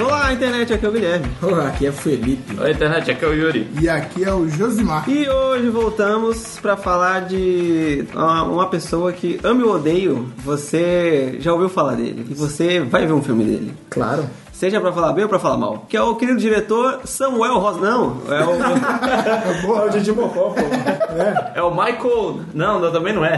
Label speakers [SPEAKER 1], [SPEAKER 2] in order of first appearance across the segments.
[SPEAKER 1] Olá, internet, aqui é o Guilherme.
[SPEAKER 2] Olá, aqui é Felipe.
[SPEAKER 3] Oi, internet, aqui é o Yuri.
[SPEAKER 4] E aqui é o Josimar.
[SPEAKER 1] E hoje voltamos pra falar de uma, uma pessoa que ame ou odeio, você já ouviu falar dele e você vai ver um filme dele.
[SPEAKER 2] Claro.
[SPEAKER 1] Seja pra falar bem ou pra falar mal. Que é o querido diretor Samuel Rosa. Não, é o,
[SPEAKER 2] Boa, o Didi Mocó, pô. É.
[SPEAKER 3] É o Michael. Não, não, também não é.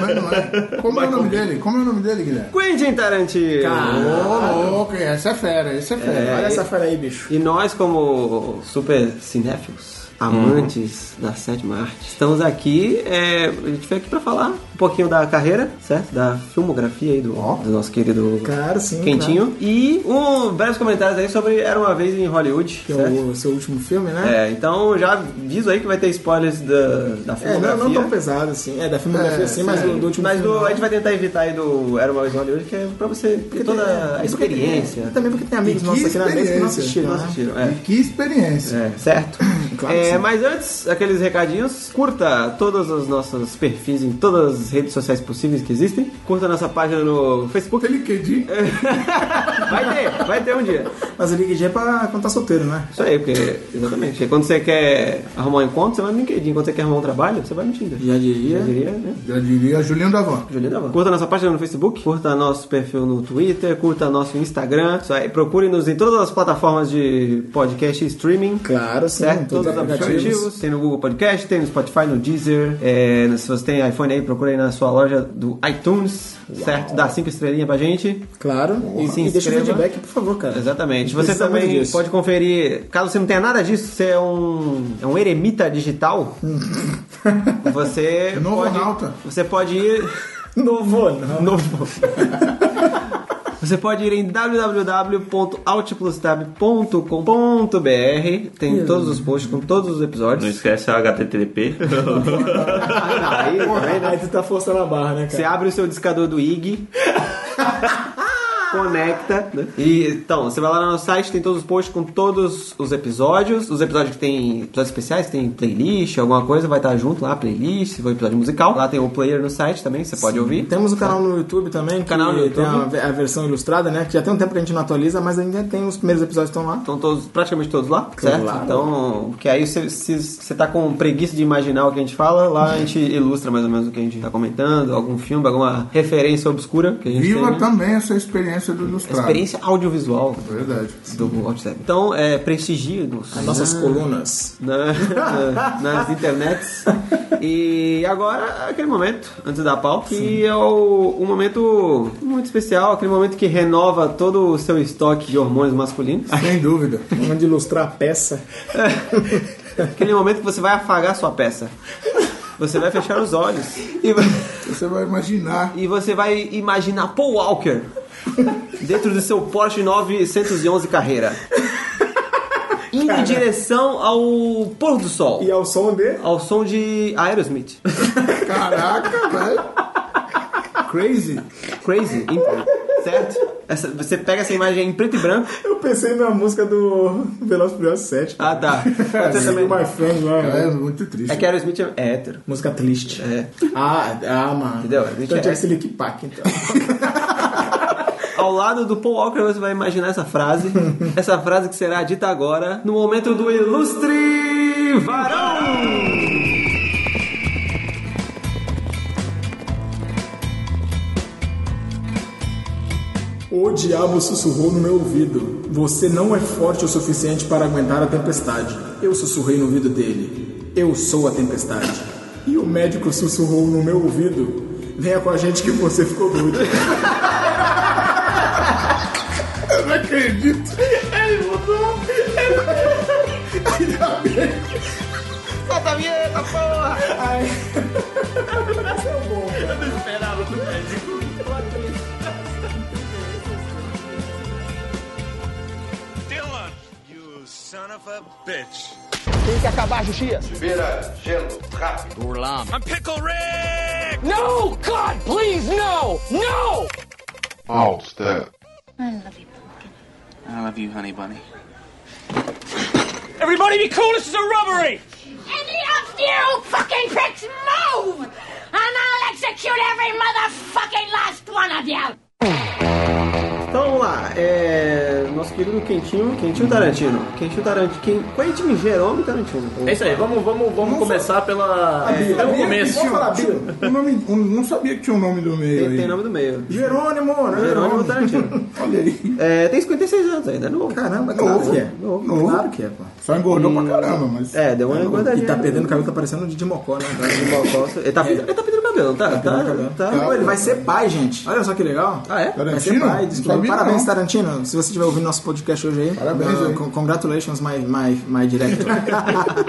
[SPEAKER 4] Mas não é. Como é o nome dele? Como é o nome dele, Guilherme?
[SPEAKER 1] Quentin Tarantino.
[SPEAKER 2] Ah.
[SPEAKER 4] Ô, louco, essa é fera, esse é fera.
[SPEAKER 2] Olha essa fera aí, bicho.
[SPEAKER 1] E nós, como super cinéfilos, amantes da sétima arte, estamos aqui, é, a gente veio aqui pra falar um pouquinho da carreira, certo? Da filmografia aí do, do nosso querido
[SPEAKER 2] Claro, sim,
[SPEAKER 1] Quentinho. E um breves comentários aí sobre Era Uma Vez em Hollywood,
[SPEAKER 2] Que é
[SPEAKER 1] certo?
[SPEAKER 2] o seu último filme, né?
[SPEAKER 1] É, então já aviso aí que vai ter spoilers da, da É. filmografia.
[SPEAKER 2] É, não, não tão pesado assim. É, da filmografia
[SPEAKER 4] É,
[SPEAKER 2] sim, mas
[SPEAKER 4] é.
[SPEAKER 2] do, do último
[SPEAKER 1] Mas
[SPEAKER 2] filme.
[SPEAKER 1] do- a gente vai tentar evitar aí do Era Uma Vez em Hollywood, que é pra você ter toda a experiência.
[SPEAKER 2] é, Também porque tem amigos
[SPEAKER 4] E que
[SPEAKER 2] nossos aqui na mesa que não
[SPEAKER 4] experiência.
[SPEAKER 2] assistiram,
[SPEAKER 1] Nossa,
[SPEAKER 2] né?
[SPEAKER 1] tiro, é.
[SPEAKER 4] E que experiência.
[SPEAKER 1] É, certo?
[SPEAKER 2] Claro
[SPEAKER 1] É,
[SPEAKER 2] que sim.
[SPEAKER 1] mas antes, aqueles recadinhos, curta todos os nossos perfis em todas as redes sociais possíveis que existem. Curta nossa página no Facebook.
[SPEAKER 4] Aquele que é de
[SPEAKER 1] Vai ter, vai ter um dia.
[SPEAKER 2] É, Mas o LinkedIn é pra quando tá solteiro, né?
[SPEAKER 1] Isso aí, porque. Exatamente. Porque quando você quer arrumar um encontro, você vai no LinkedIn. Quando você quer arrumar um trabalho, você vai no Tinder.
[SPEAKER 2] Já diria.
[SPEAKER 1] Já diria, né?
[SPEAKER 4] já diria Julinho da Van.
[SPEAKER 1] Juliana Van. Curta nossa página no Facebook, curta nosso perfil no Twitter, curta nosso Instagram. Isso aí, procure-nos em todas as plataformas de podcast e streaming.
[SPEAKER 2] Claro, sim.
[SPEAKER 1] Certo?
[SPEAKER 2] Todos os aplicativos.
[SPEAKER 1] Tem no Google Podcast, tem no Spotify, no Deezer. É, se você tem iPhone aí, procure aí na sua loja do iTunes, certo? Dá cinco estrelinhas pra gente.
[SPEAKER 2] Claro. E,
[SPEAKER 1] Se
[SPEAKER 2] e deixa o
[SPEAKER 1] inscreva.
[SPEAKER 2] feedback, por favor, cara.
[SPEAKER 1] Exatamente. Você
[SPEAKER 2] Precisa muito
[SPEAKER 1] também
[SPEAKER 2] disso.
[SPEAKER 1] pode conferir. Caso você não tenha nada disso, você é um, é um eremita digital.
[SPEAKER 2] É
[SPEAKER 1] você
[SPEAKER 4] Novo
[SPEAKER 1] pode.
[SPEAKER 4] nauta.
[SPEAKER 1] Você pode ir.
[SPEAKER 2] Novo, não.
[SPEAKER 1] Novo. Você pode ir em www.altiplustab.com.br. Tem todos os posts com todos os
[SPEAKER 3] Não
[SPEAKER 1] episódios.
[SPEAKER 3] esquece a HTTP.
[SPEAKER 1] Ah, aí, também, né?
[SPEAKER 2] Aí tu tá forçando a barra, né,
[SPEAKER 1] Você
[SPEAKER 2] cara?
[SPEAKER 1] abre o seu discador do IG. Conecta. né? E então, você vai lá no nosso site, tem todos os posts com todos os episódios. Os episódios que tem episódios especiais, tem playlist, alguma coisa, vai estar junto lá, playlist, se for episódio musical. Lá tem o player no site também, você pode ouvir.
[SPEAKER 2] Temos o canal no YouTube também, que
[SPEAKER 1] Canal no
[SPEAKER 2] tem a,
[SPEAKER 1] YouTube.
[SPEAKER 2] a versão ilustrada, né? Que já tem um tempo que a gente não atualiza, mas ainda tem os primeiros episódios que estão lá.
[SPEAKER 1] Estão todos, praticamente todos lá, certo? Então, que aí você- se você tá com preguiça de imaginar o que a gente fala, lá a gente ilustra mais ou menos o que a gente tá comentando, algum filme, alguma referência obscura que a gente né?
[SPEAKER 4] Viva
[SPEAKER 1] teve.
[SPEAKER 4] também essa experiência do ilustrado.
[SPEAKER 1] Experiência audiovisual.
[SPEAKER 4] Verdade.
[SPEAKER 1] do WhatsApp. Então, é, prestigie-nos
[SPEAKER 2] As nossas colunas.
[SPEAKER 1] na- na- nas internets. E agora, aquele momento, antes da pauta, que é o, um momento muito especial, aquele momento que renova todo o seu estoque de hormônios masculinos.
[SPEAKER 4] Sem dúvida.
[SPEAKER 2] Uma de ilustrar a peça.
[SPEAKER 1] Aquele momento que você vai afagar sua peça. Você vai fechar os olhos e, va-
[SPEAKER 4] Você vai imaginar.
[SPEAKER 1] e você vai imaginar Paul Walker dentro do seu Porsche 911 Carreira. Indo em direção ao pôr do sol.
[SPEAKER 2] E ao som de.
[SPEAKER 1] Ao som de Aerosmith.
[SPEAKER 4] Caraca, velho. Crazy.
[SPEAKER 1] Crazy. em- certo? Essa- você pega essa imagem em preto e branco.
[SPEAKER 2] Eu pensei na música do Veloz Furioso 7.
[SPEAKER 1] Ah, tá. Pode ser
[SPEAKER 2] Você
[SPEAKER 1] também.
[SPEAKER 2] My Friend lá. né?
[SPEAKER 4] É muito triste.
[SPEAKER 1] É que Aerosmith é é hétero.
[SPEAKER 2] Música triste.
[SPEAKER 1] É.
[SPEAKER 2] Ah, ah, mano.
[SPEAKER 1] Entendeu?
[SPEAKER 2] Então tinha que ser Lick Pack, então.
[SPEAKER 1] Ao lado do Paul Walker, você vai imaginar essa frase. essa frase que será dita agora, no momento do ilustre varão.
[SPEAKER 2] O diabo sussurrou no meu ouvido: Você não é forte o suficiente para aguentar a tempestade. Eu sussurrei no ouvido dele: Eu sou a tempestade. E o médico sussurrou no meu ouvido: Venha com a gente que você ficou doido.
[SPEAKER 4] Eu não acredito.
[SPEAKER 5] Dylan, you son of a bitch.
[SPEAKER 6] Beira, gelo, rápido.
[SPEAKER 5] I'm Pickle Rick!
[SPEAKER 7] No! God, please, no! No!
[SPEAKER 6] All step.
[SPEAKER 8] I love you, pumpkin.
[SPEAKER 9] I love you, honey bunny.
[SPEAKER 7] Everybody be cool, this is a robbery!
[SPEAKER 8] Any of you fucking pricks move! And I'll execute every motherfucking last one of you!
[SPEAKER 1] Então vamos lá. É, nosso querido do Quentinho, Quentinho Tarantino. Quentinho Tarantino. Quem, é Quentinho Jerome Tarantino.
[SPEAKER 3] É isso aí, vamos, vamos, vamos começar pela,
[SPEAKER 1] é
[SPEAKER 2] Bíblia.
[SPEAKER 3] pelo
[SPEAKER 2] Bíblia,
[SPEAKER 3] começo.
[SPEAKER 2] Vamos falar a Bíblia.
[SPEAKER 4] O um- nome, o- não sabia que tinha um nome do meio
[SPEAKER 1] Tem,
[SPEAKER 4] aí.
[SPEAKER 1] tem nome do meio.
[SPEAKER 2] Jerônimo, né?
[SPEAKER 1] Jerônimo
[SPEAKER 4] tá
[SPEAKER 1] Tarantino.
[SPEAKER 4] Olha aí.
[SPEAKER 1] É, tem 56 anos ainda, é novo.
[SPEAKER 2] Caramba,
[SPEAKER 4] Novo.
[SPEAKER 2] claro que é.
[SPEAKER 4] Novo.
[SPEAKER 2] Claro que é, pô.
[SPEAKER 4] Só engordou pra caramba, mas...
[SPEAKER 1] É, deu uma engordadinha.
[SPEAKER 2] E tá perdendo o cabelo, tá parecendo o Didi Mocó, né?
[SPEAKER 1] De Mocó. Ele tá, ele tá perdendo cabelo, tá? Tá, tá.
[SPEAKER 2] Pô, ele vai ser pai, gente. Olha só que legal.
[SPEAKER 1] Ah, é?
[SPEAKER 2] Vai ser
[SPEAKER 4] Tarantino?
[SPEAKER 2] pai. diz que-
[SPEAKER 4] Não sabia,
[SPEAKER 2] Parabéns,
[SPEAKER 4] não.
[SPEAKER 2] Tarantino. Se você estiver ouvindo nosso podcast hoje aí.
[SPEAKER 4] Parabéns,
[SPEAKER 2] uh,
[SPEAKER 4] hein?
[SPEAKER 2] con- Congratulations, my, my, my director.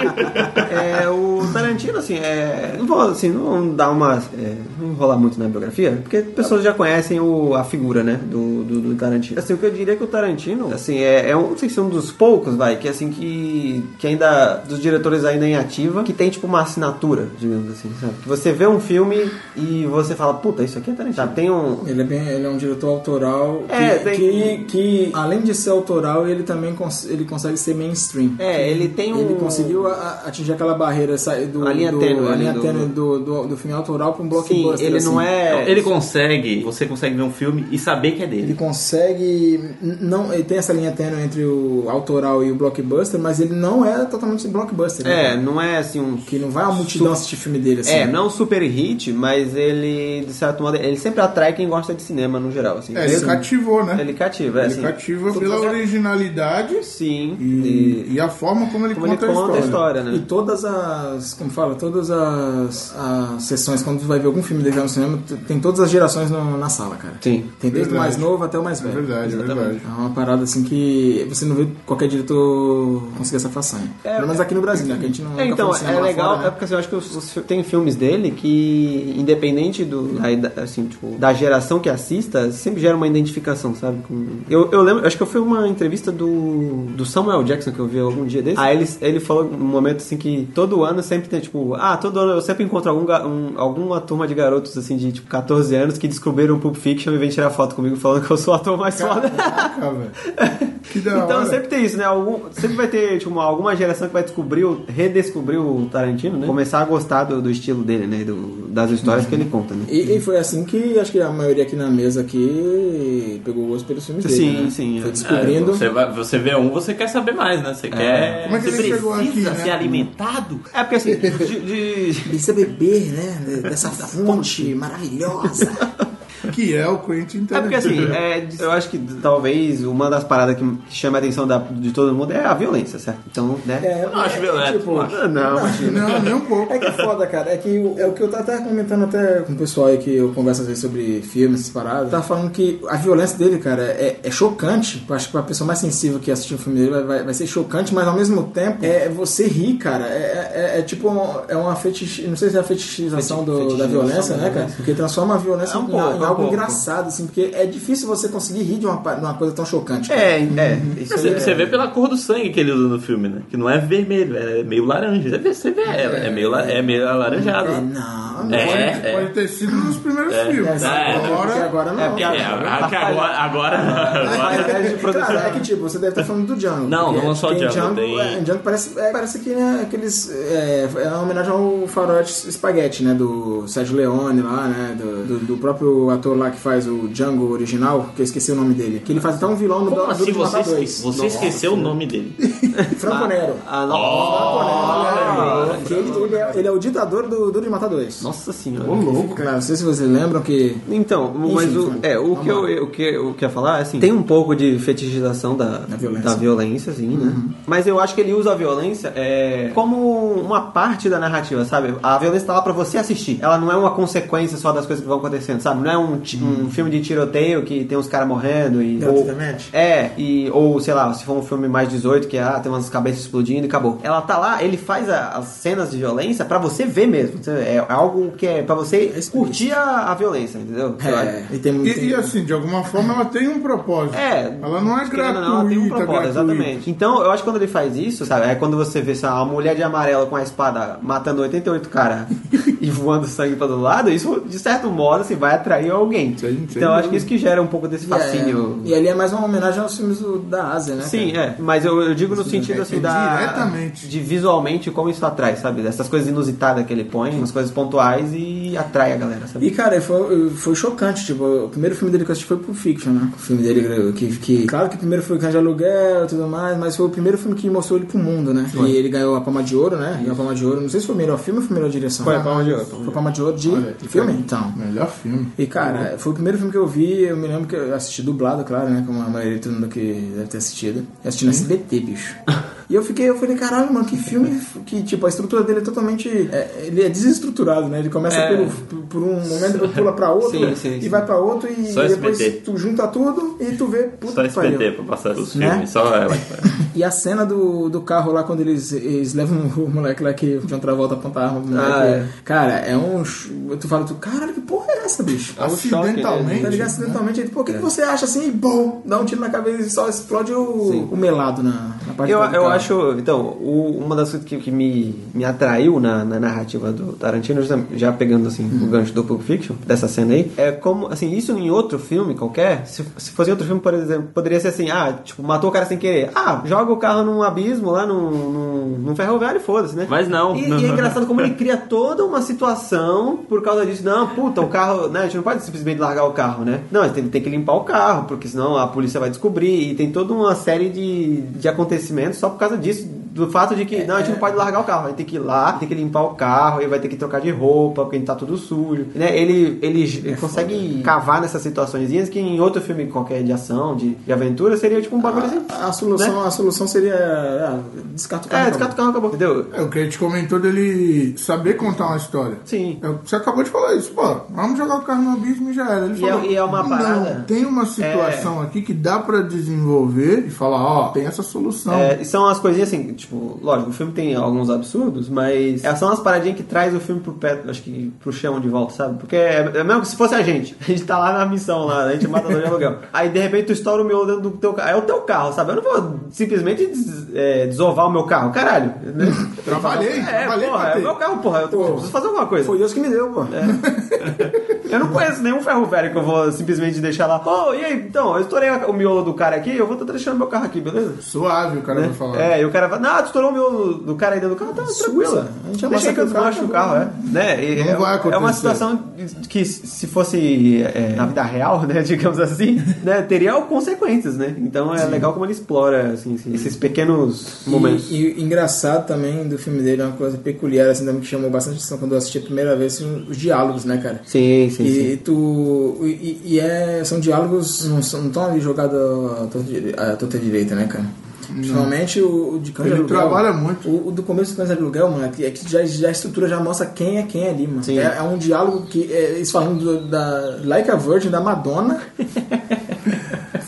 [SPEAKER 1] É, o Tarantino, assim, é, não vou assim, não dar uma. é, não enrolar muito na biografia, porque pessoas já conhecem o- a figura, né? Do, do, do Tarantino. Assim, o que eu diria é que o Tarantino, assim, é, é um, não sei se é um dos poucos, vai, que assim, que, que ainda. dos diretores ainda em ativa, que tem tipo uma assinatura, digamos assim, sabe? Que você vê um filme e você fala, puta, isso aqui é Tarantino. Sabe? Tem um.
[SPEAKER 2] Ele é, bem, ele é um diretor autoral
[SPEAKER 1] É,
[SPEAKER 2] que,
[SPEAKER 1] tem-
[SPEAKER 2] que, que, além de ser autoral, ele também cons- ele consegue ser mainstream.
[SPEAKER 1] É, ele tem um.
[SPEAKER 2] Ele conseguiu a- a- atingir aquela barreira, sair do,
[SPEAKER 1] A linha
[SPEAKER 2] do,
[SPEAKER 1] tênue
[SPEAKER 2] a
[SPEAKER 1] ali
[SPEAKER 2] linha
[SPEAKER 1] do-
[SPEAKER 2] tênue do, do, do filme autoral para um
[SPEAKER 1] Sim,
[SPEAKER 2] blockbuster.
[SPEAKER 1] ele não
[SPEAKER 2] assim.
[SPEAKER 1] é.
[SPEAKER 3] Ele consegue, você consegue ver um filme e saber que é
[SPEAKER 2] Ele
[SPEAKER 3] dele.
[SPEAKER 2] consegue. n- Não, ele tem essa linha tênue entre o autoral e o blockbuster, mas ele não é totalmente blockbuster. né?
[SPEAKER 1] É, não é assim um
[SPEAKER 2] Que não vai a multidão assistir filme dele assim.
[SPEAKER 1] É, não é um super hit, mas ele, de certo modo, ele sempre atrai quem gosta de cinema no geral, assim.
[SPEAKER 4] É, ele cativou, né?
[SPEAKER 1] Ele cativa, é,
[SPEAKER 4] Ele
[SPEAKER 1] assim.
[SPEAKER 4] cativa
[SPEAKER 1] Tudo
[SPEAKER 4] pela
[SPEAKER 1] certo.
[SPEAKER 4] originalidade
[SPEAKER 1] Sim.
[SPEAKER 4] e,
[SPEAKER 1] e-
[SPEAKER 4] e a forma como ele
[SPEAKER 1] como
[SPEAKER 4] conta,
[SPEAKER 1] ele conta a
[SPEAKER 4] a história.
[SPEAKER 1] história,
[SPEAKER 2] E
[SPEAKER 1] né?
[SPEAKER 2] todas as. Como fala? Todas as, as sessões, quando tu vai ver algum filme dele no cinema, tu- tem todas as gerações no- na sala, cara.
[SPEAKER 1] Sim.
[SPEAKER 2] Tem desde o
[SPEAKER 4] Verdade.
[SPEAKER 2] mais novo até o mais
[SPEAKER 4] É
[SPEAKER 2] velho.
[SPEAKER 4] verdade, é verdade.
[SPEAKER 2] É uma parada assim que você não vê qualquer diretor conseguir essa façanha.
[SPEAKER 1] É.
[SPEAKER 2] Pelo menos aqui no Brasil, né? Que a gente não
[SPEAKER 1] É,
[SPEAKER 2] nunca
[SPEAKER 1] então,
[SPEAKER 2] foi no cinema
[SPEAKER 1] é
[SPEAKER 2] lá
[SPEAKER 1] legal,
[SPEAKER 2] fora,
[SPEAKER 1] é
[SPEAKER 2] né?
[SPEAKER 1] porque assim, eu acho que os- os fi- tem filmes dele que, independente do, da, ida- assim, tipo, da geração que assista, sempre gera uma identificação, sabe? Com- eu, eu lembro, acho que eu fui uma entrevista do, do Samuel Jackson que eu vi algum dia desse. Aí ele, ele falou um momento assim que todo ano sempre tem, tipo, ah, todo ano eu sempre encontro algum, ga- um- alguma turma de garotos, assim, de tipo 14 anos que descobriram Pulp Fiction e vem tirar foto comigo falando que eu sou o ator mais foda.
[SPEAKER 4] Caraca, Ah, velho. Que da
[SPEAKER 1] Então
[SPEAKER 4] hora.
[SPEAKER 1] sempre tem isso, né? Algum- sempre vai ter tipo, uma- alguma geração que vai descobrir, o- redescobrir o Tarantino, né? Começar a gostar do, do estilo dele, né? Do- das histórias que ele conta, né?
[SPEAKER 2] E, e foi assim que acho que a maioria aqui na mesa aqui pegou gosto pelos filmes dele.
[SPEAKER 1] Sim,
[SPEAKER 2] né?
[SPEAKER 1] sim, é.
[SPEAKER 2] Foi descobrindo.
[SPEAKER 3] Você, vai- você vê um, você quer saber mais, né? Você quer.
[SPEAKER 4] Como é que
[SPEAKER 3] você
[SPEAKER 4] ele chegou
[SPEAKER 3] precisa
[SPEAKER 4] aqui, né?
[SPEAKER 3] ser alimentado?
[SPEAKER 1] É porque assim, de- de-
[SPEAKER 2] Precisa beber, né? Dessa fonte maravilhosa.
[SPEAKER 4] Que é o Quentin Tarantino.
[SPEAKER 1] É porque assim, é, de- eu acho que talvez uma das paradas que, que chama a atenção da- de todo mundo é a violência, certo? Então, né?
[SPEAKER 2] É,
[SPEAKER 3] Eu não acho violento.
[SPEAKER 2] tipo,
[SPEAKER 3] não acho.
[SPEAKER 1] Ah, Não, imagina.
[SPEAKER 4] Não, nem um pouco.
[SPEAKER 2] É que é foda, cara. É que o- é o que eu tava até comentando até com o pessoal aí que eu converso às vezes sobre filmes, essas paradas. Tava falando que a violência dele, cara, é, é chocante. Eu acho que pra pessoa mais sensível que assistiu o filme dele vai, vai, vai ser chocante, mas ao mesmo tempo é você ri, cara. É, é- é tipo um- é uma fetiche, não sei se é a fetichização do- da violência, né, cara? Porque transforma a violência
[SPEAKER 1] É um
[SPEAKER 2] em-
[SPEAKER 1] pouco,
[SPEAKER 2] em,
[SPEAKER 1] é um
[SPEAKER 2] algo
[SPEAKER 1] pouco.
[SPEAKER 2] engraçado, assim, porque é difícil você conseguir rir de uma, pa- de uma coisa tão chocante. cara.
[SPEAKER 1] É, é. Isso
[SPEAKER 3] Você,
[SPEAKER 1] aí é-
[SPEAKER 3] você vê pela cor do sangue que ele usa no filme, né? Que não é vermelho, é meio laranja. Você vê, você vê é, é meio, la- é meio alaranjado.
[SPEAKER 2] Não,
[SPEAKER 3] É,
[SPEAKER 4] Pode,
[SPEAKER 3] é.
[SPEAKER 4] pode ter sido um dos primeiros filmes.
[SPEAKER 3] é.
[SPEAKER 2] porque
[SPEAKER 4] Agora,
[SPEAKER 2] agora não. tá
[SPEAKER 1] porque
[SPEAKER 3] É, a- que agora, agora, agora- tá
[SPEAKER 1] Qualidade de produção.
[SPEAKER 2] Cara, é que tipo, você deve estar falando do Django.
[SPEAKER 3] Não,
[SPEAKER 2] porque
[SPEAKER 3] não é só
[SPEAKER 2] tem
[SPEAKER 3] Django, tem-
[SPEAKER 2] é, Django parece, é, parece que né, aqueles. É, é uma homenagem ao faroeste espaguete, né? Do Sérgio Leone lá, né? Do, do- do próprio ator lá que faz o Django original, que eu esqueci o nome dele. Que ele faz até um vilão no
[SPEAKER 3] Como
[SPEAKER 2] Duro
[SPEAKER 3] assim
[SPEAKER 2] de
[SPEAKER 3] você,
[SPEAKER 2] Matar Dois.
[SPEAKER 3] esque- você esqueceu o nome dele?
[SPEAKER 2] Franco Nero.
[SPEAKER 1] Ah, nossa,
[SPEAKER 2] Franco Nero. Que ele, ele é, ele é o ditador do Duro de Matar Dois.
[SPEAKER 1] nossa senhora.
[SPEAKER 4] Ô, louco.
[SPEAKER 2] Claro, não sei se vocês lembram que.
[SPEAKER 1] Então, mas o,
[SPEAKER 2] enfim.
[SPEAKER 1] é, o, que eu, o, que, o que eu ia falar é assim, tem um pouco de fetichização da, da
[SPEAKER 2] violência.
[SPEAKER 1] violência, assim, né? Mas eu acho que ele usa a violência é, como uma parte da narrativa, sabe? A violência tá lá pra você assistir. Ela não é uma consequência só das coisas que vão acontecendo, sabe? Não é um, ti- um filme de tiroteio que tem uns caras morrendo e... ou-
[SPEAKER 2] Gratuitamente?
[SPEAKER 1] é, e, ou sei lá, se for um filme mais 18, que ah, tem umas cabeças explodindo e acabou. Ela tá lá, ele faz a- as cenas de violência pra você ver mesmo. Você- É algo que é pra você
[SPEAKER 2] explícito.
[SPEAKER 1] curtir a, a violência, entendeu? Eu acho.
[SPEAKER 2] é, e tem,
[SPEAKER 4] E,
[SPEAKER 2] tem-
[SPEAKER 4] e assim, de alguma forma ela tem um propósito.
[SPEAKER 1] É,
[SPEAKER 4] Ela não é
[SPEAKER 1] querendo
[SPEAKER 4] gratuita,
[SPEAKER 1] ou não, ela tem um propósito,
[SPEAKER 4] gratuita.
[SPEAKER 1] exatamente. Então, eu acho que quando ele faz isso, sabe? É quando você vê, sei lá, uma mulher de amarelo com a espada matando 88 caras e voando sangue pra todo lado, isso, de certo modo, assim, vai atrair alguém.
[SPEAKER 4] Isso aí não tem
[SPEAKER 1] Então eu acho que isso que gera um pouco desse fascínio.
[SPEAKER 2] E ali é mais uma homenagem aos filmes do- da Ásia, né?
[SPEAKER 1] Sim, é, mas eu, eu digo no sentido assim da.
[SPEAKER 4] é Diretamente.
[SPEAKER 1] De visualmente como isso atrai, sabe? Dessas coisas inusitadas que ele põe, umas coisas pontuais e atrai a galera, sabe?
[SPEAKER 2] E, cara, foi, foi chocante. Tipo, o primeiro filme dele que eu assisti foi Pulp Fiction, né? O filme dele que... que claro que o primeiro foi Cães de Aluguel e tudo mais, mas foi o primeiro filme que mostrou ele pro mundo, né? E ele ganhou a Palma de Ouro, né? Ganhou a Palma de Ouro. Não sei se foi o melhor filme ou foi a melhor direção. Foi a Palma de Ouro. Foi a Palma de Ouro de de filme, então.
[SPEAKER 4] Melhor filme.
[SPEAKER 2] E
[SPEAKER 1] Uhum.
[SPEAKER 2] cara, foi o primeiro filme que eu vi, eu me lembro que eu assisti dublado, claro, né? Como a maioria de todo mundo que deve ter assistido. Eu assisti no
[SPEAKER 1] Uhum.
[SPEAKER 2] SBT, bicho. E eu fiquei, eu falei, caralho, mano, que filme que, tipo, a estrutura dele é totalmente. é, ele é desestruturado, né? Ele começa
[SPEAKER 1] É.
[SPEAKER 2] pelo, por um momento, pula pra outro,
[SPEAKER 1] Sim, sim,
[SPEAKER 2] e
[SPEAKER 1] sim.
[SPEAKER 2] vai pra outro, e
[SPEAKER 3] Só
[SPEAKER 2] depois
[SPEAKER 3] SBT.
[SPEAKER 2] tu junta tudo e tu vê. Puta
[SPEAKER 3] Só
[SPEAKER 2] que pariu.
[SPEAKER 3] SPT pra passar os
[SPEAKER 2] Né?
[SPEAKER 3] filmes. Só ela.
[SPEAKER 2] E a cena do, do carro lá, quando eles, eles levam o moleque lá que de outra volta apontar a arma pro moleque.
[SPEAKER 1] Ah, é.
[SPEAKER 2] Cara, é um. ch- Tu fala, tu, caralho, que porra é essa, bicho?
[SPEAKER 1] um choque, né?
[SPEAKER 4] Acidentalmente.
[SPEAKER 2] Tá ligado? Acidentalmente, ele, pô,
[SPEAKER 1] É.
[SPEAKER 2] o que, que você acha assim? E bom, dá um tiro na cabeça e só explode o, o melado na, na parte
[SPEAKER 1] Eu,
[SPEAKER 2] do
[SPEAKER 1] eu
[SPEAKER 2] carro.
[SPEAKER 1] acho, então, o- uma das coisas que, que me, me atraiu na, na narrativa do Tarantino, justamente- já pegando assim o gancho do Pulp Fiction, dessa cena aí, é como, assim, isso em outro filme qualquer, se, se fosse em outro filme, por exemplo, poderia ser assim, ah, tipo, matou o cara sem querer, ah, joga o carro num abismo lá, num, num, num ferroviário, e foda-se, né?
[SPEAKER 3] Mas não.
[SPEAKER 1] E, e é engraçado como ele cria toda uma situação por causa disso. Não, puta, o carro, né? A gente não pode simplesmente largar o carro, né? Não, a gente tem, tem que limpar o carro, porque senão a polícia vai descobrir. E tem toda uma série de, de acontecimentos só por causa disso. Do fato de que, não, a gente não pode largar o carro. A gente tem que ir lá, tem que limpar o carro, ele vai ter que trocar de roupa, porque a gente tá tudo sujo. Né? Ele, ele consegue cavar nessas situaçõezinhas que em outro filme qualquer de ação, de, de aventura, seria tipo um bagulho assim.
[SPEAKER 2] A solução, a solução seria. ah, descarta o carro.
[SPEAKER 1] É, descarta o carro, acabou. Entendeu?
[SPEAKER 4] É, o que a gente comentou dele saber contar uma história.
[SPEAKER 1] Sim.
[SPEAKER 4] É, Você acabou de falar isso, pô. Vamos jogar o carro no abismo e já era. Ele
[SPEAKER 1] E é-
[SPEAKER 4] falou,
[SPEAKER 1] e é uma parada- É.
[SPEAKER 4] Não, tem uma situação aqui que dá pra desenvolver e falar, ó, tem essa solução.
[SPEAKER 1] É, e são as coisinhas assim, tipo, lógico, o filme tem alguns absurdos, mas é- são as paradinhas que traz o filme pro pé, acho que pro chão de volta, sabe? Porque é, é mesmo que se fosse a gente, a gente tá lá na missão lá, a gente mata de aluguel. Aí de repente tu estoura o miolo dentro do teu carro. É o teu carro, sabe? Eu não vou simplesmente des- é, desovar o meu carro, caralho. né?
[SPEAKER 4] Trabalhei,
[SPEAKER 1] É,
[SPEAKER 4] trabalhei
[SPEAKER 1] porra,
[SPEAKER 4] pra
[SPEAKER 1] é o
[SPEAKER 4] ter.
[SPEAKER 1] meu carro, porra. Eu tenho- preciso fazer alguma coisa.
[SPEAKER 2] Foi Deus que me deu, pô.
[SPEAKER 1] É. Eu não conheço nenhum ferro velho que eu vou simplesmente deixar lá. Ô, e aí, então, eu estourei a- o miolo do cara aqui, eu vou estar deixando meu carro aqui, beleza?
[SPEAKER 4] Suave, o cara vai falar.
[SPEAKER 1] É, e o cara fala, não, tu estourou o miolo do cara aí dentro do carro, tá tranquilo.
[SPEAKER 2] A gente
[SPEAKER 1] Deixa aí que eu
[SPEAKER 2] amassa
[SPEAKER 1] desmancho
[SPEAKER 2] com
[SPEAKER 1] o
[SPEAKER 2] o
[SPEAKER 1] carro,
[SPEAKER 2] carro,
[SPEAKER 1] é. Né? E
[SPEAKER 4] Não
[SPEAKER 1] é,
[SPEAKER 4] vai
[SPEAKER 1] é uma
[SPEAKER 4] acontecer.
[SPEAKER 1] situação que se fosse é, na vida real, né, digamos assim, né, teria consequências, né? Então é legal como ele explora assim, assim, esses pequenos momentos.
[SPEAKER 2] E, e engraçado também do filme dele, é uma coisa peculiar, assim, também que chamou bastante atenção quando eu assisti a primeira vez, são os diálogos, né, cara?
[SPEAKER 1] Sim, sim,
[SPEAKER 2] e
[SPEAKER 1] sim.
[SPEAKER 2] tu. E, e é, são diálogos, não estão ali jogados à torta dire- à torta direita, né, cara? Principalmente o, o de Cães de
[SPEAKER 4] Ele
[SPEAKER 2] Aluguel.
[SPEAKER 4] trabalha muito.
[SPEAKER 2] O, o do começo do Cães de Aluguel, mano, é que já, já a estrutura já mostra quem é quem ali, mano.
[SPEAKER 1] Sim.
[SPEAKER 2] É, é um diálogo que. É, eles falando do- da Like a Virgin, da Madonna.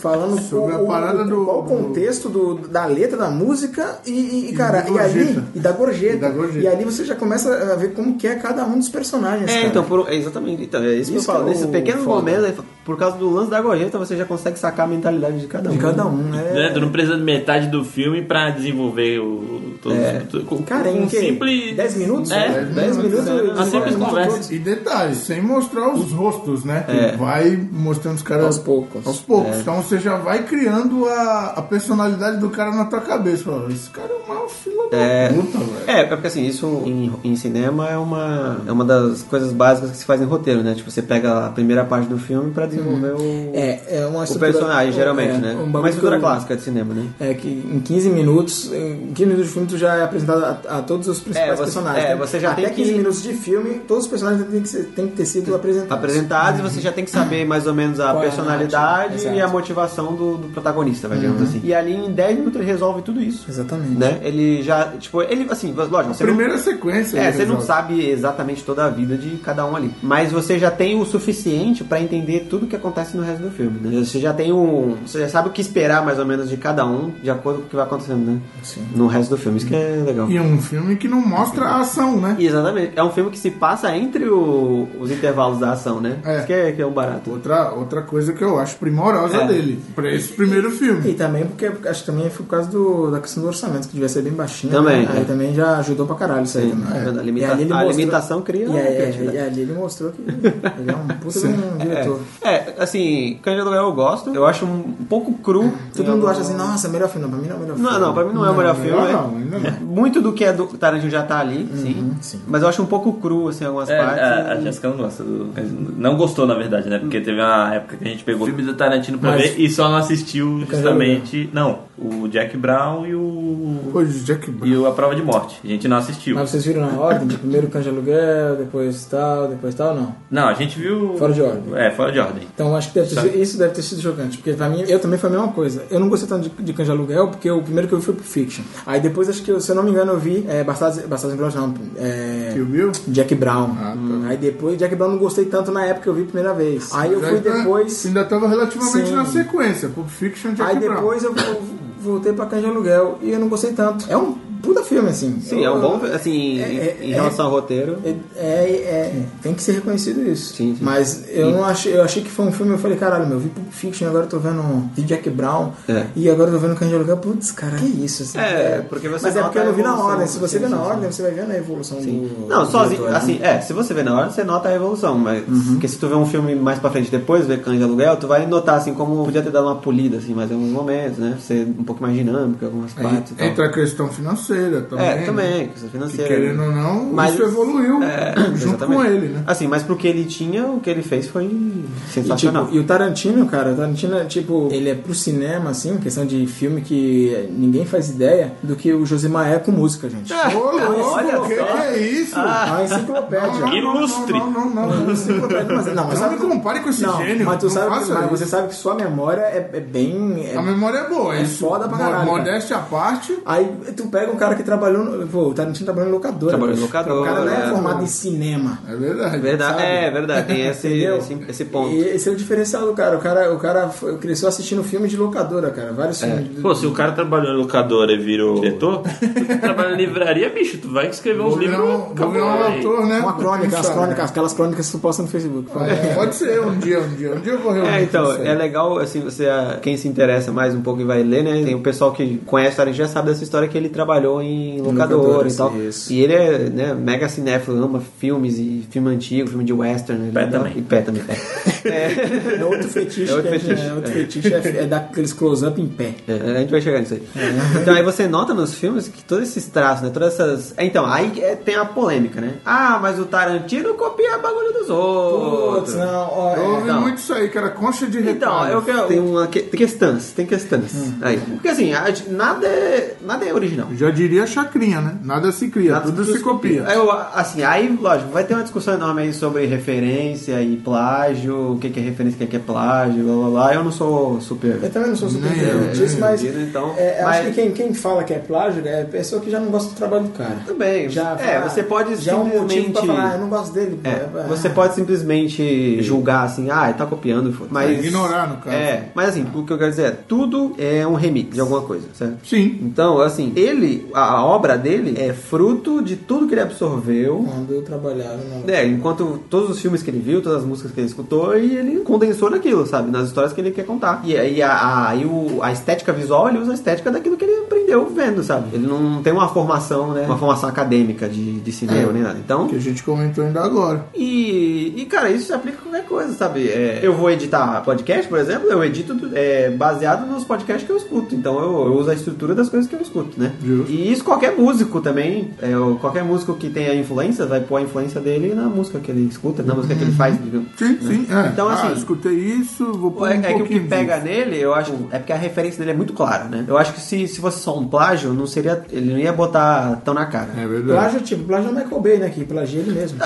[SPEAKER 2] Falando
[SPEAKER 4] Sobre a
[SPEAKER 2] o- o-
[SPEAKER 4] parada do-
[SPEAKER 2] Qual o contexto do, da letra, da música e, e, e, cara,
[SPEAKER 4] da
[SPEAKER 2] e ali.
[SPEAKER 4] gorjeta.
[SPEAKER 2] E da gorjeta.
[SPEAKER 4] E da gorjeta.
[SPEAKER 2] E ali você já começa a ver como que é cada um dos personagens.
[SPEAKER 1] É,
[SPEAKER 2] cara.
[SPEAKER 1] então, por, é, exatamente. Então, é isso, que eu
[SPEAKER 2] Isso que
[SPEAKER 1] falo.
[SPEAKER 2] é o
[SPEAKER 1] Nesses pequenos
[SPEAKER 2] foda.
[SPEAKER 1] momentos, aí, por causa do lance da gorjeta, você já consegue sacar a mentalidade de cada um.
[SPEAKER 2] De cada um, né?
[SPEAKER 3] Né? Tu não precisa de metade do filme pra desenvolver o. Todos, tu- com,
[SPEAKER 2] É. Cara,
[SPEAKER 3] com
[SPEAKER 2] em
[SPEAKER 3] um
[SPEAKER 2] que?
[SPEAKER 3] simples.
[SPEAKER 2] 10 minutos?
[SPEAKER 3] É,
[SPEAKER 2] 10 minutos.
[SPEAKER 3] uma simples
[SPEAKER 2] é,
[SPEAKER 3] conversa.
[SPEAKER 4] E detalhe, sem mostrar os rostos, né? Que vai mostrando os caras
[SPEAKER 2] É. Aos poucos. É.
[SPEAKER 4] Aos poucos. Então você já vai criando a, a personalidade do cara na tua cabeça. Fala, Esse cara é um mau filho
[SPEAKER 1] É.
[SPEAKER 4] da puta, velho.
[SPEAKER 1] É, é porque assim, isso em, em cinema é uma, é uma das coisas básicas que se faz em roteiro, né? Tipo, você pega a primeira parte do filme pra desenvolver o,
[SPEAKER 2] É, é uma
[SPEAKER 1] o
[SPEAKER 2] estrutura-
[SPEAKER 1] personagem, geralmente,
[SPEAKER 2] é,
[SPEAKER 1] né?
[SPEAKER 2] um bagulho
[SPEAKER 1] uma estrutura
[SPEAKER 2] que eu-
[SPEAKER 1] clássica de cinema, né?
[SPEAKER 2] É que em 15 minutos, em 15 minutos de filme, tu já é apresentado a, a todos os principais
[SPEAKER 1] É, você-
[SPEAKER 2] personagens.
[SPEAKER 1] é,
[SPEAKER 2] Tem-
[SPEAKER 1] você já
[SPEAKER 2] Até
[SPEAKER 1] tem que-
[SPEAKER 2] 15 minutos de filme, todos os personagens têm que, ser- têm que ter sido apresentados.
[SPEAKER 1] Apresentados, você já tem que saber mais ou menos a
[SPEAKER 2] Uhum. Qual é a
[SPEAKER 1] personalidade
[SPEAKER 2] narrativa,
[SPEAKER 1] e a
[SPEAKER 2] exato. Uhum.
[SPEAKER 1] motivação do, do protagonista, vai, digamos assim. E ali em 10 minutos ele resolve tudo isso.
[SPEAKER 2] Exatamente.
[SPEAKER 1] Né? Ele já, tipo, ele, assim, lógico, você não-
[SPEAKER 4] Primeira sequência. né,
[SPEAKER 1] É,
[SPEAKER 4] ele
[SPEAKER 1] você não
[SPEAKER 4] resolve.
[SPEAKER 1] sabe exatamente toda a vida de cada um ali. Mas você já tem o suficiente pra entender tudo o que acontece no resto do filme, né? Você já tem um. Você já sabe o que esperar mais ou menos de cada um, de acordo com o que vai acontecendo, né?
[SPEAKER 2] Sim.
[SPEAKER 1] No resto do filme. filme, isso que é legal.
[SPEAKER 4] E um filme que não mostra a ação, né?
[SPEAKER 1] Exatamente. É um filme que se passa entre o- os intervalos da ação, né?
[SPEAKER 4] É.
[SPEAKER 1] Isso que é, que é um barato.
[SPEAKER 4] Outra, outra coisa que eu acho primorosa
[SPEAKER 1] É.
[SPEAKER 4] dele, pra esse primeiro
[SPEAKER 2] E
[SPEAKER 4] filme.
[SPEAKER 2] também porque acho que também foi por causa do, da questão do orçamento, que devia ser bem baixinho.
[SPEAKER 1] Também,
[SPEAKER 2] né? Aí
[SPEAKER 1] é.
[SPEAKER 2] também já ajudou pra caralho isso aí
[SPEAKER 1] Sim, tá
[SPEAKER 2] também.
[SPEAKER 1] vendo? A
[SPEAKER 2] E
[SPEAKER 1] limita-
[SPEAKER 2] ali ele
[SPEAKER 1] a
[SPEAKER 2] mostrou-
[SPEAKER 1] limitação cria um
[SPEAKER 2] E, aí-
[SPEAKER 1] criatividade.
[SPEAKER 2] e ali ele mostrou que ele é um puta de um diretor.
[SPEAKER 1] É, é, assim, Cândido Gael eu gosto. Eu acho um pouco cru.
[SPEAKER 2] Todo mundo acha assim, nossa, melhor filme. Não, pra mim não é o melhor filme.
[SPEAKER 1] Não, não, pra mim não é o melhor filme.
[SPEAKER 4] Não,
[SPEAKER 1] é-
[SPEAKER 4] não, ainda não.
[SPEAKER 1] Muito do que é do Tarantino já tá ali, sim.
[SPEAKER 2] Uhum, sim.
[SPEAKER 1] Mas eu acho um pouco cru, assim, algumas
[SPEAKER 3] É,
[SPEAKER 1] partes.
[SPEAKER 3] a, a Jéssica não gosta do. Não gostou, na verdade, né? Porque teve uma época que a gente pegou o filme do Tarantino pra ver e só não assistiu justamente. Não, o Jack Brown e o.
[SPEAKER 4] Pô, Jack Brown.
[SPEAKER 3] E o A Prova de Morte. A gente não assistiu.
[SPEAKER 2] Mas vocês viram na ordem? de Primeiro Canja Aluguel, depois tal, depois tal, não.
[SPEAKER 3] Não, a gente viu.
[SPEAKER 2] Fora de ordem.
[SPEAKER 3] É, fora de ordem.
[SPEAKER 2] Então acho que deve ter
[SPEAKER 3] Sabe?
[SPEAKER 2] sido- isso deve ter sido chocante, porque pra mim, eu também foi a mesma coisa. Eu não gostei tanto de, de Canja Aluguel, porque o primeiro que eu vi foi Pulp Fiction. Aí depois, acho que, eu- se eu não me engano, eu vi é, Bastardos Bastardos Inglórios, não. É,
[SPEAKER 4] Kill Bill?
[SPEAKER 2] Jack Brown.
[SPEAKER 1] Ah, tá.
[SPEAKER 2] Hum, Aí depois, Jack Brown não gostei tanto na época que eu vi a primeira vez. Aí eu
[SPEAKER 4] Mas
[SPEAKER 2] fui
[SPEAKER 4] ainda-
[SPEAKER 2] depois.
[SPEAKER 4] tá- Ainda tava relativamente
[SPEAKER 2] Sim.
[SPEAKER 4] na sequência. Pulp Fiction Jack
[SPEAKER 2] Aí
[SPEAKER 4] Brown.
[SPEAKER 2] depois eu eu voltei pra Canja Aluguel e eu não gostei tanto. É um puta filme, assim.
[SPEAKER 1] Sim, é um bom, assim,
[SPEAKER 2] É,
[SPEAKER 1] em-
[SPEAKER 2] é,
[SPEAKER 1] em
[SPEAKER 2] é.
[SPEAKER 1] relação ao roteiro.
[SPEAKER 2] É, é- é- tem que ser reconhecido isso.
[SPEAKER 1] Sim, sim.
[SPEAKER 2] Mas eu não achei, eu achei que foi um filme, eu falei, caralho, meu, eu vi Pulp Fiction, agora eu tô vendo de Jack Brown,
[SPEAKER 1] É.
[SPEAKER 2] e agora eu tô vendo o Cândido Lugar, putz, cara, que isso? assim,
[SPEAKER 1] É, porque você
[SPEAKER 2] Mas é
[SPEAKER 1] nota
[SPEAKER 2] porque eu não vi
[SPEAKER 1] a
[SPEAKER 2] na
[SPEAKER 1] evolução, né?
[SPEAKER 2] ordem, se você
[SPEAKER 1] sim,
[SPEAKER 2] vê na
[SPEAKER 1] sim,
[SPEAKER 2] ordem, você vai vendo a evolução do.
[SPEAKER 1] Não,
[SPEAKER 2] do
[SPEAKER 1] sozinho,
[SPEAKER 2] diretor, né?
[SPEAKER 1] assim, é, se você vê na hora, você nota a evolução, mas
[SPEAKER 2] Uhum.
[SPEAKER 1] porque se tu vê um filme mais pra frente depois, ver Cães de Aluguel, tu vai notar, assim, como podia ter dado uma polida, assim, mais em alguns momentos, né? Ser um pouco mais dinâmico, em algumas partes e
[SPEAKER 4] Aí
[SPEAKER 1] tal.
[SPEAKER 4] entra a questão financeira também.
[SPEAKER 1] é,
[SPEAKER 4] né?
[SPEAKER 1] também, questão
[SPEAKER 4] Que,
[SPEAKER 1] financeira.
[SPEAKER 4] querendo ou não, isso evoluiu
[SPEAKER 1] É,
[SPEAKER 4] junto
[SPEAKER 1] exatamente.
[SPEAKER 4] com ele, né?
[SPEAKER 1] Assim, mas pro que ele tinha, o que ele fez foi
[SPEAKER 2] E, tipo,
[SPEAKER 1] sensacional.
[SPEAKER 2] e o Tarantino, cara, o Tarantino, tipo, ele é pro cinema, assim, questão de filme que ninguém faz ideia do que o José Maé com música, gente. É
[SPEAKER 4] Ô, louco,
[SPEAKER 1] olha
[SPEAKER 4] o que,
[SPEAKER 1] só.
[SPEAKER 4] que é isso?
[SPEAKER 2] uma enciclopédia.
[SPEAKER 4] Não, não,
[SPEAKER 3] Ilustre.
[SPEAKER 4] Não, não, não. não, não.
[SPEAKER 2] Mas- não, mas
[SPEAKER 4] Não
[SPEAKER 2] sabe-
[SPEAKER 4] me compare com esse
[SPEAKER 2] não,
[SPEAKER 4] gênio,
[SPEAKER 2] Mas, tu
[SPEAKER 4] não
[SPEAKER 2] sabe,
[SPEAKER 4] faça
[SPEAKER 2] mas
[SPEAKER 4] isso.
[SPEAKER 2] você sabe que sua memória é, é bem. é-
[SPEAKER 4] A memória é boa.
[SPEAKER 2] É
[SPEAKER 4] isso.
[SPEAKER 2] foda pra caralho, cara.
[SPEAKER 4] Modéstia à parte,
[SPEAKER 2] Aí tu pega um cara que trabalhou. No... Pô, o Tarantino trabalhou em locadora.
[SPEAKER 1] Trabalhou em
[SPEAKER 2] bicho.
[SPEAKER 1] locadora,
[SPEAKER 2] O cara não é,
[SPEAKER 1] é.
[SPEAKER 2] formado em cinema.
[SPEAKER 4] é verdade.
[SPEAKER 1] É verdade,
[SPEAKER 2] sabe?
[SPEAKER 1] é verdade, tem esse,
[SPEAKER 2] Entendeu?
[SPEAKER 1] esse, esse ponto.
[SPEAKER 2] E esse é o diferencial do cara. O cara, o cara foi- cresceu assistindo filme de locadora, cara. Vários
[SPEAKER 1] É.
[SPEAKER 2] filmes. de-
[SPEAKER 3] Pô, se o cara trabalhou em locadora e virou diretor, tu trabalha em livraria, bicho, tu vai escrever uns
[SPEAKER 4] Vou virar
[SPEAKER 3] livros.
[SPEAKER 4] um, vou virar um
[SPEAKER 3] acabou, aí.
[SPEAKER 4] autor, né?
[SPEAKER 2] Uma crônica, as
[SPEAKER 4] Sabe?
[SPEAKER 2] crônicas, aquelas crônicas que tu posta no Facebook.
[SPEAKER 4] É, Pode ser, um dia, um dia. Um dia eu vou reunir.
[SPEAKER 1] É, então,
[SPEAKER 4] isso aí.
[SPEAKER 1] é legal, assim, você, ah, quem se interessa mais um pouco e vai ler, né? Tem o pessoal que conhece o Tarantino já sabe dessa história que ele trabalhou em locadora
[SPEAKER 2] Locadoras,
[SPEAKER 1] e tal.
[SPEAKER 2] isso.
[SPEAKER 1] E ele é, né, mega cinéfilo, ama filmes e filme antigo, filme de western. né?
[SPEAKER 3] Pé
[SPEAKER 1] Ele adora-
[SPEAKER 3] também.
[SPEAKER 1] E pé também, pé.
[SPEAKER 2] É outro fetiche.
[SPEAKER 1] É outro
[SPEAKER 2] que a gente-
[SPEAKER 1] fetiche.
[SPEAKER 2] É, outro fetiche é, é dar aqueles close-up em pé.
[SPEAKER 1] É, a gente vai chegar nisso aí. Então aí você nota nos filmes que todos esses traços, né? Todas essas. Então, aí é- tem a polêmica, né? Ah, mas o Tarantino copia bagulho dos outros.
[SPEAKER 2] Putz, não, ó, é.
[SPEAKER 4] Eu ouvi
[SPEAKER 1] então.
[SPEAKER 4] muito isso aí, que era concha de reparo.
[SPEAKER 1] Então, eu quero. Tem uma que- tem questões, tem questões. Aí. Porque assim, a gente- nada é, nada é original.
[SPEAKER 4] Já diria a chacrinha, né? Nada se cria,
[SPEAKER 1] Nada
[SPEAKER 4] tudo se copia.
[SPEAKER 1] Aí, eu- assim, aí, lógico, vai ter uma discussão enorme aí sobre referência e plágio, o que que é referência, o que que é plágio, blá blá blá. Eu não sou super.
[SPEAKER 2] Eu também não sou super
[SPEAKER 4] Nem eu,
[SPEAKER 2] inteligente
[SPEAKER 1] nem
[SPEAKER 2] disso,
[SPEAKER 1] eu.
[SPEAKER 2] mas,
[SPEAKER 1] Então,
[SPEAKER 2] é, eu
[SPEAKER 1] mas-
[SPEAKER 2] acho que quem, quem fala que é plágio é a pessoa que já não gosta do trabalho do cara.
[SPEAKER 1] Também.
[SPEAKER 2] Já
[SPEAKER 1] é,
[SPEAKER 2] fala-
[SPEAKER 1] você pode
[SPEAKER 2] já é um motivo pra
[SPEAKER 1] simplesmente-
[SPEAKER 2] falar, "Ah, eu não gosto dele. pô,
[SPEAKER 1] É,
[SPEAKER 2] é-
[SPEAKER 1] você pode simplesmente julgar assim, ah, ele tá copiando, foda-se. mas
[SPEAKER 4] ignorar, no caso.
[SPEAKER 1] É, mas assim, o que eu quero dizer é, tudo é um remix de alguma coisa, certo?
[SPEAKER 4] Sim.
[SPEAKER 1] Então, assim, ele, a, a obra dele é fruto de tudo que ele absorveu.
[SPEAKER 2] ah, Quando eu trabalhava não.
[SPEAKER 1] É, enquanto todos os filmes que ele viu, todas as músicas que ele escutou, e ele condensou naquilo, sabe? Nas histórias que ele quer contar. E aí a, a, e o- a estética visual, ele usa a estética daquilo que ele aprendeu vendo, sabe? Ele não tem uma formação, né? Uma formação acadêmica de, de cinema, nem nada. Então,
[SPEAKER 4] Que a gente comentou ainda agora.
[SPEAKER 1] e, e, cara, isso se aplica a qualquer coisa, sabe? É, eu vou editar podcast, por exemplo, eu edito é, baseado nos podcasts que eu escuto. Então eu, eu uso a estrutura das coisas que eu escuto, né?
[SPEAKER 4] Justo.
[SPEAKER 1] E isso qualquer músico também, é, o- qualquer músico que tenha influência, vai pôr a influência dele na música que ele escuta, na música que ele faz, digamos.
[SPEAKER 4] Sim, sim. É.
[SPEAKER 1] Então,
[SPEAKER 4] ah,
[SPEAKER 1] assim-
[SPEAKER 4] escutei isso, vou pôr
[SPEAKER 1] É,
[SPEAKER 4] um
[SPEAKER 1] é que o que
[SPEAKER 4] pouquinho
[SPEAKER 1] pega
[SPEAKER 4] disso.
[SPEAKER 1] nele, eu acho. É porque a referência dele é muito clara, né? Eu acho que se, se fosse só um plágio, não seria. Ele não ia botar tão na cara.
[SPEAKER 4] É verdade.
[SPEAKER 2] Plágio, tipo, plágio é o Michael Bay, né? Que plagia ele mesmo.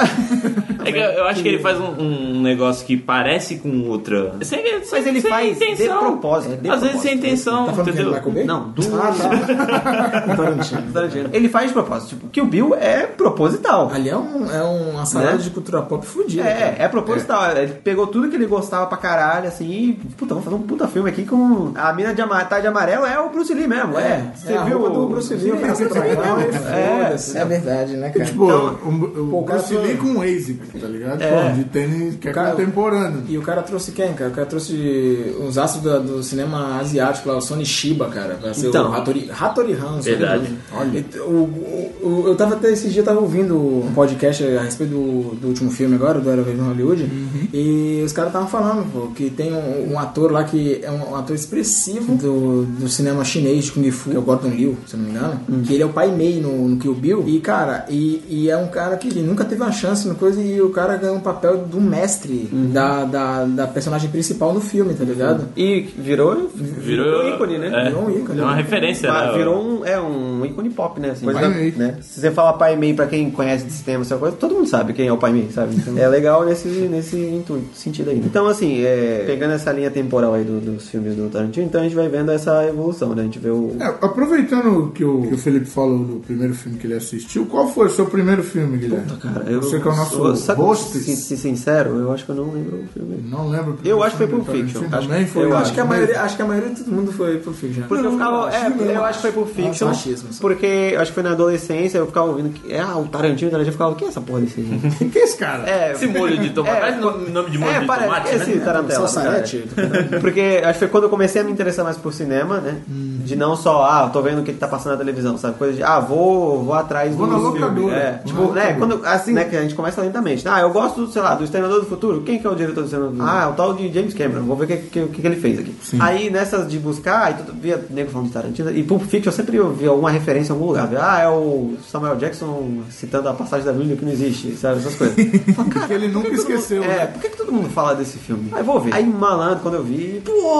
[SPEAKER 3] É que eu, eu acho que ele faz um, um negócio que parece com com outra. Sem,
[SPEAKER 1] Mas ele faz de propósito, de
[SPEAKER 3] Às vezes
[SPEAKER 1] propósito,
[SPEAKER 3] sem
[SPEAKER 1] né?
[SPEAKER 3] intenção,
[SPEAKER 2] Tá falando que ele
[SPEAKER 3] entendeu?
[SPEAKER 2] vai comer?
[SPEAKER 1] Não, do
[SPEAKER 2] Ah, tá. Tarantino.
[SPEAKER 1] Tarantino. Ele faz de propósito. Tipo, que o Bill é proposital.
[SPEAKER 2] Ali é, um, é uma salada
[SPEAKER 1] Né?
[SPEAKER 2] de cultura pop fodida.
[SPEAKER 1] É,
[SPEAKER 2] cara.
[SPEAKER 1] é proposital. Ele pegou tudo que ele gostava pra caralho, assim, e, puta, vamos fazer um puta filme aqui com. A mina de ama- tá de amarelo é o Bruce Lee mesmo, é. Você
[SPEAKER 2] é a
[SPEAKER 1] viu
[SPEAKER 2] roupa do Bruce Lee,
[SPEAKER 1] É,
[SPEAKER 2] é,
[SPEAKER 1] Bruce Lee mesmo. É,
[SPEAKER 2] é, é verdade, né, cara?
[SPEAKER 4] Tipo,
[SPEAKER 1] então,
[SPEAKER 4] o, o
[SPEAKER 2] pô, o cara
[SPEAKER 4] Bruce Lee
[SPEAKER 2] foi-
[SPEAKER 4] com ASIC, tá ligado?
[SPEAKER 1] É.
[SPEAKER 4] Pô, de tênis que é
[SPEAKER 2] Cara,
[SPEAKER 4] contemporâneo.
[SPEAKER 2] E o cara trouxe quem, cara? O cara trouxe uns astros da- do, cinema asiático lá, o Sony Shiba, cara. Pra ser
[SPEAKER 1] Então.
[SPEAKER 2] o Hattori, Hattori Hanzo.
[SPEAKER 3] Verdade.
[SPEAKER 2] Olha. E, o- o- o- eu tava até esse dia, eu tava ouvindo um podcast a respeito do, do último filme agora, do Era Vez no Hollywood. E os caras estavam falando, pô, que tem um, um ator lá que é um, um ator expressivo do, do cinema chinês de Kung Fu, que é o Gordon Liu, se eu não me engano.
[SPEAKER 1] Hum.
[SPEAKER 2] Que ele é o pai Mei no, no Kill Bill. E, cara, e, e é um cara que nunca teve uma chance no coisa e o cara ganhou um papel do mestre
[SPEAKER 1] Uhum.
[SPEAKER 2] da, da, da personagem principal no filme, tá ligado?
[SPEAKER 1] E virou, virou um ícone, né?
[SPEAKER 3] É,
[SPEAKER 2] Virou um ícone.
[SPEAKER 3] É uma referência, né?
[SPEAKER 1] virou um, é, um ícone pop, né? assim.
[SPEAKER 4] Pai
[SPEAKER 1] Coisa-
[SPEAKER 4] Mei.
[SPEAKER 1] né? Se você fala Pai Mei pra quem conhece de sistema, essa coisa, todo mundo sabe quem é o Pai Mei, sabe? Então, é legal nesse, nesse intuito, sentido aí. Então, assim, é, pegando essa linha temporal aí do- dos filmes do Tarantino, então a gente vai vendo essa evolução, né? A gente vê o.
[SPEAKER 4] É, aproveitando que o, que o Felipe falou do primeiro filme que ele assistiu, qual foi o seu primeiro filme, Guilherme?
[SPEAKER 1] Cara, eu,
[SPEAKER 4] Você que é o
[SPEAKER 1] eu-
[SPEAKER 4] nosso
[SPEAKER 1] sabe, se,
[SPEAKER 4] host.
[SPEAKER 1] se sincero, eu acho que eu não lembro o filme.
[SPEAKER 4] Não lembro. o primeiro
[SPEAKER 1] Eu acho que foi
[SPEAKER 4] filme
[SPEAKER 1] Pulp
[SPEAKER 4] do
[SPEAKER 1] Fiction.
[SPEAKER 4] Tarantino.
[SPEAKER 1] Acho-
[SPEAKER 4] Também foi.
[SPEAKER 1] eu
[SPEAKER 4] o
[SPEAKER 2] Acho que, a
[SPEAKER 4] mesmo.
[SPEAKER 2] maioria, acho que a maioria de todo mundo foi pro Fiction.
[SPEAKER 1] Porque eu ficava.
[SPEAKER 2] acho que
[SPEAKER 1] é,
[SPEAKER 2] não,
[SPEAKER 1] eu acho que foi Pulp Fiction.
[SPEAKER 2] Acho machismo, sim.
[SPEAKER 1] porque eu acho que foi na adolescência, eu ficava ouvindo que. É, ah, o Tarantino, o Tarantino eu ficava, o que é essa porra desse jeito?
[SPEAKER 4] Quem que é esse cara?
[SPEAKER 1] É,
[SPEAKER 3] Esse molho de tomate.
[SPEAKER 1] É,
[SPEAKER 3] Faz o nome nome de molho
[SPEAKER 1] é,
[SPEAKER 3] de
[SPEAKER 1] para,
[SPEAKER 3] tomate,
[SPEAKER 1] esse
[SPEAKER 3] né?
[SPEAKER 1] tarantela.
[SPEAKER 2] Salsarete?
[SPEAKER 1] cara. Porque acho que foi quando eu comecei a me interessar mais por cinema, né? De não só, ah, tô vendo o que tá passando na televisão, sabe? Coisa de, ah, vou, vou atrás
[SPEAKER 4] Vou
[SPEAKER 1] do
[SPEAKER 4] na
[SPEAKER 1] filme.
[SPEAKER 4] locadora.
[SPEAKER 1] É,
[SPEAKER 4] Vou
[SPEAKER 1] tipo, né,
[SPEAKER 4] na locadora.
[SPEAKER 1] quando, assim, né, que a gente começa lentamente. Ah, eu gosto, sei lá, do Exterminador do Futuro. Quem que é o diretor do Exterminador do Futuro? Ah, é o tal de James Cameron. Vou ver o que, que, que, que ele fez aqui. Aí, nessas de buscar, aí tudo, via nego falando de Tarantino. E Pulp Fiction, eu sempre ouvi alguma referência em algum lugar. Ah, é o Samuel Jackson citando a passagem da Bíblia que não existe, sabe? Essas coisas.
[SPEAKER 4] Porque ele nunca esqueceu,
[SPEAKER 1] É,
[SPEAKER 4] né?
[SPEAKER 1] por que, que todo mundo fala desse filme? Aí Ah, vou ver. Aí malandro, quando eu vi, pô,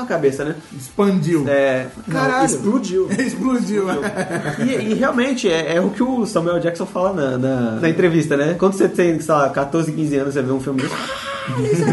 [SPEAKER 1] a cabeça, né?
[SPEAKER 4] Expandiu.
[SPEAKER 1] É, caralho.
[SPEAKER 2] Explodiu.
[SPEAKER 4] Explodiu.
[SPEAKER 1] E, e realmente é, é o que o Samuel Jackson fala na, na, na entrevista, né? Quando você tem, sei lá, 14, 15 anos, você vê um filme desse.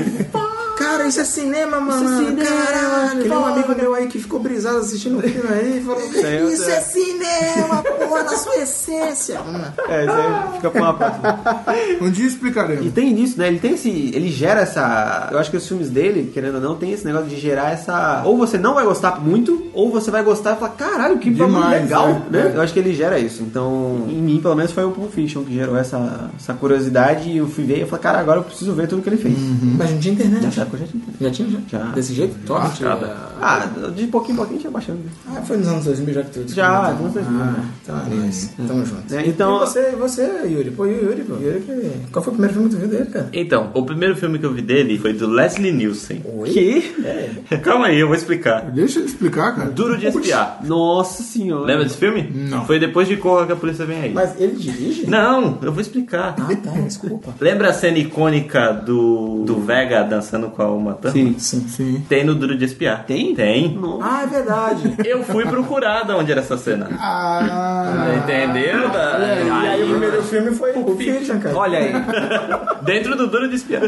[SPEAKER 2] Cara, isso é cinema, mano.
[SPEAKER 1] é cinema,
[SPEAKER 2] Caralho. Tem um
[SPEAKER 1] porra.
[SPEAKER 2] amigo meu aí que ficou brisado assistindo o filme aí e falou:
[SPEAKER 1] Tem
[SPEAKER 2] Isso
[SPEAKER 1] outra-
[SPEAKER 2] é cinema, porra, na sua essência. Mano,
[SPEAKER 1] É, isso aí fica pra uma próxima.
[SPEAKER 4] Um dia
[SPEAKER 1] E
[SPEAKER 4] explicaremos.
[SPEAKER 1] tem isso, né? Ele tem esse. Ele gera essa. Eu acho que os filmes dele, querendo ou não, tem esse negócio de gerar essa. Ou você não vai gostar muito, ou você vai gostar e falar, caralho, que bagulho
[SPEAKER 4] Demais,
[SPEAKER 1] legal,
[SPEAKER 4] né?
[SPEAKER 1] né? Eu acho que ele gera isso. Então, em mim, pelo menos, foi o Pulp Fiction que gerou essa, essa curiosidade. E eu fui ver e eu falei, cara, agora eu preciso ver tudo que ele fez.
[SPEAKER 2] Mas a gente tinha
[SPEAKER 1] Já
[SPEAKER 2] internet.
[SPEAKER 1] sabe que eu já tinha entendido.
[SPEAKER 2] Já tinha? Já?
[SPEAKER 1] Já.
[SPEAKER 2] Desse jeito? Torrent? Ah,
[SPEAKER 1] Ah, de pouquinho em pouquinho já baixando.
[SPEAKER 2] foi nos anos 2000 já que tu
[SPEAKER 1] Já,
[SPEAKER 2] descobriu,
[SPEAKER 1] nos
[SPEAKER 2] então.
[SPEAKER 1] 2000,
[SPEAKER 2] Ah,
[SPEAKER 1] né?
[SPEAKER 2] então é isso. Tamo junto.
[SPEAKER 1] É, então-
[SPEAKER 2] E você, você, Yuri? Pô, Yuri, pô. Yuri, que... qual foi o primeiro filme que tu viu dele, cara?
[SPEAKER 3] Então, o primeiro filme que eu vi dele foi do Leslie Nielsen.
[SPEAKER 1] Que?
[SPEAKER 3] Calma aí, eu vou explicar.
[SPEAKER 4] Deixa ele explicar, cara.
[SPEAKER 3] Duro de espiar.
[SPEAKER 1] Nossa senhora.
[SPEAKER 3] Lembra desse filme?
[SPEAKER 4] Não.
[SPEAKER 3] Foi depois de Corra que a polícia vem aí.
[SPEAKER 2] Mas ele dirige?
[SPEAKER 3] Não, eu vou explicar.
[SPEAKER 2] Ah, tá, desculpa.
[SPEAKER 3] Lembra a cena icônica do, do Vega dançando com a Uma Thurman?
[SPEAKER 1] Sim.
[SPEAKER 2] Sim.
[SPEAKER 4] Sim.
[SPEAKER 3] Tem no Duro de Espiar.
[SPEAKER 1] Tem?
[SPEAKER 3] Tem.
[SPEAKER 2] Ah, é verdade.
[SPEAKER 3] Eu fui procurar de onde era essa cena.
[SPEAKER 4] Ah,
[SPEAKER 3] Entendeu? Da-
[SPEAKER 2] E aí o primeiro filme foi o Fiction, cara.
[SPEAKER 1] Olha aí.
[SPEAKER 3] Dentro do Duro de Espiar.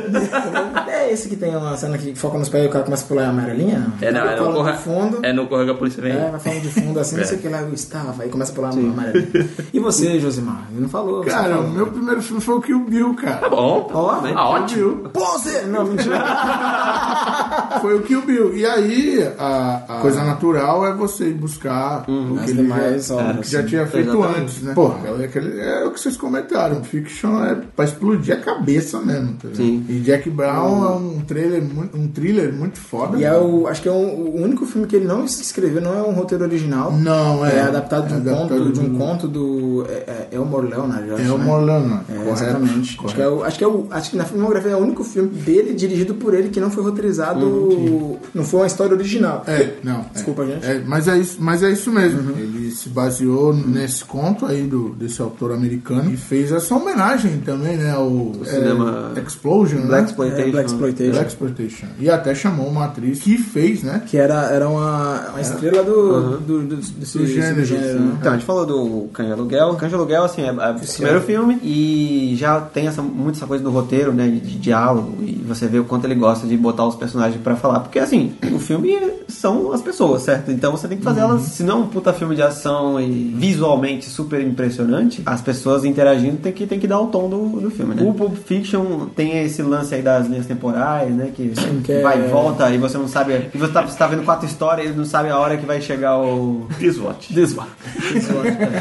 [SPEAKER 2] É esse que tem uma cena que foca nos pés e o cara começa a pular a amarelinha?
[SPEAKER 3] É, não, é
[SPEAKER 2] Ele
[SPEAKER 3] no
[SPEAKER 2] fala
[SPEAKER 3] Corra...
[SPEAKER 2] do fundo.
[SPEAKER 3] É no Corra que a polícia vem
[SPEAKER 2] É,
[SPEAKER 3] aí.
[SPEAKER 2] vai falando de fundo assim, não sei o que lá eu estava, aí começa a pular a amarelinha. E você, Josimar? Ele não falou.
[SPEAKER 4] cara, o meu primeiro filme foi o Kill Bill, cara.
[SPEAKER 3] Bom,
[SPEAKER 1] Ó, né?
[SPEAKER 3] ah, ótimo.
[SPEAKER 2] Pose! Não, mentira.
[SPEAKER 4] Foi o Kill Bill. E aí, a, a coisa natural é você ir buscar o que
[SPEAKER 2] As
[SPEAKER 4] ele
[SPEAKER 2] Ah. Uhum. demais
[SPEAKER 4] já,
[SPEAKER 2] obras.
[SPEAKER 4] que já tinha feito
[SPEAKER 1] Exatamente.
[SPEAKER 4] antes, né? Porra, é, aquele- é o que vocês comentaram. Fiction é pra explodir a cabeça mesmo. Tá ligado?
[SPEAKER 1] Sim.
[SPEAKER 4] E Jack Brown é um trailer, muito- um thriller muito foda.
[SPEAKER 2] Uhum. E é o, acho que é o, o único filme que ele não se escreveu, não é um roteiro original.
[SPEAKER 4] Não, é.
[SPEAKER 2] É adaptado de um,
[SPEAKER 4] adaptado
[SPEAKER 2] conto, de um
[SPEAKER 4] do-
[SPEAKER 2] conto do. É, é, Elmore Leonard, eu acho.
[SPEAKER 4] É o
[SPEAKER 2] né?
[SPEAKER 4] Morlano,
[SPEAKER 2] É,
[SPEAKER 4] correto.
[SPEAKER 2] exatamente. Acho que, é o, acho, que é o, acho que na filmografia é o único filme dele dirigido por ele que não foi roteirizado do. Não foi uma história original.
[SPEAKER 4] Uhum, É, não.
[SPEAKER 2] Desculpa,
[SPEAKER 4] é,
[SPEAKER 2] gente. Uhum.
[SPEAKER 4] é, mas, é isso, mas é isso mesmo. Ele se baseou nesse conto aí do, desse autor americano e fez essa homenagem também, né? Ao é,
[SPEAKER 1] cinema
[SPEAKER 4] Explosion,
[SPEAKER 1] Black
[SPEAKER 4] né?
[SPEAKER 1] Exploitation.
[SPEAKER 2] É, Black Exploitation.
[SPEAKER 4] Black Exploitation. E até chamou uma atriz que fez, né?
[SPEAKER 2] Que era, era uma, uma estrela do, do, do, desse-
[SPEAKER 4] Do gênero,
[SPEAKER 2] desse
[SPEAKER 4] sim.
[SPEAKER 2] né?
[SPEAKER 1] Então, a gente falou do Cães de Aluguel. Cães de Aluguel, assim, é, é o primeiro filme e já tem essa, muito essa coisa do roteiro, né, de, de diálogo e você vê o quanto ele gosta de botar os personagens pra falar. Porque, assim, o filme são as pessoas, certo? Então você tem que fazer elas, se não é um puta filme de ação e visualmente super impressionante, as pessoas interagindo tem que, tem que dar o tom do, do filme, né? O Pulp Fiction tem esse lance aí das linhas temporais, né, que,
[SPEAKER 2] que é-
[SPEAKER 1] vai e volta e você não sabe... E você tá, você tá vendo quatro histórias e não sabe a hora que vai chegar o...
[SPEAKER 3] Desvote.
[SPEAKER 1] Desvio.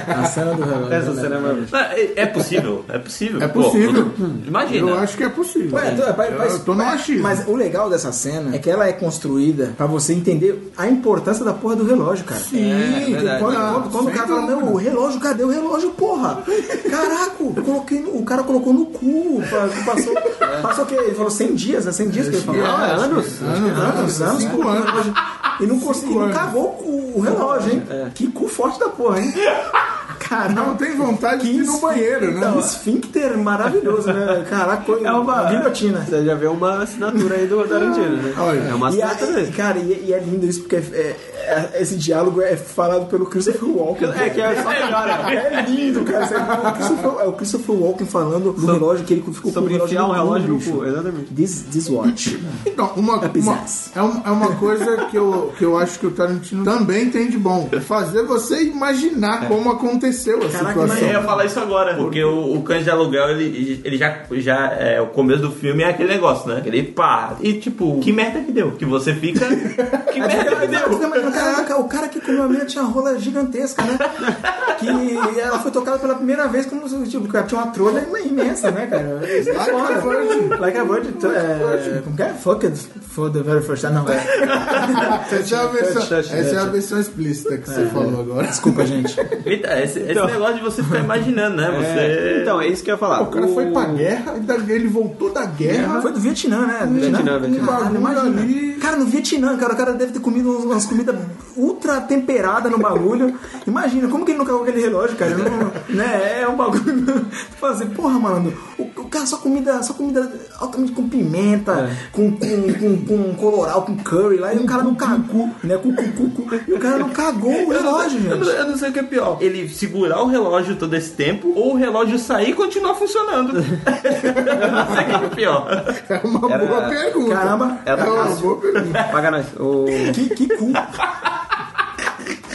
[SPEAKER 2] A cena do relógio.
[SPEAKER 1] Essa
[SPEAKER 2] né?
[SPEAKER 1] cena é maravilhosa.
[SPEAKER 3] Não, É é possível, é possível.
[SPEAKER 4] É
[SPEAKER 3] Pô,
[SPEAKER 4] possível.
[SPEAKER 3] tu- imagina.
[SPEAKER 4] Eu acho que é possível.
[SPEAKER 2] Ué, tu- pai- pai-
[SPEAKER 4] eu tô no
[SPEAKER 2] pai-
[SPEAKER 4] achismo.
[SPEAKER 2] Mas o legal dessa cena é que ela é construída pra você entender a importância da porra do relógio, cara.
[SPEAKER 4] Sim,
[SPEAKER 1] É, é verdade.
[SPEAKER 2] Quando, quando- quando o
[SPEAKER 4] Ah, Sem
[SPEAKER 2] cara fala,
[SPEAKER 4] dúvida.
[SPEAKER 2] não, o relógio, cadê o relógio, porra? Caraca, eu coloquei no- o cara colocou no cu. pa- Passou, passou o quê? Ele falou 100 dias, né? 100 dias que ele falou.
[SPEAKER 1] Não, é anos.
[SPEAKER 4] Anos, anos,
[SPEAKER 2] Anos, anos,
[SPEAKER 4] cinco anos.
[SPEAKER 2] E não conseguiu, não
[SPEAKER 4] anos.
[SPEAKER 2] cagou o, o relógio, hein? Que cu forte da porra, hein? Caramba.
[SPEAKER 4] Não tem vontade de ir no
[SPEAKER 2] esfíncter,
[SPEAKER 4] banheiro, né?
[SPEAKER 2] Então, esfíncter maravilhoso, né? Caraca, foi
[SPEAKER 1] É uma-
[SPEAKER 2] guilhotina.
[SPEAKER 1] Você já vê uma assinatura aí do Tarantino, né?
[SPEAKER 4] Olha.
[SPEAKER 1] é uma
[SPEAKER 2] E, a,
[SPEAKER 1] assinatura
[SPEAKER 2] e,
[SPEAKER 1] dele.
[SPEAKER 2] cara, e, e é lindo isso, porque é- é- é- esse diálogo é falado pelo Christopher Walken.
[SPEAKER 1] É que é só melhor, né?
[SPEAKER 2] É lindo, cara. Isso é o Christopher- É o Christopher Walken falando do relógio que ele ficou
[SPEAKER 1] Sobre
[SPEAKER 2] com o
[SPEAKER 1] enfiar um relógio no
[SPEAKER 2] bicho.
[SPEAKER 1] cu, exatamente.
[SPEAKER 2] This, this watch.
[SPEAKER 4] Então, uma,
[SPEAKER 2] É
[SPEAKER 4] uma-
[SPEAKER 2] bizarro.
[SPEAKER 4] é, um- é uma coisa que eu, que eu acho que o Tarantino também tem de bom. Fazer você
[SPEAKER 1] É.
[SPEAKER 4] imaginar como aconteceu a
[SPEAKER 3] Eu ia
[SPEAKER 4] situação.
[SPEAKER 3] falar isso agora, porque o, o cães de aluguel, ele, ele já, já é, o começo do filme é aquele negócio, né? Ele pá, e tipo, que merda que deu? Que você fica, que merda que
[SPEAKER 2] Você tá
[SPEAKER 3] deu?
[SPEAKER 2] imaginando, Caraca, o cara que comeu a mina tinha rola gigantesca, né? Que ela foi tocada pela primeira vez como se tipo, cara, tinha uma trolha imensa, né, cara?
[SPEAKER 4] Like a Virgin.
[SPEAKER 2] Like a bird, to- é, como que é? Fucked for the very first time. Não, é.
[SPEAKER 4] Essa é a versão,
[SPEAKER 1] touch, touch. É.
[SPEAKER 4] essa é a versão explícita que você falou agora.
[SPEAKER 2] Desculpa, gente.
[SPEAKER 4] Então.
[SPEAKER 3] Eita, esse, esse negócio de você ficar imaginando, né? Você...
[SPEAKER 1] Então, é isso que eu ia falar.
[SPEAKER 4] O cara foi pra guerra, e da- ele voltou da guerra.
[SPEAKER 2] Foi do Vietnã, né? Do
[SPEAKER 1] Vietnã, Vietnã.
[SPEAKER 2] Caralho,
[SPEAKER 4] Bagulho
[SPEAKER 2] imagina.
[SPEAKER 4] ali.
[SPEAKER 2] Cara, no Vietnã, cara, o cara deve ter comido uns- umas comidas ultra temperadas no bagulho. Imagina, como que ele não cagou aquele relógio, cara? Não- né? É um bagulho. Fazer, porra, mano, o, o cara só comida, só comida altamente com pimenta, com, com, com, com coloral, com curry lá, e o cara não cagou, né? Com cu, cu, cu. E o cara não cagou o relógio,
[SPEAKER 3] Eu não,
[SPEAKER 2] gente.
[SPEAKER 3] eu não sei o que é pior. Ele segurar o relógio todo esse tempo ou o relógio sair e continuar funcionando. eu não sei o que é pior.
[SPEAKER 4] É uma
[SPEAKER 1] Era-
[SPEAKER 4] boa pergunta.
[SPEAKER 2] Caramba.
[SPEAKER 4] é
[SPEAKER 1] Era
[SPEAKER 4] uma
[SPEAKER 1] fácil.
[SPEAKER 4] boa pergunta.
[SPEAKER 1] tá, Paga nós. O...
[SPEAKER 2] Que, que cu.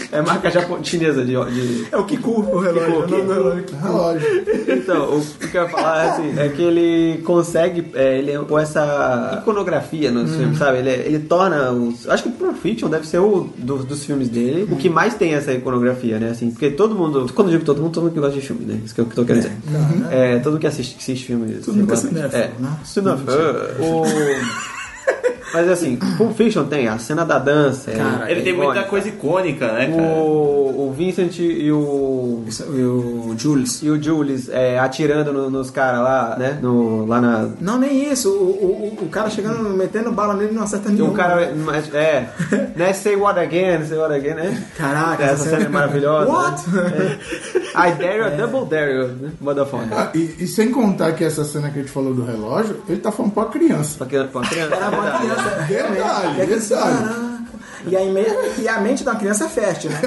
[SPEAKER 1] É marca japo- chinesa de, de-
[SPEAKER 2] É o que cu o relógio.
[SPEAKER 1] Que cu.
[SPEAKER 2] não, não, não, que-
[SPEAKER 4] Relógio.
[SPEAKER 1] Então, o que eu ia falar é, assim, é que ele consegue, é, ele com essa iconografia nos
[SPEAKER 2] Hum.
[SPEAKER 1] filmes, sabe? Ele, é, ele torna os. Acho que o Pulp Fiction deve ser o do- dos filmes dele, o
[SPEAKER 2] Hum.
[SPEAKER 1] que mais tem essa iconografia, né? Assim, porque todo mundo. Quando eu digo todo mundo, todo mundo que gosta de filme, né? Isso que eu tô querendo dizer. É, todo mundo que assiste, que assiste filmes.
[SPEAKER 2] Todo mundo que é
[SPEAKER 1] regularmente.
[SPEAKER 2] cinéfilo, né?
[SPEAKER 1] É. Cinéfilo. O- Mas assim, Pulp Fiction tem a cena da dança. é-
[SPEAKER 2] Cara,
[SPEAKER 1] é
[SPEAKER 3] Ele tem muita
[SPEAKER 1] icônica.
[SPEAKER 3] coisa icônica, né, cara?
[SPEAKER 1] O, o Vincent e o
[SPEAKER 2] Isso, e o Jules.
[SPEAKER 1] e o Jules é, atirando no- nos caras lá, né? No, lá na.
[SPEAKER 2] Não, nem isso. O, o, o- o cara chegando, metendo bala nele não acerta nenhum.
[SPEAKER 1] O cara. é- mas- É. Né? Say what again, say what again, né?
[SPEAKER 2] Caraca,
[SPEAKER 1] Essa cena é maravilhosa.
[SPEAKER 2] What?
[SPEAKER 1] Né? É. I dare you, double dare you, né? motherfucker.
[SPEAKER 4] Ah, E, e sem contar que essa cena que a gente falou do relógio, ele tá falando pra criança.
[SPEAKER 1] Pra criança. Pra criança
[SPEAKER 2] Era uma criança.
[SPEAKER 1] É,
[SPEAKER 4] Detalhe,
[SPEAKER 1] né?
[SPEAKER 4] detalhe.
[SPEAKER 2] E a, ime- e a mente da criança é fértil, né?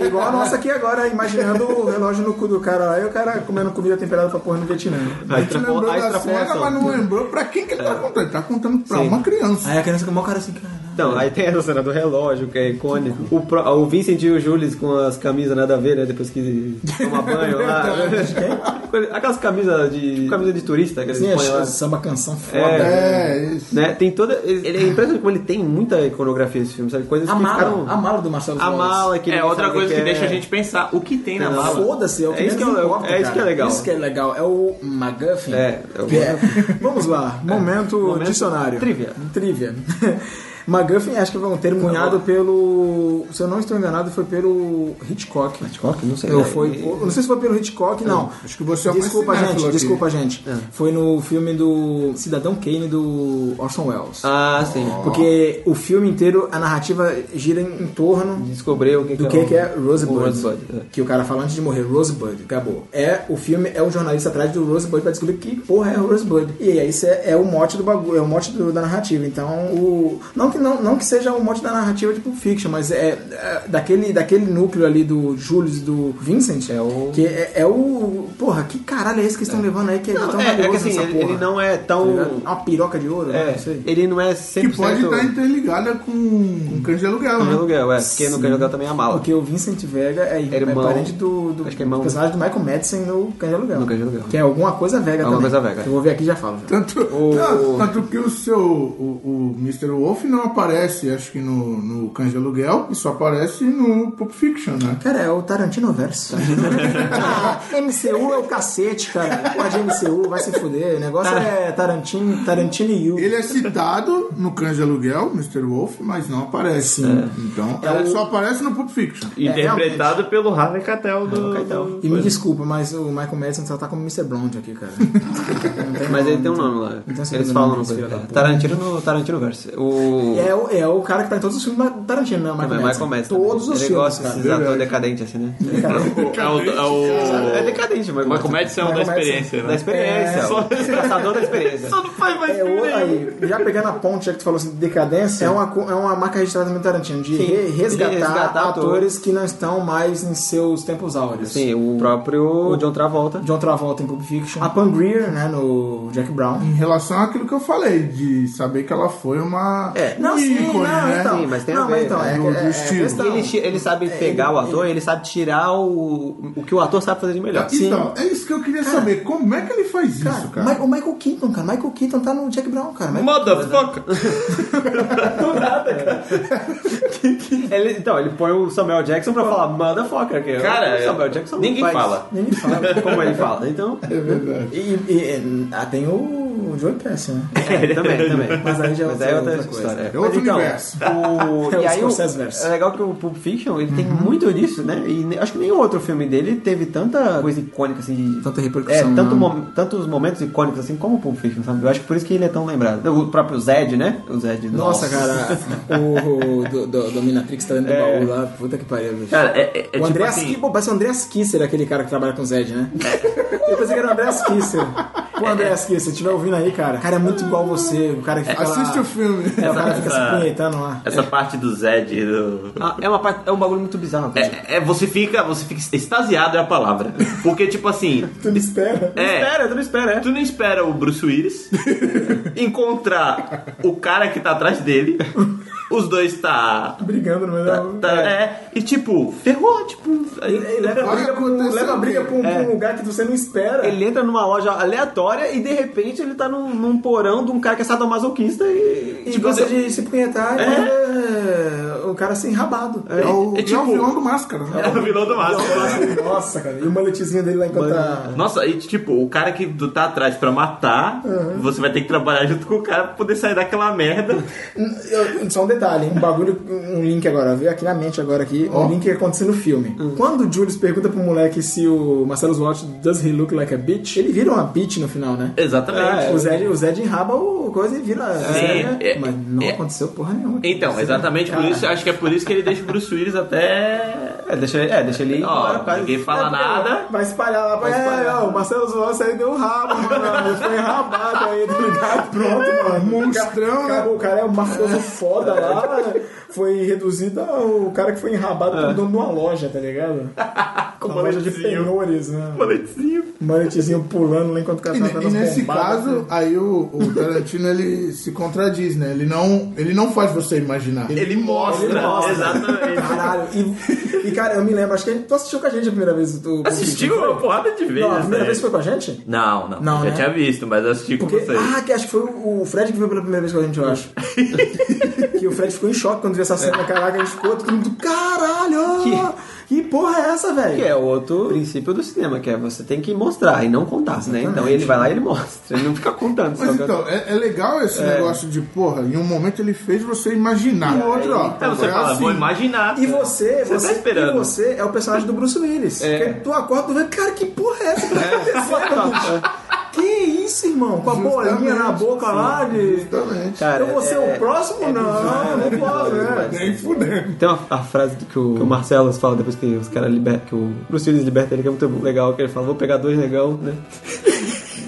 [SPEAKER 2] Igual a nossa aqui agora, imaginando o relógio no cu do cara lá e o cara comendo comida temperada pra porra no Vietnã.
[SPEAKER 1] a,
[SPEAKER 4] A gente
[SPEAKER 1] extrapo-
[SPEAKER 4] lembrou
[SPEAKER 1] a
[SPEAKER 4] da cena,
[SPEAKER 1] extrapolação.
[SPEAKER 4] mas não lembrou pra quem que ele tá
[SPEAKER 1] É.
[SPEAKER 4] contando. Ele tá contando pra uma criança.
[SPEAKER 2] Aí a criança com o cara assim, cara.
[SPEAKER 1] Então, aí tem essa cena do relógio, que é icônico. O, pro- o Vincent e o Jules com as camisas nada a ver, né? Depois que toma banho lá.
[SPEAKER 2] Então,
[SPEAKER 1] Coisa- Aquelas camisas de. Camisa de turista que eles
[SPEAKER 2] é. Sim,
[SPEAKER 1] põem lá.
[SPEAKER 2] é samba canção foda.
[SPEAKER 4] É, isso.
[SPEAKER 1] Né? Tem toda. Ele ele é impressionante como ele tem muita iconografia esse filme, sabe? Coisas
[SPEAKER 2] A
[SPEAKER 1] que
[SPEAKER 2] mala,
[SPEAKER 1] ficaram.
[SPEAKER 2] a mala do Marcelo
[SPEAKER 1] A
[SPEAKER 2] Flores.
[SPEAKER 1] mala que
[SPEAKER 3] É
[SPEAKER 1] ninguém
[SPEAKER 3] outra
[SPEAKER 1] sabe o
[SPEAKER 3] coisa que
[SPEAKER 1] é.
[SPEAKER 3] deixa a gente pensar o que tem na mala.
[SPEAKER 2] Foda-se, é o que
[SPEAKER 1] É isso que
[SPEAKER 2] menos
[SPEAKER 1] é o-
[SPEAKER 2] importa,
[SPEAKER 1] é isso que é
[SPEAKER 2] cara.
[SPEAKER 1] legal.
[SPEAKER 2] Isso que é legal. É o McGuffin.
[SPEAKER 1] É, é o É.
[SPEAKER 2] Que Vamos lá, momento,
[SPEAKER 1] Momento
[SPEAKER 2] dicionário.
[SPEAKER 1] trivia.
[SPEAKER 2] Trivia. MacGuffin, acho que foi um termo cunhado pelo. Se eu não estou enganado, foi pelo Hitchcock.
[SPEAKER 1] Hitchcock? Não sei.
[SPEAKER 2] Eu
[SPEAKER 1] né?
[SPEAKER 2] foi, eu não sei se foi pelo Hitchcock, não.
[SPEAKER 4] Acho que você é o
[SPEAKER 2] Desculpa,
[SPEAKER 4] mais
[SPEAKER 2] gente,
[SPEAKER 4] cinéfilo aqui.
[SPEAKER 2] desculpa, gente.
[SPEAKER 1] É.
[SPEAKER 2] Foi no filme do Cidadão Kane do Orson Welles.
[SPEAKER 1] Ah, sim.
[SPEAKER 2] Porque o filme inteiro, a narrativa gira em, em torno
[SPEAKER 1] Descobriu o que,
[SPEAKER 2] do
[SPEAKER 1] que,
[SPEAKER 2] que, que é
[SPEAKER 1] o
[SPEAKER 2] Rosebud.
[SPEAKER 1] Rosebud, é.
[SPEAKER 2] Que o cara fala antes de morrer, Rosebud, acabou. É, o filme é um jornalista atrás do Rosebud pra descobrir que porra é Rosebud. E aí isso é, é o mote do bagulho, é o mote do- da narrativa. Então, o. Não que, não, não que seja o mote da narrativa de Pulp Fiction, mas é, é daquele, daquele núcleo ali do Julius e do Vincent, é
[SPEAKER 1] o-
[SPEAKER 2] que é, é o. Porra, que caralho é esse que estão levando aí que é tão
[SPEAKER 1] Não, é, é que assim,
[SPEAKER 2] nessa
[SPEAKER 1] ele,
[SPEAKER 2] porra?
[SPEAKER 1] ele não é
[SPEAKER 2] Tá ligado?
[SPEAKER 1] tão.
[SPEAKER 2] É uma piroca de ouro, né?
[SPEAKER 1] É,
[SPEAKER 2] não sei.
[SPEAKER 1] ele não é 100%
[SPEAKER 4] Que pode tá estar interligada com, com cães de aluguel,
[SPEAKER 1] no
[SPEAKER 4] né?
[SPEAKER 1] aluguel, é. Porque no Canjogel também é a mala.
[SPEAKER 2] Porque o Vincent Vega é, é
[SPEAKER 1] Irmão.
[SPEAKER 2] parente do, do,
[SPEAKER 1] Acho que é irmão.
[SPEAKER 2] do personagem do Michael Madsen no Cães de Aluguel.
[SPEAKER 1] No Cães de Aluguel.
[SPEAKER 2] Que é alguma coisa Vega
[SPEAKER 1] Alguma
[SPEAKER 2] também.
[SPEAKER 1] coisa Vega, é.
[SPEAKER 2] Eu vou ver aqui e já falo. já.
[SPEAKER 4] Tanto, tanto, tanto que o seu o, o Mr. Wolf não aparece, acho que no, no Cães de Aluguel, e só aparece no Pulp Fiction, né?
[SPEAKER 2] Cara, é o Tarantino Verso. ah, MCU é o cacete, cara. Pode MCU, vai se fuder. O negócio é Tarantino, Tarantino e You.
[SPEAKER 4] Ele é citado no Cães de Aluguel, Mr. Wolf, mas não aparece. Então,
[SPEAKER 2] É
[SPEAKER 4] ele
[SPEAKER 2] o-
[SPEAKER 4] só aparece no Pulp Fiction.
[SPEAKER 3] Interpretado pelo É, Harvey Keitel do...
[SPEAKER 2] E me desculpa, mas o Michael Madsen só tá como Mr. Blonde aqui, cara.
[SPEAKER 1] Mas ele tem um nome lá.
[SPEAKER 2] Então, segundo
[SPEAKER 1] Eles falam
[SPEAKER 2] nome,
[SPEAKER 1] no
[SPEAKER 2] esse filho da puta.
[SPEAKER 1] Tarantino no Tarantino Verse. O.
[SPEAKER 2] É o, é o cara que tá em todos os filmes do Tarantino, né? O Michael,
[SPEAKER 1] Também, Michael Madsen.
[SPEAKER 2] Todos os
[SPEAKER 1] Ele
[SPEAKER 2] filmes,
[SPEAKER 1] gosta
[SPEAKER 2] cara.
[SPEAKER 1] desses atores decadentes assim, né?
[SPEAKER 10] É o. É
[SPEAKER 1] É
[SPEAKER 10] o...
[SPEAKER 1] decadente, Michael
[SPEAKER 10] Michael
[SPEAKER 1] Madsen.
[SPEAKER 10] Madison é um da
[SPEAKER 2] Michael Madsen.
[SPEAKER 10] experiência, né?
[SPEAKER 1] Da experiência.
[SPEAKER 2] É.
[SPEAKER 1] ó. Caçador da experiência.
[SPEAKER 2] É, o- aí, já pegando a ponte já que tu falou assim, de decadência, é uma, co- é uma marca registrada no Tarantino, de
[SPEAKER 1] Sim,
[SPEAKER 2] re- resgatar,
[SPEAKER 1] de resgatar
[SPEAKER 2] atores que não estão mais em seus tempos áureos.
[SPEAKER 1] Sim, o próprio John Travolta.
[SPEAKER 2] John Travolta em Pulp Fiction, a Pam Grier, né, no Jack Brown.
[SPEAKER 4] Em relação àquilo que eu falei, de saber que ela foi uma
[SPEAKER 1] É.
[SPEAKER 4] um ícone, né?
[SPEAKER 2] então,
[SPEAKER 1] Sim, mas tem a
[SPEAKER 2] não,
[SPEAKER 1] ver,
[SPEAKER 2] mas então, é,
[SPEAKER 4] do- do
[SPEAKER 2] é- é
[SPEAKER 4] estilo.
[SPEAKER 2] questão.
[SPEAKER 1] Ele, ti- ele sabe
[SPEAKER 2] é,
[SPEAKER 1] pegar o ator, ele, sabe tirar o, o que o ator sabe fazer de melhor.
[SPEAKER 4] Então, é isso que eu queria saber. Como é que ele faz
[SPEAKER 2] Cara,
[SPEAKER 4] isso, cara?
[SPEAKER 2] Ma- o Michael Keaton, cara, Michael Keaton tá no Jack Brown, cara. Michael-
[SPEAKER 10] Motherfucker!
[SPEAKER 1] Ele- então, ele põe o Samuel Jackson pra falar motherfucker, que é o
[SPEAKER 10] Cara,
[SPEAKER 1] Samuel Jackson
[SPEAKER 10] ninguém
[SPEAKER 1] faz-
[SPEAKER 10] fala.
[SPEAKER 2] Nem me fala.
[SPEAKER 1] Como ele fala, então.
[SPEAKER 4] É verdade.
[SPEAKER 2] E, e- e- ah, tem o Joey Pesci, né?
[SPEAKER 1] É, também, também.
[SPEAKER 2] Mas aí já é
[SPEAKER 1] é outra,
[SPEAKER 2] outra coisa.
[SPEAKER 1] história.
[SPEAKER 4] É outro
[SPEAKER 1] Mas, então,
[SPEAKER 4] universo.
[SPEAKER 1] o-
[SPEAKER 2] É
[SPEAKER 1] e
[SPEAKER 2] o
[SPEAKER 1] aí, o-
[SPEAKER 2] Scorsese verso. Uhum.
[SPEAKER 1] é legal que o Pulp Fiction ele tem muito disso, né? E ne- acho que nenhum outro filme dele teve tanta coisa icônica assim. de-
[SPEAKER 2] Tanta repercussão,
[SPEAKER 1] É, tanto
[SPEAKER 2] né?
[SPEAKER 1] mom- tantos momentos icônicos assim como o Pulp Fiction, sabe? Eu acho que por isso que ele é tão lembrado. O próprio Zed, né? O Zed. do-
[SPEAKER 2] Nossa, cara, o, o do, do- Dominatrix tá dentro
[SPEAKER 1] É.
[SPEAKER 2] do baú lá, puta que pariu, bicho.
[SPEAKER 3] Cara, é, é, é
[SPEAKER 2] o
[SPEAKER 3] tipo
[SPEAKER 2] Andreas
[SPEAKER 3] assim...
[SPEAKER 2] Kisser, pô, parece o Andreas Kisser, aquele cara que trabalha com o Zed, né? Eu pensei que era o Andreas Kisser. Pô, Andreas Kisser, se estiver ouvindo aí, cara, cara é muito igual você, o cara que fica lá-
[SPEAKER 4] Assiste o filme.
[SPEAKER 2] É, o cara fica se
[SPEAKER 3] Essa-
[SPEAKER 2] punhetando lá.
[SPEAKER 3] Essa parte do Zed... Do...
[SPEAKER 1] Ah, é, uma parte- é um bagulho muito bizarro. cara.
[SPEAKER 3] É, é, você fica... Você fica extasiado é a palavra. Porque, tipo assim...
[SPEAKER 2] Tu não espera.
[SPEAKER 3] É,
[SPEAKER 1] Espera, tu não espera, é.
[SPEAKER 3] Tu não espera o Bruce Willis encontrar o cara que tá atrás dele. Os dois tá.
[SPEAKER 2] Brigando no meio da rua.
[SPEAKER 3] tá é. e tipo, ferrou, tipo. aí-
[SPEAKER 2] Ele leva a briga,
[SPEAKER 4] Olha
[SPEAKER 2] pra
[SPEAKER 4] o que
[SPEAKER 2] um,
[SPEAKER 4] aconteceu
[SPEAKER 2] leva a briga
[SPEAKER 4] aqui.
[SPEAKER 2] pra um, pra um lugar que você não espera.
[SPEAKER 1] Ele entra numa loja aleatória e de repente ele tá num, num porão de um cara que é sadomasoquista e.
[SPEAKER 2] E
[SPEAKER 1] tipo,
[SPEAKER 2] gosta
[SPEAKER 1] assim,
[SPEAKER 2] de se punhetar, é. o cara assim, rabado.
[SPEAKER 4] É, o,
[SPEAKER 3] é tipo-
[SPEAKER 4] é o vilão do Máscara, né?
[SPEAKER 3] É o vilão do Máscara.
[SPEAKER 2] Nossa, cara, e o maletezinho dele lá enquanto tá...
[SPEAKER 3] Nossa, e tipo, o cara que tu tá atrás pra matar, você vai ter que trabalhar junto com o cara pra poder sair daquela merda.
[SPEAKER 2] Eu- Só um detalhe, um bagulho, um link agora, veio aqui na mente agora aqui, um link que aconteceu no filme. Quando o Julius pergunta pro moleque se o Marcelo Watch does he look like a bitch, ele vira uma bitch no final, né?
[SPEAKER 3] Exatamente.
[SPEAKER 2] O Zed, o Zed enraba o coisa e vira. né?
[SPEAKER 3] É, é-
[SPEAKER 2] Mas não
[SPEAKER 3] é-
[SPEAKER 2] aconteceu porra nenhuma.
[SPEAKER 3] Então, exatamente por isso, acho que é por isso que ele deixa o Bruce Willis até.
[SPEAKER 1] É, deixa, é, deixa ele ir. embora,
[SPEAKER 3] Ó,
[SPEAKER 1] por causa-
[SPEAKER 3] ninguém fala nada.
[SPEAKER 2] Vai espalhar lá, vai espalhar. o Marcelo Watch aí deu um rabo, mano. Ele foi rabado aí, tá ligado? Pronto, mano.
[SPEAKER 4] É Monstrão, né?
[SPEAKER 2] Acabou, o cara é um mafioso foda lá, foi reduzido ao cara que foi enrabado pelo dono de uma loja, tá ligado? Com uma loja de
[SPEAKER 3] maletezinho.
[SPEAKER 2] penhores, né?
[SPEAKER 3] Maletezinho.
[SPEAKER 2] Manetezinho pulando lá enquanto o cara
[SPEAKER 4] E,
[SPEAKER 2] tá
[SPEAKER 4] ne-
[SPEAKER 2] dando
[SPEAKER 4] e
[SPEAKER 2] as
[SPEAKER 4] nesse
[SPEAKER 2] bombadas,
[SPEAKER 4] caso,
[SPEAKER 2] né?
[SPEAKER 4] aí o, o Tarantino ele se contradiz, né? Ele não, ele não faz você imaginar.
[SPEAKER 3] Ele mostra,
[SPEAKER 2] Ele mostra.
[SPEAKER 3] exatamente.
[SPEAKER 2] Caralho, e, e, cara, eu me lembro, acho que ele- tu assistiu com a gente a primeira vez. Do,
[SPEAKER 3] Assistiu uma porrada de vezes.
[SPEAKER 2] Não, a primeira
[SPEAKER 3] né?
[SPEAKER 2] vez foi com a gente?
[SPEAKER 3] Não, não.
[SPEAKER 2] Não,
[SPEAKER 3] eu já
[SPEAKER 2] né?
[SPEAKER 3] tinha visto, mas eu assisti
[SPEAKER 2] Porque,
[SPEAKER 3] com vocês.
[SPEAKER 2] ah, que acho que foi o o Fred que veio pela primeira vez com a gente, eu acho. que o Fred ficou em choque quando viu essa cena, caraca, a gente ficou todo mundo, caralho! Que porra é essa, velho?
[SPEAKER 1] Que é o outro princípio do cinema, que é você tem que mostrar e não contar, né? Então ele vai lá e ele mostra, ele não fica contando.
[SPEAKER 4] Mas
[SPEAKER 1] só que-
[SPEAKER 4] então, é, é legal esse negócio de, porra, em um momento ele fez você imaginar. No outro, ó.
[SPEAKER 3] É, você
[SPEAKER 4] é
[SPEAKER 3] fala,
[SPEAKER 4] assim.
[SPEAKER 3] vou imaginar.
[SPEAKER 2] E você,
[SPEAKER 3] Você tá
[SPEAKER 2] você,
[SPEAKER 3] esperando.
[SPEAKER 2] e você é o personagem do Bruce Willis.
[SPEAKER 1] É.
[SPEAKER 2] Que tu acorda e vê, cara, que porra é essa? É. Que isso, irmão? Com a bolinha na boca lá de.
[SPEAKER 4] Justamente.
[SPEAKER 1] Cara,
[SPEAKER 2] Eu vou ser
[SPEAKER 1] é-
[SPEAKER 2] o próximo? não, não posso, né?
[SPEAKER 4] Nem fudendo.
[SPEAKER 1] Tem uma a frase que o, que o Marcelo fala depois que os caras libertam, que o Bruce Willis liberta ele, que é muito legal, que ele fala, vou pegar dois negão, né?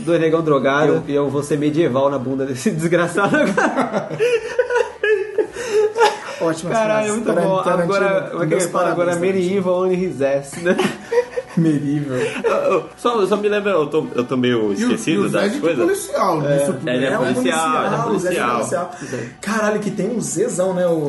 [SPEAKER 1] dois negão drogado e eu vou ser medieval na bunda desse desgraçado agora.
[SPEAKER 2] Ótima
[SPEAKER 1] Caralho, é muito bom. Agora, como é que ele fala? Agora
[SPEAKER 4] né?
[SPEAKER 1] medieval only his ass, né?
[SPEAKER 2] Merível.
[SPEAKER 3] Só, só me lembra, eu tô, eu tô meio
[SPEAKER 4] E o- e
[SPEAKER 3] esquecido
[SPEAKER 2] é
[SPEAKER 4] o Zed
[SPEAKER 3] das
[SPEAKER 4] de
[SPEAKER 3] coisas.
[SPEAKER 4] policial nisso tudo.
[SPEAKER 3] Ele é
[SPEAKER 2] um
[SPEAKER 3] policial, ele é
[SPEAKER 2] o Zé
[SPEAKER 3] policial.
[SPEAKER 2] Caralho, que tem um Zezão, né? O,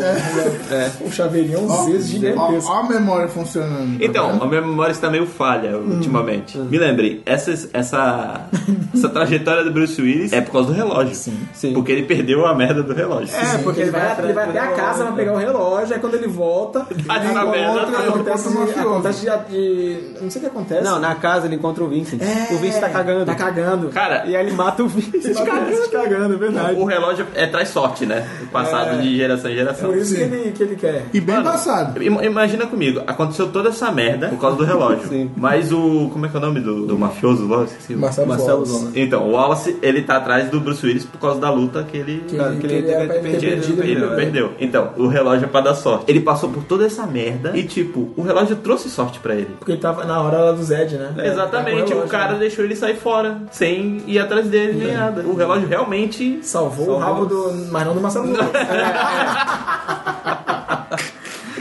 [SPEAKER 2] o chaveirinho é um Zez gigantesco.
[SPEAKER 4] É. Ó, ó a memória funcionando. tá
[SPEAKER 3] Então,
[SPEAKER 2] né?
[SPEAKER 4] vendo?
[SPEAKER 3] a minha memória está meio falha
[SPEAKER 2] Hum.
[SPEAKER 3] ultimamente. Me lembrem, essa, essa, essa trajetória do Bruce Willis é por causa do relógio. Sim.
[SPEAKER 1] Sim.
[SPEAKER 3] Porque ele perdeu a merda do relógio.
[SPEAKER 2] É, porque ele vai, ele vai até a casa pra pegar o relógio, aí quando ele volta,
[SPEAKER 3] Bate na merda.
[SPEAKER 2] encontra, acontece,
[SPEAKER 4] Encontra o mafioso.
[SPEAKER 2] acontece de, de- Não sei o que acontece.
[SPEAKER 1] Não, na casa ele encontra o Vincent.
[SPEAKER 2] É,
[SPEAKER 1] o Vincent É assim. tá cagando.
[SPEAKER 2] Tá cagando.
[SPEAKER 3] Cara,
[SPEAKER 1] E aí ele mata o Vincent tá cagando.
[SPEAKER 2] Cagando, cagando, é verdade.
[SPEAKER 3] o relógio é traz sorte, né? Passado de geração em geração.
[SPEAKER 2] É. Por
[SPEAKER 1] É
[SPEAKER 2] isso que ele, que ele quer.
[SPEAKER 1] Tá
[SPEAKER 4] E bem
[SPEAKER 3] Mano,
[SPEAKER 4] passado.
[SPEAKER 3] im- Imagina comigo, aconteceu toda essa merda por causa do relógio.
[SPEAKER 1] Sim.
[SPEAKER 3] Mas o. Como é que é o nome do, do mafioso lá? Esqueci.
[SPEAKER 2] Marcelo,
[SPEAKER 1] Marcelo
[SPEAKER 2] Wallace.
[SPEAKER 1] Zona.
[SPEAKER 3] Então, o Wallace, ele tá atrás do Bruce Willis por causa da luta que ele.
[SPEAKER 2] Que
[SPEAKER 1] Cara,
[SPEAKER 2] ele,
[SPEAKER 1] que
[SPEAKER 2] que
[SPEAKER 1] ele
[SPEAKER 2] ele, era
[SPEAKER 1] deve
[SPEAKER 2] pra
[SPEAKER 1] ter
[SPEAKER 2] ele ter
[SPEAKER 1] perdido,
[SPEAKER 2] perdido.
[SPEAKER 3] Ele
[SPEAKER 2] né?
[SPEAKER 3] não perdeu. Então, o relógio é pra dar sorte. Ele passou por toda essa merda e, tipo, o relógio trouxe sorte pra ele.
[SPEAKER 2] Porque ele tava na hora lá do Zed, né? Tá com
[SPEAKER 3] Exatamente, o
[SPEAKER 2] relógio,
[SPEAKER 3] cara
[SPEAKER 2] né?
[SPEAKER 3] deixou ele sair fora, sem ir atrás dele nem nada. O relógio realmente.
[SPEAKER 2] Salvou, o rabo do. Mas não do Marcelo Wallace.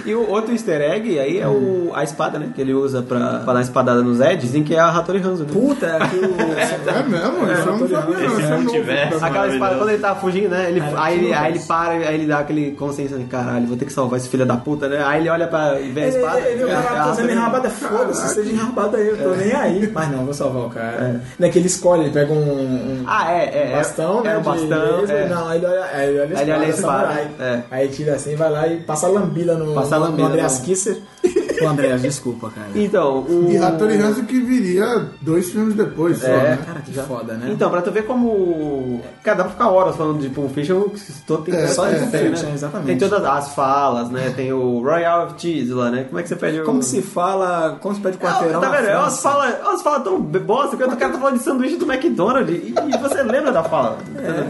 [SPEAKER 1] E o outro easter egg aí é o, a espada, né? Que ele usa pra, pra dar espadada no Zed. Dizem que é a Hattori Hanzo, né?
[SPEAKER 2] Puta, que o.
[SPEAKER 4] É mesmo? isso eu não sabia, não.
[SPEAKER 3] Esse
[SPEAKER 4] Isso é
[SPEAKER 3] não
[SPEAKER 4] novo.
[SPEAKER 3] tivesse.
[SPEAKER 1] Aquela espada, quando ele tá fugindo, né? Ele,
[SPEAKER 2] Cara,
[SPEAKER 1] aí,
[SPEAKER 2] que
[SPEAKER 1] ele,
[SPEAKER 2] loucura
[SPEAKER 1] aí ele
[SPEAKER 2] isso.
[SPEAKER 1] para, aí ele dá aquele consciência de caralho, vou ter que salvar esse filho da puta, né? Aí ele olha pra e vê a
[SPEAKER 2] Ele,
[SPEAKER 1] espada.
[SPEAKER 2] ele, ele,
[SPEAKER 1] é,
[SPEAKER 2] o
[SPEAKER 1] é
[SPEAKER 2] cara
[SPEAKER 1] a
[SPEAKER 2] tá fazendo
[SPEAKER 1] Hattori Hanzo.
[SPEAKER 2] enrabada, foda-se, seja enrabada aí, eu tô nem aí. Mas não, vou salvar o cara. Né, que ele escolhe, ele pega um. um
[SPEAKER 1] Ah, é, é. é.
[SPEAKER 2] bastão, né?
[SPEAKER 1] É o
[SPEAKER 2] de
[SPEAKER 1] bastão.
[SPEAKER 2] laser.
[SPEAKER 1] é.
[SPEAKER 2] Não, aí ele olha, aí ele olha
[SPEAKER 1] Aí ele olha a espada,
[SPEAKER 2] samurai.
[SPEAKER 1] é.
[SPEAKER 2] Aí tira assim, vai lá e passa a lambida no,
[SPEAKER 1] Passa a lambida
[SPEAKER 2] no Andreas
[SPEAKER 1] no-
[SPEAKER 2] Kisser. o Andreas, desculpa, cara.
[SPEAKER 1] Então, o.
[SPEAKER 4] E Hattori Hanzo que viria dois filmes depois. só,
[SPEAKER 1] É.
[SPEAKER 4] né?
[SPEAKER 2] Cara, que foda, né?
[SPEAKER 1] Então, pra tu ver como. Cara, dá pra ficar horas falando de Pulp Fiction, eu todo tem
[SPEAKER 4] É,
[SPEAKER 1] só
[SPEAKER 4] é,
[SPEAKER 1] esse filme, né?
[SPEAKER 2] é, exatamente.
[SPEAKER 1] Tem todas as falas, né? Tem o Royal of Cheese lá, né? Como é que você pede o.
[SPEAKER 2] Como se fala. Como se pede
[SPEAKER 1] É,
[SPEAKER 2] quarteirão?
[SPEAKER 1] tá
[SPEAKER 2] na
[SPEAKER 1] vendo? É umas
[SPEAKER 2] França?
[SPEAKER 1] falas umas fala tão bosta que o cara tá falando de sanduíche do McDonald's e, e você lembra da fala,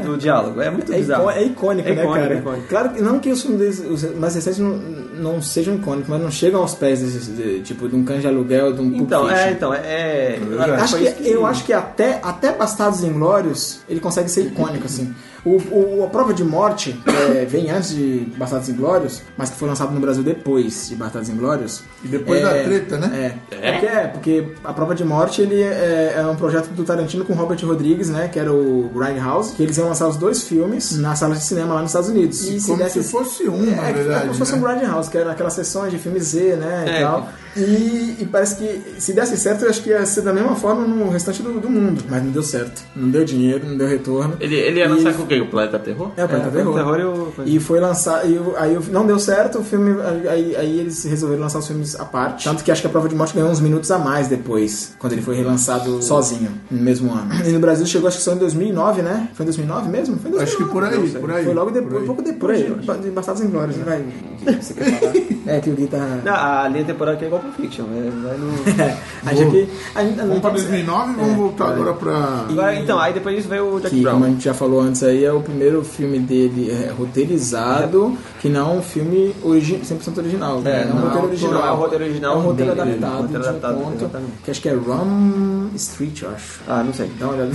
[SPEAKER 1] do, do diálogo. É muito
[SPEAKER 2] É,
[SPEAKER 1] bizarro.
[SPEAKER 2] icô- é icônico,
[SPEAKER 1] É
[SPEAKER 2] né,
[SPEAKER 1] icônico,
[SPEAKER 2] cara?
[SPEAKER 1] é icônico.
[SPEAKER 2] Claro que não que os filmes desses- os mais recentes não, não sejam icônicos, mas não chegam aos pés desses, de, tipo, de um canja aluguel, de um Pulp
[SPEAKER 1] Então,
[SPEAKER 2] Fiction.
[SPEAKER 1] é, então, é. é-
[SPEAKER 2] acho
[SPEAKER 1] foi
[SPEAKER 2] que,
[SPEAKER 1] isso
[SPEAKER 2] eu acho que até, até Bastardos Inglórios ele consegue ser icônico, assim. O, o- a Prova de Morte é, vem antes de Bastardos Inglórios, mas que foi lançado no Brasil depois de Bastardos Inglórios.
[SPEAKER 4] E depois da treta, né?
[SPEAKER 2] É. É? Porque, é, porque a Prova de Morte ele é, é um projeto do Tarantino com Robert Rodrigues, né? Que era o Grindhouse, que eles iam lançar os dois filmes na sala de cinema lá nos Estados Unidos. E
[SPEAKER 4] Como
[SPEAKER 2] desse-
[SPEAKER 4] se fosse um, na
[SPEAKER 2] é, que é
[SPEAKER 4] verdade.
[SPEAKER 2] como se fosse
[SPEAKER 4] né?
[SPEAKER 2] um Grindhouse, que era naquelas sessões de filme Z, né, e tal. E, e parece que se desse certo, eu acho que ia ser da mesma forma no restante do, do mundo. Mas não deu certo. Não deu dinheiro, não deu retorno.
[SPEAKER 3] Ele, ele ia lançar com o quê? O Planeta Terror?
[SPEAKER 2] É, o Planeta
[SPEAKER 1] É,
[SPEAKER 2] Terror.
[SPEAKER 1] Terror e o-
[SPEAKER 2] E foi lançar, e o- aí o- não deu certo, o filme. Aí, aí eles resolveram lançar os filmes à parte. Tanto que acho que a prova de morte ganhou uns minutos a mais depois, quando ele foi relançado sozinho, no mesmo ano. E no Brasil chegou, acho que só em 2009, né? Foi em 2009 mesmo? Foi em 2009.
[SPEAKER 4] Acho que por aí,
[SPEAKER 2] não sei.
[SPEAKER 4] por aí,
[SPEAKER 2] Foi logo depois,
[SPEAKER 4] por aí.
[SPEAKER 2] pouco depois de, ba- de Bastardos em Glórias, né? Vai. Você quer falar? é, que o Gui tá.
[SPEAKER 1] Não, a linha temporal aqui é igual pro Fiction, né? Vai no.
[SPEAKER 2] a gente, a gente
[SPEAKER 4] Vamos Um pra
[SPEAKER 2] não
[SPEAKER 4] 2009 e
[SPEAKER 2] É,
[SPEAKER 4] vamos voltar agora pra...
[SPEAKER 1] Agora, então, aí depois disso veio o Jack
[SPEAKER 2] que,
[SPEAKER 1] Brown.
[SPEAKER 2] como a gente já falou antes aí, é o primeiro filme dele é, roteirizado, que não é um filme origi 100% original. né?
[SPEAKER 1] não é
[SPEAKER 2] um roteiro
[SPEAKER 1] autoral,
[SPEAKER 2] original.
[SPEAKER 1] é um roteiro original
[SPEAKER 2] É um roteiro
[SPEAKER 1] dele,
[SPEAKER 2] adaptado,
[SPEAKER 1] um roteiro
[SPEAKER 2] de um
[SPEAKER 1] adaptado,
[SPEAKER 2] conto,
[SPEAKER 1] exatamente.
[SPEAKER 2] que acho que é Rum Street, eu acho.
[SPEAKER 1] Ah, não sei.
[SPEAKER 2] Dá uma olhada.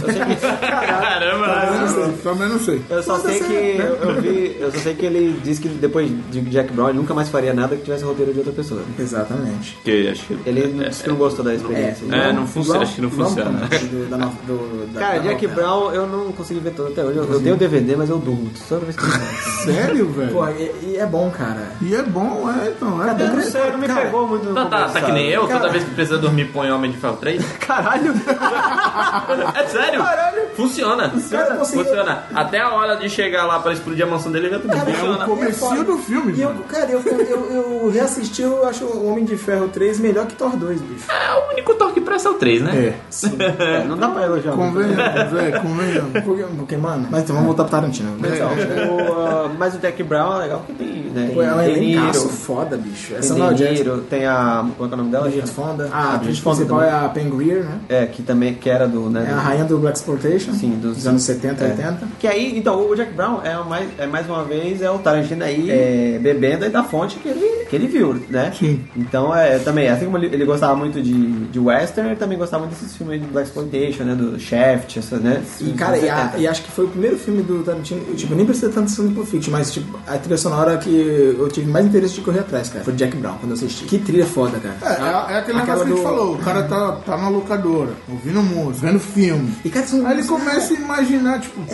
[SPEAKER 4] Eu não sei, também não sei.
[SPEAKER 1] Eu só
[SPEAKER 2] Mas
[SPEAKER 1] sei
[SPEAKER 2] tá
[SPEAKER 1] que
[SPEAKER 2] certo,
[SPEAKER 1] eu, eu vi, eu só sei que ele disse que depois de Jack Brown ele nunca mais faria nada que tivesse roteiro de outra pessoa. né?
[SPEAKER 2] Exatamente.
[SPEAKER 3] Porque acho que.
[SPEAKER 1] Ele não- disse que não gostou da experiência.
[SPEAKER 3] É, não funciona,
[SPEAKER 2] Rum-
[SPEAKER 3] acho que não
[SPEAKER 2] Rum
[SPEAKER 3] funciona.
[SPEAKER 2] Punch, do- da no- do- da-
[SPEAKER 1] Cara,
[SPEAKER 2] da
[SPEAKER 1] Jack
[SPEAKER 2] novela.
[SPEAKER 1] Brown eu não consegui ver todo até hoje. Eu, eu tenho o DVD, mas eu durmo. Toda vez que eu
[SPEAKER 4] Sério, velho?
[SPEAKER 2] Pô, e, e é bom, cara.
[SPEAKER 4] E é bom, é, então.
[SPEAKER 1] Tá
[SPEAKER 4] É
[SPEAKER 2] Cadê
[SPEAKER 4] bom.
[SPEAKER 2] o
[SPEAKER 1] Sério, não me
[SPEAKER 2] Cara,
[SPEAKER 1] pegou muito no
[SPEAKER 3] Tá, tá,
[SPEAKER 1] começo,
[SPEAKER 3] tá que nem
[SPEAKER 1] sabe?
[SPEAKER 3] eu, toda vez que precisa dormir põe Homem de Ferro 3.
[SPEAKER 1] Caralho!
[SPEAKER 3] É sério? Funciona.
[SPEAKER 2] cara conseguiu-
[SPEAKER 3] Funciona. Até a hora de chegar lá pra explodir a mansão dele, já tá
[SPEAKER 2] Cara,
[SPEAKER 4] É o
[SPEAKER 3] funciona.
[SPEAKER 4] comecinho do filme,
[SPEAKER 2] E eu,
[SPEAKER 4] mano.
[SPEAKER 2] cara, eu, eu, eu reassisti, eu acho o Homem de Ferro o 3 melhor que Thor 2, bicho.
[SPEAKER 3] É, o único toque que presta é o 3, né?
[SPEAKER 4] É.
[SPEAKER 1] É, não dá pra elogiar. muito.
[SPEAKER 4] Convenhamos, é, convenhamos.
[SPEAKER 2] Porque, porque, mano. Mas então vamos voltar pro Tarantino.
[SPEAKER 1] Então, o, ah, mas o Jack Brown é legal que tem, né?
[SPEAKER 2] Pô, é um
[SPEAKER 1] tem
[SPEAKER 2] elencaço
[SPEAKER 1] Niro,
[SPEAKER 2] foda, bicho. Essa não é
[SPEAKER 1] tem
[SPEAKER 2] o Jackson.
[SPEAKER 1] Dinheiro, tem a. Qual é o nome dela?
[SPEAKER 2] A gente Fonda.
[SPEAKER 1] Ah,
[SPEAKER 2] A
[SPEAKER 1] Bridget
[SPEAKER 2] atriz
[SPEAKER 1] Fonda
[SPEAKER 2] principal
[SPEAKER 1] também.
[SPEAKER 2] é a Pen Greer, né?
[SPEAKER 1] É, que também que era do. Né,
[SPEAKER 2] É a
[SPEAKER 1] do-
[SPEAKER 2] rainha do Black Exploitation.
[SPEAKER 1] Sim, dos-
[SPEAKER 2] dos, anos 70,
[SPEAKER 1] é.
[SPEAKER 2] 80.
[SPEAKER 1] Que aí, então, o Jack Brown é mais, é mais uma vez é o Tarantino aí é, bebendo aí da fonte que ele, que ele viu, né?
[SPEAKER 4] Sim.
[SPEAKER 1] Então, é, também, assim como ele, ele gostava muito de, de western, ele também gostava muito desses filmes aí de Black Exploitation, né? Do Shaft, essas, né? esses
[SPEAKER 2] E,
[SPEAKER 1] filmes
[SPEAKER 2] cara,
[SPEAKER 1] dos
[SPEAKER 2] e, a-
[SPEAKER 1] 70.
[SPEAKER 2] e acho que foi o primeiro filme do Tarantino. eu, Tipo, nem prestei tanto atenção no Pulp Fiction, mas tipo, a trilha sonora que eu tive mais interesse de correr atrás, cara. Foi Jack Brown, quando eu assisti. Que trilha foda, cara.
[SPEAKER 4] É, é, é aquele negócio que a gente
[SPEAKER 2] do-
[SPEAKER 4] falou, o cara tá, tá na locadora, ouvindo música, vendo filme.
[SPEAKER 2] E, cara, são
[SPEAKER 4] Aí ele começa a imaginar, tipo, pô,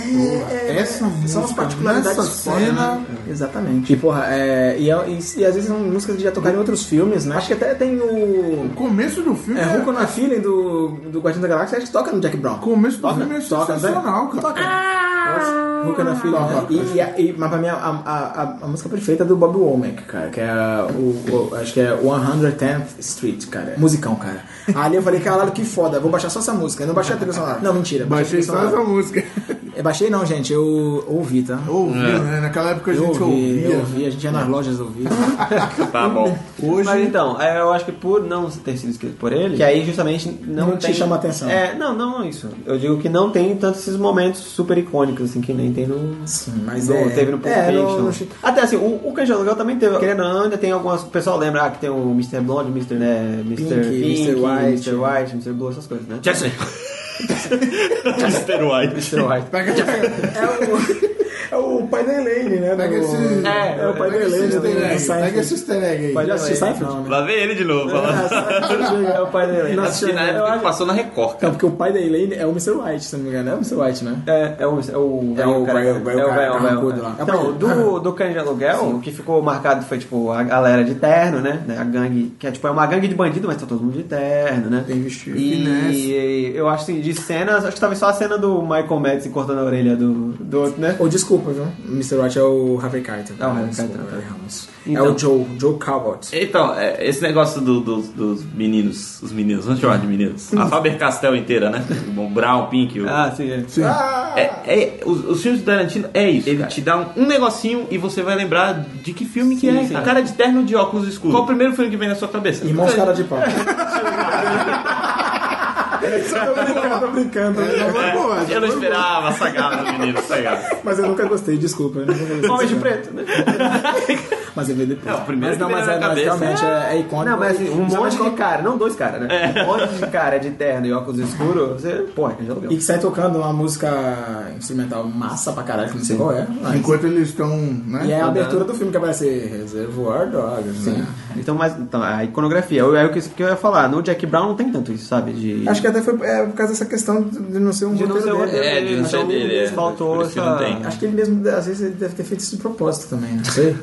[SPEAKER 4] essa
[SPEAKER 2] É, São as
[SPEAKER 4] música, nessa
[SPEAKER 2] particularidades foda,
[SPEAKER 4] cena...
[SPEAKER 2] né? Exatamente. E, porra, é, e, é- e- e às vezes são músicas que já tocaram em outros filmes, né? Acho que até tem o.
[SPEAKER 4] O começo do filme
[SPEAKER 2] É, Hulk na Feeling do, do Guardião da Galáxia, acho que toca no Jack Brown.
[SPEAKER 4] O começo do filme é
[SPEAKER 2] toca,
[SPEAKER 4] sensacional,
[SPEAKER 2] né?
[SPEAKER 4] cara.
[SPEAKER 2] Hulk na Feeling. né? E, e, a- e, mas pra mim, a, a, a, a música perfeita é do Bob Womack, cara, que é o, o- Acho que é 110th Street, cara. Musicão, cara. Ali eu falei, caralho, que foda, vou baixar só essa música. Eu não baixei a trilha sonora. Não, mentira.
[SPEAKER 4] Baixei
[SPEAKER 2] a
[SPEAKER 4] só
[SPEAKER 2] trilha
[SPEAKER 4] essa
[SPEAKER 2] sonora.
[SPEAKER 4] música.
[SPEAKER 2] Eu baixei não, gente, eu ouvi, tá?
[SPEAKER 4] Ouviu,
[SPEAKER 3] É.
[SPEAKER 4] né? Naquela época a
[SPEAKER 2] Eu
[SPEAKER 4] gente
[SPEAKER 2] ouvi,
[SPEAKER 4] ouvia.
[SPEAKER 2] eu ouvi, a gente ia nas lojas ouvir. É.
[SPEAKER 3] Tá bom.
[SPEAKER 1] Mas então, é, eu acho que por não ter sido escrito por ele, que aí justamente não,
[SPEAKER 2] Não te
[SPEAKER 1] tem-
[SPEAKER 2] chama atenção.
[SPEAKER 1] É, não, não isso. Eu digo que não tem tantos esses momentos super icônicos, assim, que nem tem no.
[SPEAKER 2] Sim, mas
[SPEAKER 1] no-
[SPEAKER 2] é...
[SPEAKER 1] teve no Pulp
[SPEAKER 2] é,
[SPEAKER 1] Fiction.
[SPEAKER 2] no- no-
[SPEAKER 1] Até assim, o, o Cães de Aluguel também teve. Querendo ou não, ainda tem algumas. O pessoal lembra ah, que tem o Mr. Blonde, Mr. Né, Mr.
[SPEAKER 2] Pink, Mr. White.
[SPEAKER 1] Mr. White, Mr. Blue, essas coisas, né?
[SPEAKER 3] Jesse! Mr. White.
[SPEAKER 1] Mr. White.
[SPEAKER 4] Pega, pega,
[SPEAKER 2] É o pai da Elaine, né?
[SPEAKER 4] pega
[SPEAKER 2] do-
[SPEAKER 4] esse...
[SPEAKER 2] É, é o pai da
[SPEAKER 4] Pega esse
[SPEAKER 2] Elaine.
[SPEAKER 4] easter egg, pega esse
[SPEAKER 2] Pega
[SPEAKER 4] easter egg aí.
[SPEAKER 2] Já assistiu Seinfeld?
[SPEAKER 3] Lá vem ele de novo. falando.
[SPEAKER 1] É o pai dele.
[SPEAKER 2] Não
[SPEAKER 3] Assisti na época que passou na Record,
[SPEAKER 2] Não,
[SPEAKER 3] cara.
[SPEAKER 2] porque o pai da Elaine é o Mr. White, se não me engano. É o Mr. White, né?
[SPEAKER 1] É, é o. É o.
[SPEAKER 2] É o
[SPEAKER 1] cara-
[SPEAKER 2] vai- vai-
[SPEAKER 1] é
[SPEAKER 2] o cara
[SPEAKER 1] vai- o vai-
[SPEAKER 2] carrancudo lá.
[SPEAKER 1] Então, do, do Cães de Aluguel, o que ficou marcado foi, tipo, a galera de terno, né? né, A gangue, que é tipo, é uma gangue de bandido, mas tá todo mundo de terno, né?
[SPEAKER 4] Tem vestido.
[SPEAKER 1] E,
[SPEAKER 4] Finesse.
[SPEAKER 1] eu acho assim, de cenas, acho que talvez só a cena do Michael Madsen cortando a orelha do, do outro, né?
[SPEAKER 2] Ou desculpa, viu? O Mr. White é o Harvey Carter.
[SPEAKER 1] É o Harvey
[SPEAKER 2] Desculpa,
[SPEAKER 1] Keitel, tá.
[SPEAKER 2] eu errei isso.
[SPEAKER 1] Então-
[SPEAKER 2] É o Joe, Joe Cabot.
[SPEAKER 3] Então, é, esse negócio do- dos- dos meninos, os meninos, vamos chamar de meninos.
[SPEAKER 2] Uhum.
[SPEAKER 3] A Faber Castell inteira, né? O Brown, Pink, o,
[SPEAKER 1] Ah, sim, é.
[SPEAKER 4] Sim.
[SPEAKER 3] É, é- os, os filmes do Tarantino é isso. Ele te dá um, um negocinho e você vai lembrar de que filme que é.
[SPEAKER 1] sim.
[SPEAKER 3] A cara de terno de óculos escuros. Qual o primeiro filme que vem na sua cabeça?
[SPEAKER 2] Irmãos Cara de Pau. Tô brincando, tô brincando.
[SPEAKER 4] Mas, pô, acho
[SPEAKER 3] Eu não
[SPEAKER 4] que foi bom.
[SPEAKER 3] esperava, sagado, menino, sagado.
[SPEAKER 2] Mas eu nunca gostei, desculpa. eu nunca gostei.
[SPEAKER 1] Homem de preto, né?
[SPEAKER 2] Mas eu vi depois.
[SPEAKER 3] É, o primeiro
[SPEAKER 2] mas não,
[SPEAKER 3] que
[SPEAKER 2] mas,
[SPEAKER 3] veio na
[SPEAKER 2] é, mas
[SPEAKER 3] cabeça.
[SPEAKER 2] realmente é, é icônico.
[SPEAKER 1] Não, mas assim, um
[SPEAKER 2] Mas
[SPEAKER 1] monte
[SPEAKER 2] qual-
[SPEAKER 1] de cara, não dois caras, né? Um monte de cara de terno e óculos escuros, você, porra, Cães de
[SPEAKER 2] E
[SPEAKER 1] Aluguel.
[SPEAKER 2] que sai tocando uma música instrumental massa pra caralho, que não sei qual é. mas-
[SPEAKER 4] Enquanto eles estão, né?
[SPEAKER 2] E é a abertura do filme que aparece Reservoir Dogs, né?
[SPEAKER 1] Então, mas, então, a iconografia, eu- é o que, que eu ia falar, no Jack Brown não tem tanto isso, sabe? De...
[SPEAKER 2] Acho que até foi é, por causa dessa questão de não ser um
[SPEAKER 1] De não
[SPEAKER 2] roteiro
[SPEAKER 1] ser o
[SPEAKER 2] dele.
[SPEAKER 1] roteiro
[SPEAKER 3] É, de não
[SPEAKER 1] mas
[SPEAKER 3] ser
[SPEAKER 1] é o
[SPEAKER 3] dele,
[SPEAKER 1] mesmo,
[SPEAKER 3] é.
[SPEAKER 1] Faltou
[SPEAKER 3] Por isso que não
[SPEAKER 1] essa...
[SPEAKER 3] tem.
[SPEAKER 2] Acho que ele mesmo, às vezes, ele deve ter feito isso de propósito também, não sei.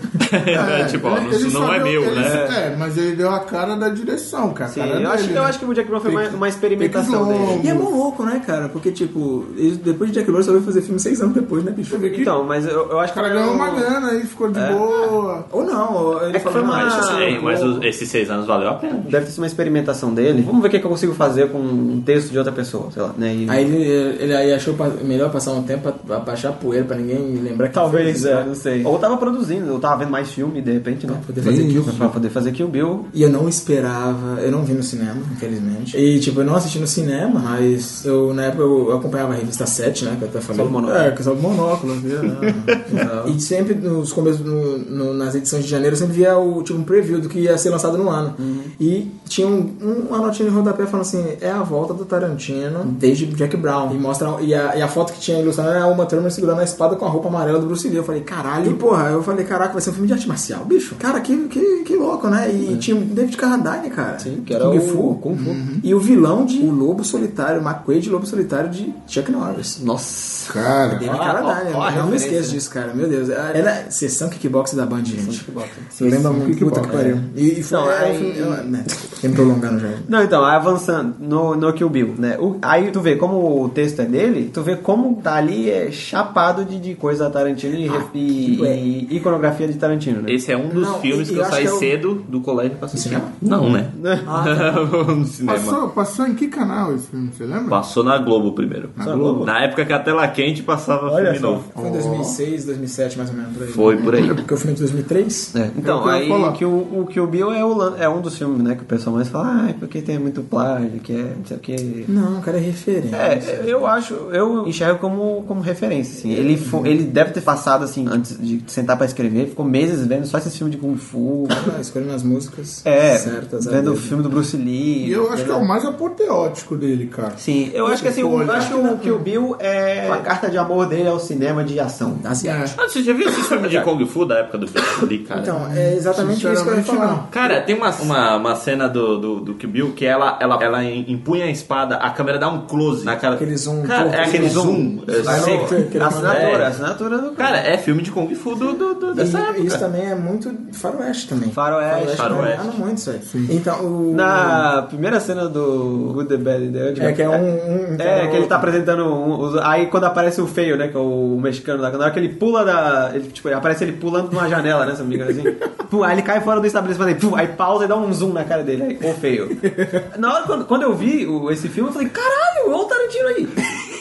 [SPEAKER 3] tipo, ó,
[SPEAKER 4] Ele- ele
[SPEAKER 3] isso não
[SPEAKER 4] só
[SPEAKER 3] é
[SPEAKER 4] deu-
[SPEAKER 3] meu,
[SPEAKER 4] ele-
[SPEAKER 3] né?
[SPEAKER 4] É, mas ele deu a cara da direção, cara. a
[SPEAKER 1] Sim,
[SPEAKER 4] cara
[SPEAKER 1] eu, acho,
[SPEAKER 4] dele,
[SPEAKER 1] eu
[SPEAKER 4] né?
[SPEAKER 1] acho que o Jack Brown foi
[SPEAKER 4] Tem
[SPEAKER 1] mais
[SPEAKER 4] que-
[SPEAKER 1] uma experimentação
[SPEAKER 4] tem que
[SPEAKER 1] dele.
[SPEAKER 2] E é mó louco, né, cara? Porque, tipo, ele- depois de Jack Lawrence, só vai fazer filme seis anos depois, né, bicho?
[SPEAKER 1] Então, mas eu, eu acho
[SPEAKER 4] O
[SPEAKER 1] que...
[SPEAKER 4] cara
[SPEAKER 1] eu-
[SPEAKER 4] ganhou uma grana e ficou de boa.
[SPEAKER 2] Ou não, ou ele
[SPEAKER 1] que
[SPEAKER 2] falou,
[SPEAKER 1] foi uma- assim.
[SPEAKER 2] não,
[SPEAKER 3] Mas,
[SPEAKER 2] deixa eu-
[SPEAKER 3] é, mas os- esses seis anos valeu a pena.
[SPEAKER 1] Deve ter sido uma experimentação dele. Vamos ver o que, que eu consigo fazer com um texto de outra pessoa, sei lá, né? E-
[SPEAKER 2] Aí ele, ele aí achou pa- melhor passar um tempo pra, pra baixar a poeira pra ninguém lembrar que
[SPEAKER 1] Talvez,
[SPEAKER 2] fez,
[SPEAKER 1] é,
[SPEAKER 2] né?
[SPEAKER 1] não sei. Ou tava produzindo, ou tava vendo mais filme, de repente, né?
[SPEAKER 2] Pra poder fazer Kill Bill.
[SPEAKER 1] Pra poder fazer Kill Bill.
[SPEAKER 2] E eu não esperava, eu não vi no cinema, infelizmente. E tipo, eu não assisti no cinema, mas eu na época eu acompanhava a revista 7, né? Que eu até falei.
[SPEAKER 1] Só o monóculo.
[SPEAKER 2] É, que só o monóculo, não via né? nada. e sempre nos começos, no- no- nas edições de janeiro, eu sempre via o, tipo, um preview do que ia ser lançado no ano. E tinha um, um- uma notinha de rodapé falando assim: é a volta do Tarantino desde Jack Brown. E mostra, e a, e a foto que tinha ilustrada era uma Thurman segurando a espada com a roupa amarela do Bruce Lee. Eu falei, caralho, e, porra, eu falei, caraca, vai ser um filme de arte marcial, bicho. Cara, que, que, que louco, né? E tinha o David Carradine, cara. Sim,
[SPEAKER 1] que era o Kung Fu.
[SPEAKER 2] E o vilão de O Lobo Solitário, McQuaid Lobo Solitário de Chuck Norris.
[SPEAKER 1] Nossa.
[SPEAKER 4] Cara,
[SPEAKER 2] David
[SPEAKER 1] Ó,
[SPEAKER 2] Carradine,
[SPEAKER 1] Ah, ó, ó a
[SPEAKER 2] eu não me
[SPEAKER 1] referência.
[SPEAKER 2] esqueço disso, cara. Meu Deus. Era sessão kickbox da Band, gente. Eu lembro
[SPEAKER 4] Sessão
[SPEAKER 2] muito, puta
[SPEAKER 4] kickbox.
[SPEAKER 2] que pariu. E, e foi,
[SPEAKER 1] Não,
[SPEAKER 2] é,
[SPEAKER 1] aí-
[SPEAKER 2] um filme- eu- né, Fiquei me prolongando já.
[SPEAKER 1] Não, então, é avançando. No, no Kill Bill, né? O- aí tu vê como o texto é dele, tu vê como tá ali é chapado de, de coisa Tarantino
[SPEAKER 2] Ah,
[SPEAKER 1] e, ref-
[SPEAKER 2] tipo
[SPEAKER 1] e-
[SPEAKER 2] é?
[SPEAKER 1] e iconografia de Tarantino, né?
[SPEAKER 3] Esse é um dos
[SPEAKER 2] Não,
[SPEAKER 3] filmes
[SPEAKER 2] e-
[SPEAKER 3] que eu
[SPEAKER 2] eu acho
[SPEAKER 3] saí
[SPEAKER 2] que é o- Ah,
[SPEAKER 3] cedo do colégio pra assistir. Não, né?
[SPEAKER 2] tá.
[SPEAKER 3] no cinema.
[SPEAKER 4] Passou, passou em que canal esse filme, você lembra?
[SPEAKER 3] Passou na Globo primeiro. Na,
[SPEAKER 1] Globo?
[SPEAKER 3] época que a tela quente passava filme
[SPEAKER 1] só.
[SPEAKER 3] novo.
[SPEAKER 2] Foi em 2006, 2007, mais ou menos, por aí.
[SPEAKER 3] Foi por aí.
[SPEAKER 2] Porque o filme é de 2003.
[SPEAKER 1] É,
[SPEAKER 4] É o
[SPEAKER 1] Então,
[SPEAKER 4] que eu ia
[SPEAKER 1] aí
[SPEAKER 4] falar.
[SPEAKER 1] que o, o Kill Bill é, o lan- é um dos filmes, né, que o pessoal mais fala, ah, é porque tem muito plágio, que é não sei o que.
[SPEAKER 2] Não, cara, é referência.
[SPEAKER 1] É, eu acho, eu enxergo como, como referência, assim. Ele, fo- ele deve ter passado, assim, antes de sentar pra escrever, ficou meses vendo só esse filme de Kung Fu.
[SPEAKER 2] Ah, escolhendo as músicas
[SPEAKER 1] É,
[SPEAKER 2] certas. a
[SPEAKER 1] vendo o
[SPEAKER 2] dedo.
[SPEAKER 1] filme do Bruce Lee.
[SPEAKER 4] E eu acho que é
[SPEAKER 1] vendo-
[SPEAKER 4] o mais apoteótico dele, cara.
[SPEAKER 1] Sim, eu acho que assim, o- eu acho que o Kill Bill é a carta de amor dele ao cinema de ação.
[SPEAKER 2] Asiático.
[SPEAKER 3] Ah, você já viu esse filme de Kung Fu da época do Bruce Lee, cara?
[SPEAKER 2] Então, é exatamente isso que eu ia
[SPEAKER 4] Sinceramente,
[SPEAKER 2] falar.
[SPEAKER 4] não.
[SPEAKER 3] Cara, tem uma, uma, uma cena do, do, do Kill Bill que ela, ela, ela empunha a espada, a câmera dá um close na cara.
[SPEAKER 2] Aquele zoom,
[SPEAKER 3] Cara, é aquele zoom. é,
[SPEAKER 1] Vai no-
[SPEAKER 3] seco.
[SPEAKER 1] assinatura,
[SPEAKER 3] É.
[SPEAKER 1] assinatura do
[SPEAKER 3] Cara, é filme de Kung Fu do, do, do- dessa
[SPEAKER 2] E
[SPEAKER 3] época.
[SPEAKER 2] isso também é muito faroeste também.
[SPEAKER 1] Faroeste.
[SPEAKER 3] Faroeste.
[SPEAKER 2] Faroeste. também. Ah, não, muito isso aí. Então, o...
[SPEAKER 1] Na primeira cena do Good, the Bad and the Ugly.
[SPEAKER 2] É que é um... um
[SPEAKER 1] É,
[SPEAKER 2] cara-
[SPEAKER 1] que ele tá apresentando. um- os- aí quando aparece o feio, né? Que é o mexicano lá. Na hora que ele pula da. Ele, tipo, ele aparece ele pulando numa janela, né? Se não me engano assim. Pum, aí ele cai fora do estabelecimento. Aí, pum, aí pausa e dá um zoom na cara dele. Aí, ô feio. Na hora quando, quando eu vi o- esse filme, eu falei: caralho, olha É, o Tarantino aí.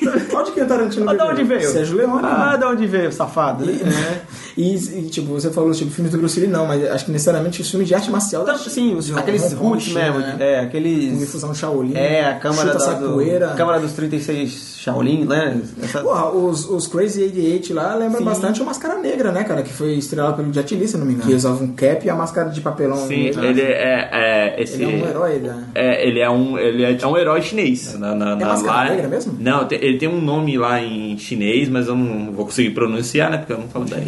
[SPEAKER 2] Onde que é Tarantino?
[SPEAKER 1] Olha de onde veio.
[SPEAKER 2] Sérgio Leone.
[SPEAKER 1] Ah, de onde veio, safado.
[SPEAKER 2] E, né? e, e, tipo, você falou tipo, filmes do Bruce Lee, não, mas acho que necessariamente os filmes de arte marcial.
[SPEAKER 1] Então,
[SPEAKER 2] acho-
[SPEAKER 1] sim, os,
[SPEAKER 2] de
[SPEAKER 1] aqueles
[SPEAKER 2] Hong Kong,
[SPEAKER 1] roots
[SPEAKER 2] China,
[SPEAKER 1] mesmo.
[SPEAKER 2] né?
[SPEAKER 1] É,
[SPEAKER 2] Com
[SPEAKER 1] aqueles.
[SPEAKER 2] difusão Shaolin.
[SPEAKER 1] É, a câmara,
[SPEAKER 2] chuta
[SPEAKER 1] da,
[SPEAKER 2] sapoeira.
[SPEAKER 1] do, câmara dos 36 Shaolin, né? Essa-
[SPEAKER 2] Porra, os, os Crazy 88 lá lembra bastante o Máscara Negra, né, cara? Que foi estrelado pelo Jet Li, se não me engano. Que usava um cap e a máscara de papelão.
[SPEAKER 3] Sim,
[SPEAKER 2] negra.
[SPEAKER 3] ele é, é esse.
[SPEAKER 2] Ele é um herói, né?
[SPEAKER 3] É, ele é um, ele é, é um herói chinês. Na, na, na-
[SPEAKER 2] Máscara
[SPEAKER 3] lá-
[SPEAKER 2] Negra mesmo?
[SPEAKER 3] Não, te- ele tem um nome lá em chinês, mas eu não vou conseguir pronunciar, né? Porque eu não falo daí.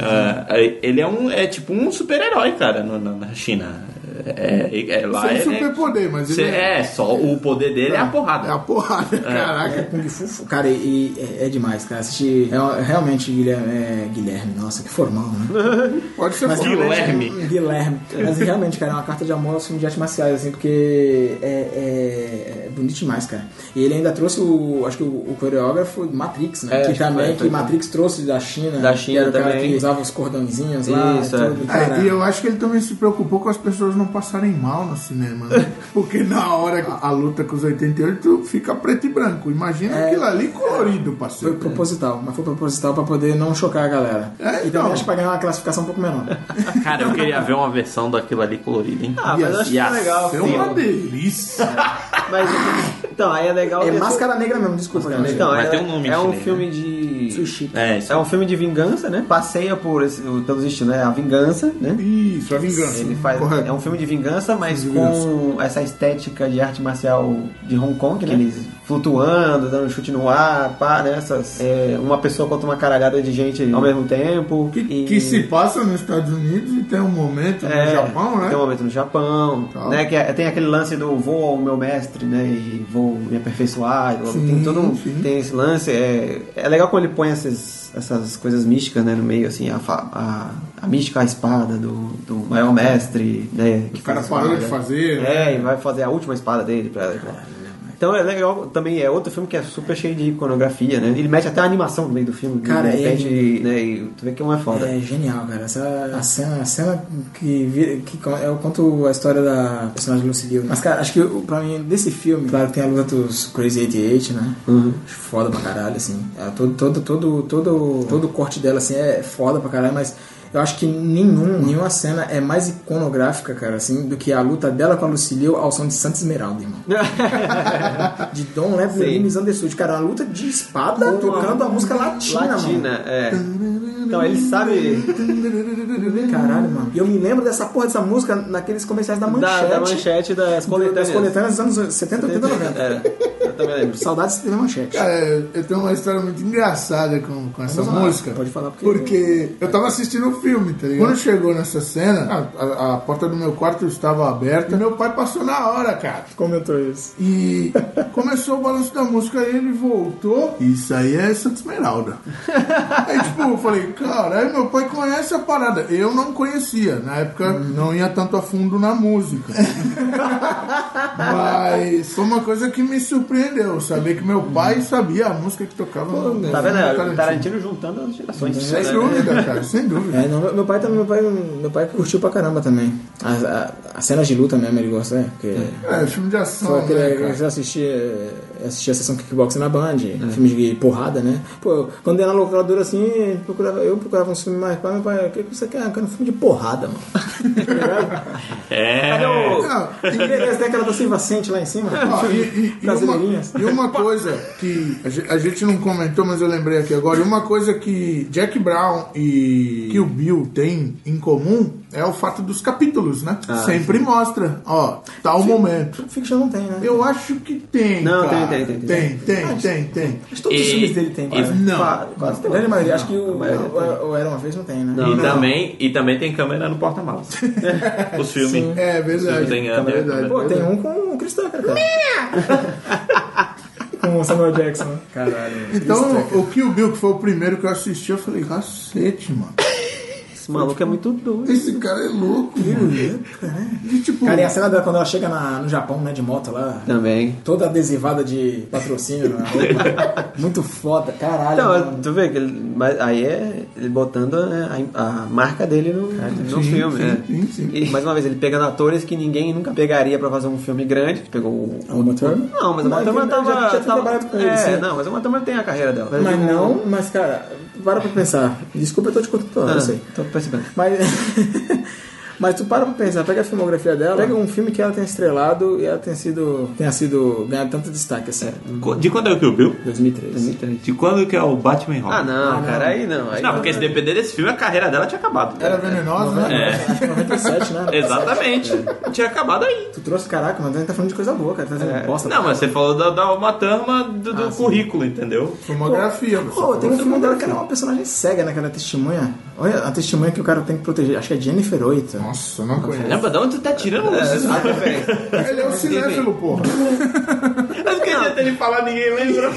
[SPEAKER 3] Ah, é, ele é um, é tipo um super-herói, cara, no- na, na China. É, é- é lá
[SPEAKER 4] Sem
[SPEAKER 3] é,
[SPEAKER 4] superpoder, mas
[SPEAKER 3] cê-
[SPEAKER 4] ele é...
[SPEAKER 3] é, só o poder dele é a porrada.
[SPEAKER 4] É a porrada,
[SPEAKER 2] É,
[SPEAKER 4] caraca.
[SPEAKER 2] Kung Fu, cara, e, e- é, é demais, cara. Assistir. É, uma- realmente, Guilherme, é, Guilherme, nossa, que formal, né?
[SPEAKER 4] Pode ser
[SPEAKER 2] Mas
[SPEAKER 4] foda.
[SPEAKER 3] Guilherme.
[SPEAKER 2] realmente- Guilherme. Mas realmente, cara, é uma carta de amor aos filmes de artes marciais, assim, porque é, é- é bonito demais, cara. E ele ainda trouxe o. Acho que o, o coreógrafo do Matrix, né?
[SPEAKER 1] É,
[SPEAKER 2] que
[SPEAKER 1] acho que
[SPEAKER 2] também,
[SPEAKER 1] foi, foi.
[SPEAKER 2] que Matrix trouxe da China.
[SPEAKER 1] Da
[SPEAKER 2] que era
[SPEAKER 1] China
[SPEAKER 2] o cara
[SPEAKER 1] também.
[SPEAKER 2] que usava os cordãozinhos lá.
[SPEAKER 1] Isso,
[SPEAKER 2] e tudo,
[SPEAKER 1] é.
[SPEAKER 2] cara.
[SPEAKER 4] É, e eu acho que ele também se preocupou com as pessoas não passarem mal no cinema, né? Porque na hora a, a luta com os 88 fica preto e branco. Imagina aquilo ali colorido,
[SPEAKER 2] Foi
[SPEAKER 4] parceiro.
[SPEAKER 2] proposital, mas foi proposital pra poder não chocar a galera.
[SPEAKER 4] É,
[SPEAKER 2] e
[SPEAKER 4] então.
[SPEAKER 2] também acho que pra ganhar uma classificação um pouco menor.
[SPEAKER 3] Cara, eu queria ver uma versão daquilo ali colorida, hein?
[SPEAKER 1] Ah, mas eu acho que é
[SPEAKER 3] Yes.
[SPEAKER 1] legal.
[SPEAKER 4] É
[SPEAKER 1] sim.
[SPEAKER 4] uma delícia.
[SPEAKER 1] Mas, então, aí é legal.
[SPEAKER 2] É
[SPEAKER 1] que-
[SPEAKER 2] máscara negra mesmo, desculpa, cara.
[SPEAKER 1] Então,
[SPEAKER 3] Mas
[SPEAKER 1] é,
[SPEAKER 3] tem um nome em
[SPEAKER 1] é um
[SPEAKER 3] chinês, né?
[SPEAKER 1] filme de.
[SPEAKER 2] Sushi.
[SPEAKER 3] É, isso
[SPEAKER 1] É um filme de vingança, né? Passeia por esse, o- pelos estilos, né? A vingança, né?
[SPEAKER 4] Isso, a vingança.
[SPEAKER 1] Ele faz,
[SPEAKER 4] Correto.
[SPEAKER 1] é um filme de vingança, mas com essa estética de arte marcial de Hong Kong, né? eles flutuando, dando chute no ar, pá, né? Essas, é, uma pessoa contra uma caralhada de gente ao mesmo tempo.
[SPEAKER 4] Que,
[SPEAKER 1] e-
[SPEAKER 4] que se passa nos Estados Unidos e tem um momento no Japão, né?
[SPEAKER 1] Tem um momento no Japão,
[SPEAKER 4] Tá.
[SPEAKER 1] né? Que é- tem aquele lance do vou ao meu mestre, né? E vou me aperfeiçoar. tem todo um,
[SPEAKER 4] sim.
[SPEAKER 1] tem esse lance. É, é legal quando ele põe essas, essas coisas místicas, né? No meio, assim, a, fa- a, a mística, a espada do, do maior mestre, né? Que
[SPEAKER 4] o cara
[SPEAKER 1] faz
[SPEAKER 4] parou
[SPEAKER 1] espada.
[SPEAKER 4] de fazer. né?
[SPEAKER 1] É, e vai fazer a última espada dele pra. Então é legal também, é outro filme que é super cheio de iconografia, né? Ele mete até a animação no meio do filme,
[SPEAKER 2] Cara,
[SPEAKER 1] de
[SPEAKER 2] é-
[SPEAKER 1] repente, né? E tu vê que não é foda.
[SPEAKER 2] É genial, cara. Essa a cena, a cena que, vira, que con- eu conto a história da personagem Lucy Liu. né? Mas, cara, acho que o- pra mim, desse filme, claro, tem a luta dos Crazy 88, né?
[SPEAKER 1] Uhum.
[SPEAKER 2] Acho Foda pra caralho, assim. É, todo, todo, todo, todo, todo o corte dela, assim, é foda pra caralho, mas. Eu acho que nenhum, nenhuma cena é mais iconográfica, cara, assim, do que a luta dela com a Lucilio ao som de Santa Esmeralda, irmão.
[SPEAKER 4] É.
[SPEAKER 2] de Don Level e
[SPEAKER 1] Sim.
[SPEAKER 2] Miss Understood. Cara, é uma luta de espada tocando a música latina, mano.
[SPEAKER 1] Latina, é. Então ele sabe.
[SPEAKER 4] um
[SPEAKER 2] Caralho, mano. E eu me lembro dessa porra dessa música naqueles comerciais da Manchete.
[SPEAKER 1] Da, da manchete das
[SPEAKER 2] do- Das
[SPEAKER 1] coletâneas.
[SPEAKER 2] coletâneas dos anos 70, 80, 90.
[SPEAKER 1] É. Eu também lembro.
[SPEAKER 2] Saudades de ter manchete.
[SPEAKER 4] Cara, eu eu tenho uma história muito engraçada com, com essa música.
[SPEAKER 2] Pode falar, porque-
[SPEAKER 4] Porque eu tava assistindo um filme, tá ligado? Quando chegou nessa cena, a, a- a porta do meu quarto estava aberta e meu pai passou na hora, cara.
[SPEAKER 2] Comentou isso.
[SPEAKER 4] E começou o balanço da música e ele voltou. Isso aí é Santa Esmeralda. aí, tipo, eu falei, cara, aí meu pai conhece a parada. Eu não conhecia. Na época, não ia tanto a fundo na música. Mas foi uma coisa que me surpreendeu. Saber que meu pai sabia a música que tocava no
[SPEAKER 1] Tá
[SPEAKER 4] no
[SPEAKER 1] vendo? O Tarantino juntando as gerações.
[SPEAKER 4] Sem dúvida, cara, sem dúvida.
[SPEAKER 2] É, não, meu- meu pai também, meu pai, meu pai curtiu pra caramba também. As, a- as cenas de luta mesmo, ele gosta, né? Porque
[SPEAKER 4] É, filme de
[SPEAKER 2] Só
[SPEAKER 4] ação,
[SPEAKER 2] que é
[SPEAKER 4] né,
[SPEAKER 2] eu
[SPEAKER 4] cara?
[SPEAKER 2] já assisti, assisti é, a sessão kickboxing na Band, filmes de porrada, né? Pô, quando era na locadora assim, procurava, eu procurava um filme mais pá, meu pai, o que que você quer? Eu quero um filme de porrada, mano.
[SPEAKER 3] É.
[SPEAKER 4] Não,
[SPEAKER 2] Que beleza, tem aquela da Silva Sente lá em cima?
[SPEAKER 4] Ó, e, e- e uma,
[SPEAKER 2] Brasileirinhas.
[SPEAKER 4] e uma coisa que a ge- a gente não comentou, mas eu lembrei aqui agora, e uma coisa que Jack Brown e Kill Bill têm em comum é o fato dos capítulos, né?
[SPEAKER 1] Ah,
[SPEAKER 4] Sempre mostra, ó, tal momento.
[SPEAKER 2] Fiction não tem, né?
[SPEAKER 4] Eu acho que tem.
[SPEAKER 1] Não,
[SPEAKER 4] cara.
[SPEAKER 1] tem, tem, tem,
[SPEAKER 4] Tem, tem, tem, tem.
[SPEAKER 2] Acho que todos os
[SPEAKER 3] E-
[SPEAKER 2] filmes dele tem, quase.
[SPEAKER 4] Não.
[SPEAKER 2] Quase, quase tem. Grande maioria. Acho que o, o- o Era Uma Vez não tem, né?
[SPEAKER 3] e, também, e também tem câmera no porta-malas. Os filmes.
[SPEAKER 4] É verdade.
[SPEAKER 3] Tem,
[SPEAKER 4] é
[SPEAKER 3] tem,
[SPEAKER 4] verdade.
[SPEAKER 2] Pô, tem um com o Chris Tucker, cara. com o Samuel Jackson. né? Caralho.
[SPEAKER 4] Então, o Kill Bill, que foi o primeiro que eu assisti, eu falei, cacete, mano.
[SPEAKER 1] Esse maluco é muito doido.
[SPEAKER 4] Esse cara é louco, mano. E, tipo,
[SPEAKER 2] Cara, e a cena dela quando ela chega na- no Japão, né, de moto lá,
[SPEAKER 1] Também.
[SPEAKER 2] toda adesivada de patrocínio na roupa. Muito foda, caralho.
[SPEAKER 1] Então,
[SPEAKER 2] mano.
[SPEAKER 1] tu vê que ele, mas aí é ele botando né, a, a marca dele no, no
[SPEAKER 4] sim,
[SPEAKER 1] filme.
[SPEAKER 4] sim,
[SPEAKER 1] né?
[SPEAKER 4] sim, sim.
[SPEAKER 1] E, mais uma vez, ele pegando atores que ninguém nunca pegaria pra fazer um filme grande. que Pegou o.
[SPEAKER 2] A Uma Thurman?
[SPEAKER 1] Não, mas a
[SPEAKER 2] Não,
[SPEAKER 1] Matamana
[SPEAKER 2] ele já-
[SPEAKER 1] tava.
[SPEAKER 2] já tinha
[SPEAKER 1] tava-
[SPEAKER 2] trabalhado com ele,
[SPEAKER 1] é,
[SPEAKER 2] sim.
[SPEAKER 1] não, mas a Matamana tem a carreira dela. um
[SPEAKER 2] Mas não, mas cara, para pra pensar. Desculpa, eu tô te contando,
[SPEAKER 1] Ah,
[SPEAKER 2] eu sei.
[SPEAKER 1] tô percebendo.
[SPEAKER 2] Mas. Mas tu para pra pensar, pega a filmografia dela, pega um filme que ela tenha estrelado e ela tenha sido. tenha sido. ganhado tanto destaque assim.
[SPEAKER 3] De quando é o Kill Bill?
[SPEAKER 2] 2013.
[SPEAKER 3] De quando que é o Batman e Robin?
[SPEAKER 1] Ah, não, cara, aí não. Aí
[SPEAKER 3] Não, porque se depender desse filme, a carreira dela tinha acabado.
[SPEAKER 4] era venenosa,
[SPEAKER 1] é.
[SPEAKER 4] né?
[SPEAKER 2] Acho que 97, né?
[SPEAKER 3] Exatamente. Tinha acabado aí.
[SPEAKER 2] Tu trouxe, caraca, mas a gente tá falando de coisa boa, cara. Tá fazendo bosta.
[SPEAKER 3] Não, mas você falou da, da uma turma do, do currículo, entendeu?
[SPEAKER 4] Filmografia, você
[SPEAKER 2] Pô,
[SPEAKER 4] falou.
[SPEAKER 2] tem um filme dela que ela é uma personagem cega, né? Que ela é testemunha. Olha a testemunha que o cara tem que proteger. Acho que é Jennifer 8.
[SPEAKER 4] Nossa, não conheço.
[SPEAKER 3] Caramba, de onde tu tá tirando isso?
[SPEAKER 1] Ah, perfeito.
[SPEAKER 4] Ele é um cinéfilo, porra.
[SPEAKER 3] Eu não queria ter ele falar, ninguém lembra.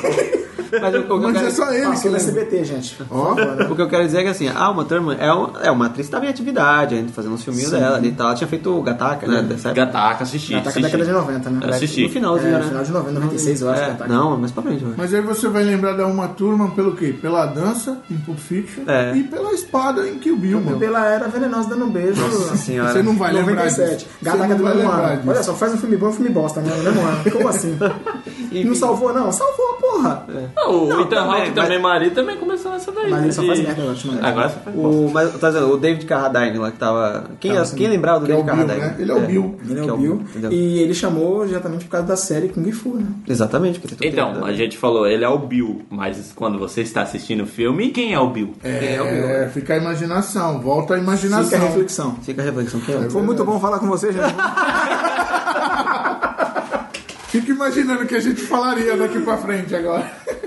[SPEAKER 1] Mas o, o que eu
[SPEAKER 4] Mas
[SPEAKER 1] quero-
[SPEAKER 4] é só ele que
[SPEAKER 2] Passou no
[SPEAKER 4] lembra.
[SPEAKER 2] SBT, gente.
[SPEAKER 4] Ó,
[SPEAKER 1] O que eu quero dizer é que assim, a Uma Thurman é, um- é uma atriz que tava em atividade, ainda fazendo uns filminhos dela ali e tal. Ela tinha feito o Gataca, né? Dessa época.
[SPEAKER 3] Gataca, assisti.
[SPEAKER 2] Ataque da década de 90, né?
[SPEAKER 3] Assisti.
[SPEAKER 1] No finalzinho,
[SPEAKER 2] É,
[SPEAKER 1] né?
[SPEAKER 2] final de 90, 96, eu acho,
[SPEAKER 1] É,
[SPEAKER 2] Gataca.
[SPEAKER 1] não, mas pra frente, vai.
[SPEAKER 4] mas aí você vai lembrar da Uma Turma pelo quê? Pela dança em Pulp Fiction
[SPEAKER 1] É.
[SPEAKER 4] e pela espada em Kill Bill, mano.
[SPEAKER 2] Pela era venenosa dando um beijo.
[SPEAKER 1] senhora.
[SPEAKER 4] Você não vai lembrar disso.
[SPEAKER 2] 97.
[SPEAKER 4] Você
[SPEAKER 2] Gataca
[SPEAKER 4] não
[SPEAKER 2] é do
[SPEAKER 4] vai
[SPEAKER 2] mesmo
[SPEAKER 4] lembrar
[SPEAKER 2] ano.
[SPEAKER 4] disso.
[SPEAKER 2] Olha só, faz um filme bom e um filme bosta, né? No mesmo ano. Como assim? não salvou, não? Salvou, porra.
[SPEAKER 1] É.
[SPEAKER 3] Ah, o
[SPEAKER 1] Não,
[SPEAKER 3] Ethan
[SPEAKER 1] também,
[SPEAKER 3] Hawke
[SPEAKER 1] mas-
[SPEAKER 3] também, Maria, também começou nessa daí. né,
[SPEAKER 2] Mas ele só
[SPEAKER 3] de-
[SPEAKER 2] faz merda, né? eu acho, mano.
[SPEAKER 3] Agora só faz bosta.
[SPEAKER 1] O, mas, tá dizendo, o David Carradine lá que tava. Quem, é- quem lembrava do
[SPEAKER 4] Que é o
[SPEAKER 1] David
[SPEAKER 4] Bill,
[SPEAKER 1] Carradine?
[SPEAKER 4] né? Ele é o Bill.
[SPEAKER 2] Ele é
[SPEAKER 1] que
[SPEAKER 2] o Bill.
[SPEAKER 1] entendeu?
[SPEAKER 2] E ele chamou diretamente por causa da série Kung Fu, né?
[SPEAKER 1] Exatamente. porque tem tudo
[SPEAKER 3] Então,
[SPEAKER 1] errado.
[SPEAKER 3] a gente falou, ele é o Bill, mas quando você está assistindo o filme, quem é o Bill?
[SPEAKER 4] É, fica a imaginação. Volta
[SPEAKER 2] Fica é
[SPEAKER 4] a
[SPEAKER 2] a
[SPEAKER 4] imaginação.
[SPEAKER 2] reflexão.
[SPEAKER 1] Fica a reflexão. Quem é o
[SPEAKER 2] Foi muito bom falar com você, gente.
[SPEAKER 4] Fica imaginando o que a gente falaria daqui pra frente agora.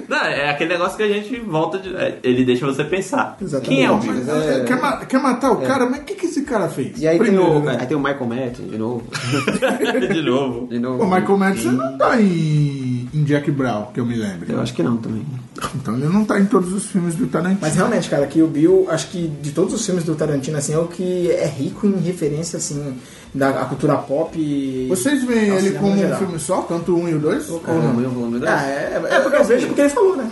[SPEAKER 3] Não, é aquele negócio que a gente volta de. é, Ele deixa você pensar. Quem é o Bill?
[SPEAKER 4] Mas, é, Quer, ma- quer matar o cara? Mas o que, que esse cara fez?
[SPEAKER 1] E aí tem,
[SPEAKER 4] Primeiro,
[SPEAKER 1] o,
[SPEAKER 4] né?
[SPEAKER 1] aí tem o Michael Madsen de novo.
[SPEAKER 3] de novo.
[SPEAKER 1] De novo.
[SPEAKER 4] O Michael Madsen não tá em, em Jack Brown, que eu me lembro.
[SPEAKER 1] Eu acho que não também.
[SPEAKER 4] Então ele não tá em todos os filmes do Tarantino.
[SPEAKER 2] Mas é realmente, cara, que o Bill, acho que de todos os filmes do Tarantino, assim, é o que é rico em referência, assim, da a cultura pop. e-
[SPEAKER 4] Vocês veem
[SPEAKER 2] ao
[SPEAKER 4] ele
[SPEAKER 2] cinema
[SPEAKER 4] como
[SPEAKER 2] no
[SPEAKER 4] um
[SPEAKER 2] geral.
[SPEAKER 4] filme só, tanto um e o dois? Ou
[SPEAKER 1] Ah,
[SPEAKER 4] não?
[SPEAKER 1] meu volume dois.
[SPEAKER 2] Ah, é, é porque eu vejo porque ele falou, né?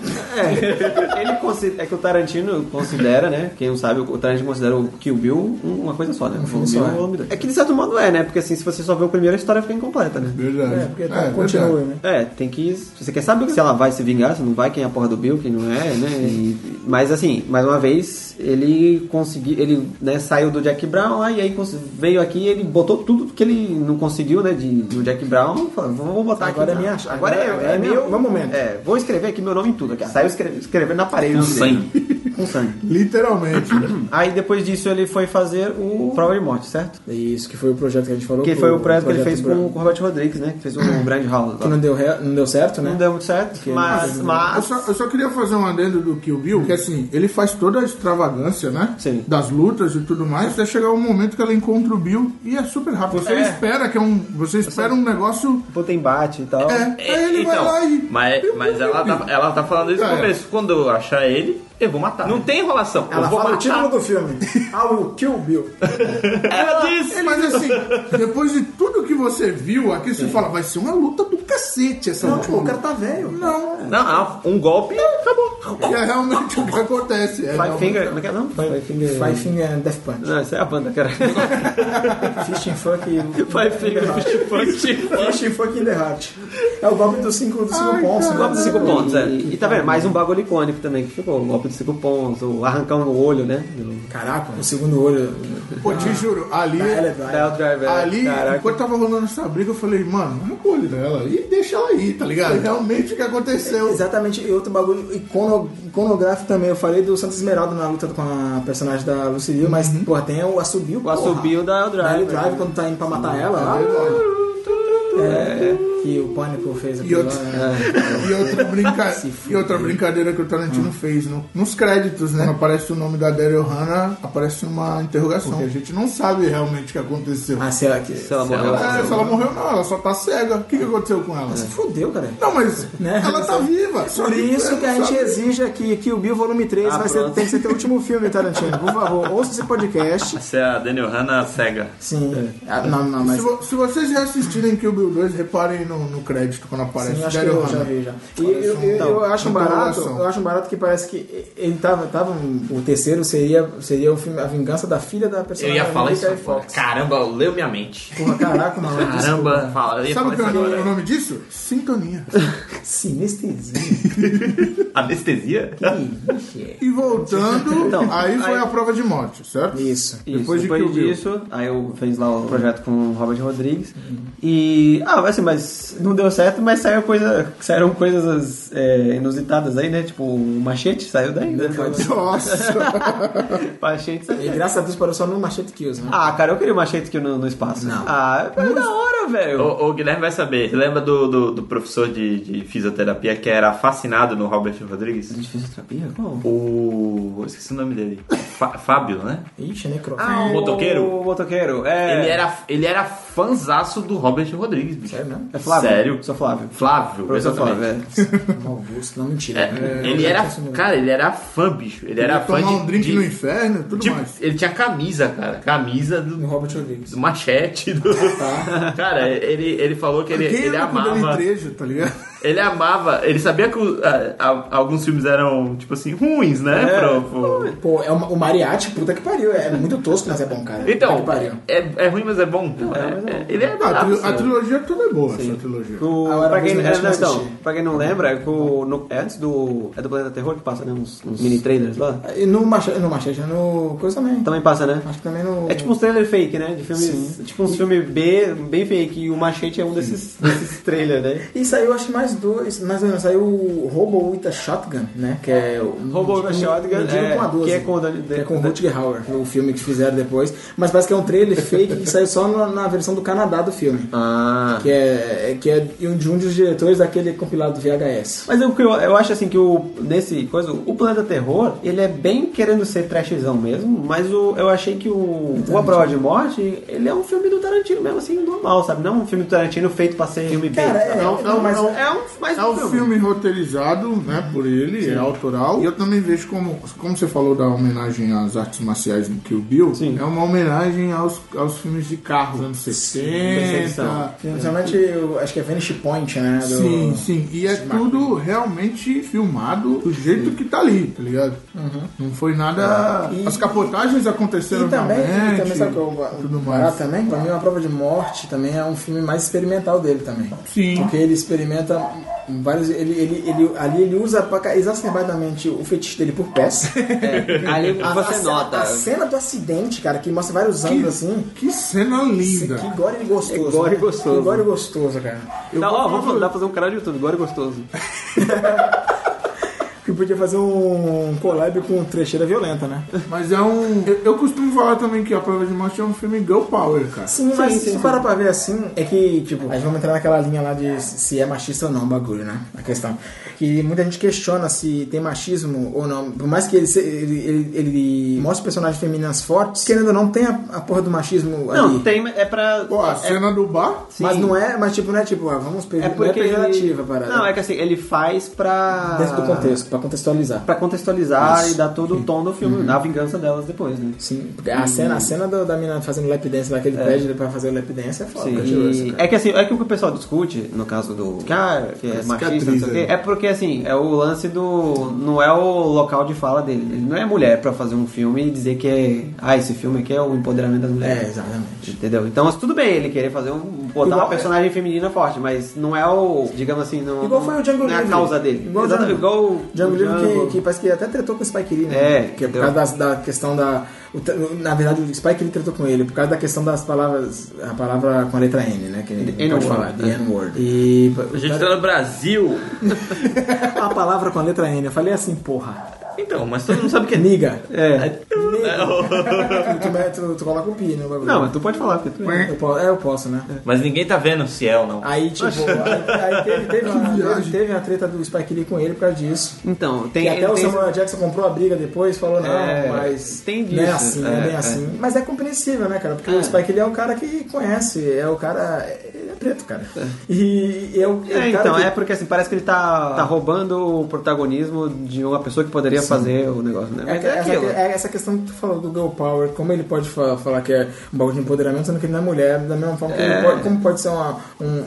[SPEAKER 1] É, ele consi- é que o Tarantino considera, né? Quem não sabe, o Tarantino considera o Kill Bill um- uma coisa só, né? Um filme
[SPEAKER 2] só,
[SPEAKER 1] Bill,
[SPEAKER 2] é.
[SPEAKER 1] um volume dois. É que de certo modo é, né? Porque assim, se você só vê o primeiro, a história fica incompleta, né?
[SPEAKER 4] Verdade.
[SPEAKER 2] É, porque tá, continua,
[SPEAKER 4] verdade.
[SPEAKER 2] né?
[SPEAKER 1] É, tem que. Se você quer saber se ela vai se vingar, se não vai, quem é a porra do Bill, quem não é, né? E- mas assim, mais uma vez, Mas ele conseguiu, ele né, saiu do Jack Brown lá e aí cons- veio aqui e ele botou tudo que ele não conseguiu, né, de, do Jack Brown. Falou, vou, vou botar
[SPEAKER 2] Agora é
[SPEAKER 1] aqui.
[SPEAKER 2] minha-
[SPEAKER 1] Agora,
[SPEAKER 2] agora
[SPEAKER 1] é,
[SPEAKER 2] é
[SPEAKER 1] é,
[SPEAKER 2] meu-
[SPEAKER 1] meu
[SPEAKER 2] meu momento.
[SPEAKER 1] É, vou escrever aqui meu nome em tudo. Aqui. Saiu escreve- escrevendo na parede. o nome dele. Com sangue.
[SPEAKER 4] Literalmente.
[SPEAKER 1] Aí depois disso ele foi fazer o Prova de Morte, certo?
[SPEAKER 2] Isso, que foi o projeto que a gente falou.
[SPEAKER 1] Que
[SPEAKER 2] pro-
[SPEAKER 1] foi o projeto que ele fez
[SPEAKER 2] Brown.
[SPEAKER 1] com, com o Robert Rodrigues, né? Que fez o Grand House.
[SPEAKER 2] Que
[SPEAKER 1] lá.
[SPEAKER 2] não deu, re- não deu certo, né?
[SPEAKER 1] Não deu muito certo, mas...
[SPEAKER 4] Eu
[SPEAKER 1] mas...
[SPEAKER 4] só, eu só queria fazer um adendo do Kill Bill, que assim, ele faz toda a extravagância, né?
[SPEAKER 1] Sim.
[SPEAKER 4] Das lutas e tudo mais, até chegar um momento que ela encontra o Bill e é super rápido. Você
[SPEAKER 1] É.
[SPEAKER 4] espera que é um. Você espera um negócio.
[SPEAKER 1] Puta embate e tal.
[SPEAKER 4] É,
[SPEAKER 3] É,
[SPEAKER 4] aí ele vai
[SPEAKER 3] então,
[SPEAKER 4] lá e.
[SPEAKER 3] mas,
[SPEAKER 4] Bill,
[SPEAKER 3] mas
[SPEAKER 4] Bill,
[SPEAKER 3] ela,
[SPEAKER 4] Bill.
[SPEAKER 3] tá, ela tá falando isso no
[SPEAKER 4] Cara.
[SPEAKER 3] começo. Quando eu achar ele, eu vou matar. Não tem enrolação.
[SPEAKER 2] Ela
[SPEAKER 3] eu vou
[SPEAKER 2] fala o
[SPEAKER 3] matar.
[SPEAKER 2] título do filme. I will kill Bill.
[SPEAKER 3] Ela disse.
[SPEAKER 4] Mas assim, depois de tudo que você viu aqui, você fala, vai ser uma luta do cacete essa
[SPEAKER 2] Não,
[SPEAKER 4] última
[SPEAKER 2] o cara
[SPEAKER 4] luta.
[SPEAKER 2] tá velho.
[SPEAKER 4] Não,
[SPEAKER 3] Não, ah, um golpe acabou.
[SPEAKER 4] que é realmente o que acontece. É,
[SPEAKER 1] Five
[SPEAKER 4] não,
[SPEAKER 1] Finger... Como é que é? Não, Five Finger...
[SPEAKER 2] Five Finger and Death Punch.
[SPEAKER 1] Não, essa é a banda, cara.
[SPEAKER 2] Fish and Fuck e...
[SPEAKER 1] Five Finger Fish Punch.
[SPEAKER 2] Fish and Fuck in the Heart. É o golpe dos cinco, dos cinco pontos. né?
[SPEAKER 1] O golpe de cinco
[SPEAKER 2] cinco
[SPEAKER 1] pontos, é. E tá vendo? Mais um bagulho icônico também que ficou. O golpe de cinco pontos, o arrancão no olho, né? Do-
[SPEAKER 2] Caraca, o segundo olho...
[SPEAKER 4] Pô, te juro, ali.
[SPEAKER 2] Ela é brava.
[SPEAKER 1] Da Driver.
[SPEAKER 4] Ali,
[SPEAKER 1] Caraca.
[SPEAKER 4] enquanto tava rolando essa briga, eu falei, mano, arranca o olho dela e deixa ela aí, tá ligado? É realmente o que aconteceu.
[SPEAKER 2] Exatamente, e outro bagulho icono, iconográfico também. Eu falei do Santos Esmeralda na luta com a personagem da Lucille, mas, porra, tem o assobio,
[SPEAKER 1] O assobio da né? Eldrave.
[SPEAKER 2] Da Ellie Drive, quando tá indo pra matar ela. lá, é, que o Pânico fez né? aqui
[SPEAKER 4] E outro-
[SPEAKER 2] É.
[SPEAKER 4] E outra, brinca...
[SPEAKER 2] Se fuder.
[SPEAKER 4] e outra brincadeira que o Tarantino fez no- nos créditos, né? Quando Aparece o nome da Daryl Hannah, aparece uma interrogação. que A gente não sabe realmente o que aconteceu.
[SPEAKER 2] Ah, sei lá, que...
[SPEAKER 1] Se ela morreu.
[SPEAKER 4] é, se ela morreu, não, ela só tá cega. O que, que aconteceu com ela?
[SPEAKER 2] Fudeu, cara.
[SPEAKER 4] Não, mas
[SPEAKER 2] Né?
[SPEAKER 4] ela tá viva. Só
[SPEAKER 2] Por isso que a gente
[SPEAKER 4] sabe.
[SPEAKER 2] exige aqui que o Bill Volume 3
[SPEAKER 1] Ah,
[SPEAKER 2] vai ser,
[SPEAKER 1] pronto.
[SPEAKER 2] tem que ser teu último filme, Tarantino. Por favor, ouça esse podcast.
[SPEAKER 3] Essa é a Daniel Hanna cega.
[SPEAKER 2] Sim. Ah, Não, não,
[SPEAKER 4] Se,
[SPEAKER 2] mas...
[SPEAKER 4] vo- se vocês já assistirem Kill Bill 2, reparem no, no crédito quando aparece
[SPEAKER 2] Sim, acho que
[SPEAKER 4] Daryl
[SPEAKER 2] eu
[SPEAKER 4] Hannah.
[SPEAKER 2] já Tá, vi já. E eu, eu- eu
[SPEAKER 4] Então,
[SPEAKER 2] acho um
[SPEAKER 4] então,
[SPEAKER 2] barato,
[SPEAKER 4] ação.
[SPEAKER 2] eu acho um barato que parece que ele tava, tava um- o terceiro seria seria o filme A Vingança da Filha da
[SPEAKER 3] Eu
[SPEAKER 2] personagem
[SPEAKER 3] ia falar
[SPEAKER 2] do
[SPEAKER 3] isso.
[SPEAKER 2] Terry
[SPEAKER 3] agora.
[SPEAKER 2] Fox.
[SPEAKER 3] Caramba, leu minha mente.
[SPEAKER 2] Porra, caraca, mano.
[SPEAKER 3] Caramba, fala, eu ia
[SPEAKER 4] Sabe
[SPEAKER 3] falar
[SPEAKER 4] o que é
[SPEAKER 3] isso
[SPEAKER 4] o nome- o
[SPEAKER 3] agora.
[SPEAKER 4] nome disso? Sintonia.
[SPEAKER 2] Sinestesia.
[SPEAKER 3] Anestesia?
[SPEAKER 4] E voltando,
[SPEAKER 1] Então,
[SPEAKER 4] aí foi
[SPEAKER 1] aí-
[SPEAKER 4] a prova de morte, certo?
[SPEAKER 2] Isso.
[SPEAKER 1] Isso,
[SPEAKER 4] Depois
[SPEAKER 1] depois
[SPEAKER 4] de Kill Bill.
[SPEAKER 1] disso, aí eu fiz lá o projeto com o Robert Rodrigues. E. Ah, assim, mas não deu certo, mas saiu coisa, saíram coisas é, inusitadas aí, né? Tipo, o machete saiu daí, né?
[SPEAKER 4] Nossa!
[SPEAKER 1] machete saiu.
[SPEAKER 2] E
[SPEAKER 1] daí.
[SPEAKER 2] graças a Deus parou só no Machete Kills, né?
[SPEAKER 1] Ah, cara, eu queria o machete aqui no, no espaço.
[SPEAKER 2] Não.
[SPEAKER 1] Ah, é da hora, velho.
[SPEAKER 3] O, o Guilherme vai saber. Você lembra do, do, do professor de, de fisioterapia que era fascinado no Robert Rodrigues?
[SPEAKER 1] Fisioterapia? Qual?
[SPEAKER 3] O. eu Esqueci o nome dele. Fá- Fábio, né?
[SPEAKER 2] Ixi, necro.
[SPEAKER 3] o motoqueiro?
[SPEAKER 1] Ah, O motoqueiro, é.
[SPEAKER 3] Ele era, ele era fanzaço do Robert Rodrigues, bicho.
[SPEAKER 2] Sério mesmo?
[SPEAKER 1] É Flávio?
[SPEAKER 3] Sério?
[SPEAKER 1] Sou Flávio.
[SPEAKER 3] Flávio,
[SPEAKER 1] Professor
[SPEAKER 3] exatamente.
[SPEAKER 1] Flávio, é.
[SPEAKER 2] Augusto, um não mentira.
[SPEAKER 3] É, ele era.
[SPEAKER 2] Isso mesmo.
[SPEAKER 3] Cara, ele era fã, bicho. Ele era
[SPEAKER 4] Ia
[SPEAKER 3] fã
[SPEAKER 4] tomar
[SPEAKER 3] de.
[SPEAKER 4] um drink
[SPEAKER 3] de-
[SPEAKER 4] no inferno e tudo
[SPEAKER 3] de-
[SPEAKER 4] mais.
[SPEAKER 3] ele tinha camisa, cara. Camisa
[SPEAKER 2] No
[SPEAKER 3] do,
[SPEAKER 2] Robert Rodrigues.
[SPEAKER 3] do machete. Do... Cara, ele, ele falou que ele,
[SPEAKER 4] Quem
[SPEAKER 3] ele
[SPEAKER 4] era com o Danny
[SPEAKER 3] amava.
[SPEAKER 4] Trejo, tá ligado?
[SPEAKER 3] Ele amava. Ele sabia que o- a- a- alguns filmes eram, tipo assim, ruins, né? pro- pro-
[SPEAKER 2] Pô, é uma- o Mariachi, puta que pariu. É muito tosco, mas é bom, cara. Puta
[SPEAKER 3] Então,
[SPEAKER 2] que pariu.
[SPEAKER 3] é, é ruim, mas é bom. É- é- ele é.
[SPEAKER 4] Ah, a, tri- a
[SPEAKER 3] assim.
[SPEAKER 4] trilogia toda é boa, essa trilogia.
[SPEAKER 1] O-
[SPEAKER 2] Ah, eu era
[SPEAKER 1] pra, quem,
[SPEAKER 2] mais ou menos
[SPEAKER 1] é, não,
[SPEAKER 2] que
[SPEAKER 1] então,
[SPEAKER 2] assisti.
[SPEAKER 1] pra quem não lembra, é, com- no- é antes do. É do Planeta Terror que passa, né? Uns, uns mini trailers lá.
[SPEAKER 2] E no Machete, no Machete, no coisa também. Então,
[SPEAKER 1] Também passa, né?
[SPEAKER 2] Acho que também no...
[SPEAKER 1] É tipo uns trailer fake, né? De filmes.
[SPEAKER 2] Sim.
[SPEAKER 1] Tipo uns filmes B, bem fake. E o Machete é um desses, desses trailers, né?
[SPEAKER 2] E saiu, acho que mais dois, mais ou menos, saiu o Robo with a Shotgun, né? Que é o.
[SPEAKER 1] Robo with a Shotgun,
[SPEAKER 2] Medido
[SPEAKER 1] é,
[SPEAKER 2] com a 12,
[SPEAKER 1] que é com o Dani-
[SPEAKER 2] que é com o
[SPEAKER 1] Dani-
[SPEAKER 2] Rutger Hauer, no filme que fizeram depois. Mas parece que é um trailer fake que saiu só na, na versão do Canadá do filme.
[SPEAKER 1] Ah.
[SPEAKER 2] Que é, é- que é de um de um dos diretores daquele compilado VHS.
[SPEAKER 1] Mas eu, eu, eu acho assim que o, nesse coisa, o Planeta Terror, ele é bem querendo ser trashzão mesmo, mas o, eu achei que o, o A Prova de Morte, ele é um filme do Tarantino mesmo, assim, normal, sabe? Não um filme do Tarantino feito pra ser filme B.
[SPEAKER 2] Cara,
[SPEAKER 1] sabe?
[SPEAKER 2] é,
[SPEAKER 1] um-
[SPEAKER 2] não, mas-
[SPEAKER 1] um- é um, mais
[SPEAKER 4] É um filme roteirizado, né, por ele, é autoral. E eu também vejo como, como você falou da homenagem às artes marciais no Kill Bill,
[SPEAKER 1] Sim.
[SPEAKER 4] é uma homenagem aos, aos filmes de carro, anos 60.
[SPEAKER 1] perseguição.
[SPEAKER 2] Principalmente, eu acho que é Vanish Point, né? do-
[SPEAKER 4] Sim, sim. E é tudo realmente filmado do jeito que tá ali, tá ligado? Não foi nada.
[SPEAKER 2] Uhum. Ah, E-
[SPEAKER 4] As capotagens aconteceram
[SPEAKER 2] E também,
[SPEAKER 4] realmente.
[SPEAKER 2] e também, sabe é o que eu
[SPEAKER 4] tudo mais.
[SPEAKER 2] é barato também? Pra mim, Uma Prova de Morte também é um filme mais experimental dele também.
[SPEAKER 4] Sim.
[SPEAKER 2] Porque ele experimenta em vários. Ele, ele, ele- ali ele usa pra ca- exacerbadamente o fetiche dele por pés.
[SPEAKER 1] É, ali
[SPEAKER 2] A- a
[SPEAKER 1] você
[SPEAKER 2] ce-
[SPEAKER 1] nota.
[SPEAKER 2] A cena do acidente, cara, que mostra vários ângulos assim.
[SPEAKER 4] Que cena linda.
[SPEAKER 2] Que gore gostoso.
[SPEAKER 1] É gore
[SPEAKER 2] né?
[SPEAKER 1] gostoso.
[SPEAKER 2] Que gore gostoso, cara. Eu
[SPEAKER 1] Tá, ó, vamos
[SPEAKER 2] gosto-
[SPEAKER 1] mandar fazer um canal de YouTube, agora é gostoso.
[SPEAKER 2] que podia fazer um collab com trecheira violenta, né?
[SPEAKER 4] Mas é um. Eu, eu costumo falar também que A Prova de Morte é um filme girl power, cara.
[SPEAKER 2] Sim, mas se parar pra ver assim, é que, tipo, aí vamos entrar naquela linha lá de se é machista ou não o bagulho, né? A questão. Que muita gente questiona se tem machismo ou não. Por mais que ele, se- ele, ele, ele mostre personagens femininas fortes, querendo ou não, tem a, a porra do machismo ali.
[SPEAKER 1] Não, tem. É pra.
[SPEAKER 4] Pô, a cena do bar.
[SPEAKER 2] Mas
[SPEAKER 1] sim.
[SPEAKER 2] não é, mas tipo, não é tipo, ah, vamos pe-
[SPEAKER 1] É
[SPEAKER 2] não é
[SPEAKER 1] porque. ele-
[SPEAKER 2] pejorativa a parada.
[SPEAKER 1] Não, é que assim, ele faz pra.
[SPEAKER 2] dentro do contexto, pra contextualizar.
[SPEAKER 1] Pra contextualizar
[SPEAKER 2] Isso. Uhum.
[SPEAKER 1] e dar todo o tom do filme, da vingança delas depois, né?
[SPEAKER 2] Sim, porque a cena, a cena do- da mina fazendo lap dance lá, que ele pede pra fazer o lap dance é foda.
[SPEAKER 1] É. Sim,
[SPEAKER 2] cabuloso,
[SPEAKER 1] e-
[SPEAKER 2] cara.
[SPEAKER 1] é que assim, é que o que o pessoal discute, no caso do cara, que é machista, não sei o quê,
[SPEAKER 2] né?
[SPEAKER 1] é porque assim, é o lance do. não é o local de fala dele. Ele não é mulher pra fazer um filme e dizer que é. Ah, esse filme aqui é o empoderamento das mulheres.
[SPEAKER 2] É, exatamente.
[SPEAKER 1] Entendeu? Então, assim, tudo bem ele querer fazer um. botar
[SPEAKER 2] Igual-
[SPEAKER 1] uma personagem feminina forte, mas não é o. digamos assim, não.
[SPEAKER 2] Igual foi o Django
[SPEAKER 1] Não é a
[SPEAKER 2] Livre.
[SPEAKER 1] causa dele.
[SPEAKER 2] Igual o
[SPEAKER 1] Exato,
[SPEAKER 2] Django.
[SPEAKER 1] igual o
[SPEAKER 2] Django Livre
[SPEAKER 1] Django.
[SPEAKER 2] que, que parece que até tretou com o Spike Lee, né?
[SPEAKER 1] É,
[SPEAKER 2] que é por
[SPEAKER 1] deu.
[SPEAKER 2] causa das- da questão da. o tra- Na verdade, o Spike Lee tretou com ele por causa da questão das palavras. A palavra com a letra N, né? Que ele pode
[SPEAKER 1] N-word,
[SPEAKER 2] falar, the
[SPEAKER 1] é.
[SPEAKER 2] N-word. E.
[SPEAKER 3] A gente tá no Brasil.
[SPEAKER 2] A palavra com a letra N, eu falei assim, porra.
[SPEAKER 3] Então, mas todo mundo sabe que é.
[SPEAKER 2] Niga.
[SPEAKER 1] É.
[SPEAKER 2] Tu, tu, tu, tu coloca o pi, né? o bagulho.
[SPEAKER 1] Não, mas tu pode falar, porque tu.
[SPEAKER 2] eu, po- é, eu posso, né?
[SPEAKER 3] Mas ninguém tá vendo se é ou não.
[SPEAKER 2] Aí, tipo, aí, aí teve, teve, uma, teve,
[SPEAKER 4] viagem.
[SPEAKER 2] teve uma treta do Spike Lee com ele por causa disso.
[SPEAKER 1] Então,
[SPEAKER 2] E
[SPEAKER 1] tem.
[SPEAKER 2] até o
[SPEAKER 1] tem-
[SPEAKER 2] Samuel Jackson comprou a briga depois, falou, não,
[SPEAKER 1] É,
[SPEAKER 2] mas.
[SPEAKER 1] tem
[SPEAKER 2] Não é
[SPEAKER 1] disso,
[SPEAKER 2] assim, não é
[SPEAKER 1] é,
[SPEAKER 2] bem
[SPEAKER 1] é.
[SPEAKER 2] assim. Mas é compreensível, né, cara? Porque o Spike ele é o cara que conhece, é o cara. Ele é preto, cara. E, e é o.
[SPEAKER 1] É,
[SPEAKER 2] o cara
[SPEAKER 1] então,
[SPEAKER 2] que-
[SPEAKER 1] é porque assim, parece que ele tá, tá roubando o protagonismo de uma pessoa que poderia fazer o negócio, né?
[SPEAKER 2] É,
[SPEAKER 1] Mas
[SPEAKER 2] que-
[SPEAKER 1] é
[SPEAKER 2] essa,
[SPEAKER 1] aquilo.
[SPEAKER 2] que- é essa questão que tu falou do girl power, como ele pode fa- falar, que é um bagulho de empoderamento, sendo que ele não é mulher, da mesma forma que ele
[SPEAKER 1] É.
[SPEAKER 2] pode, como pode ser uma- um,
[SPEAKER 1] Hum.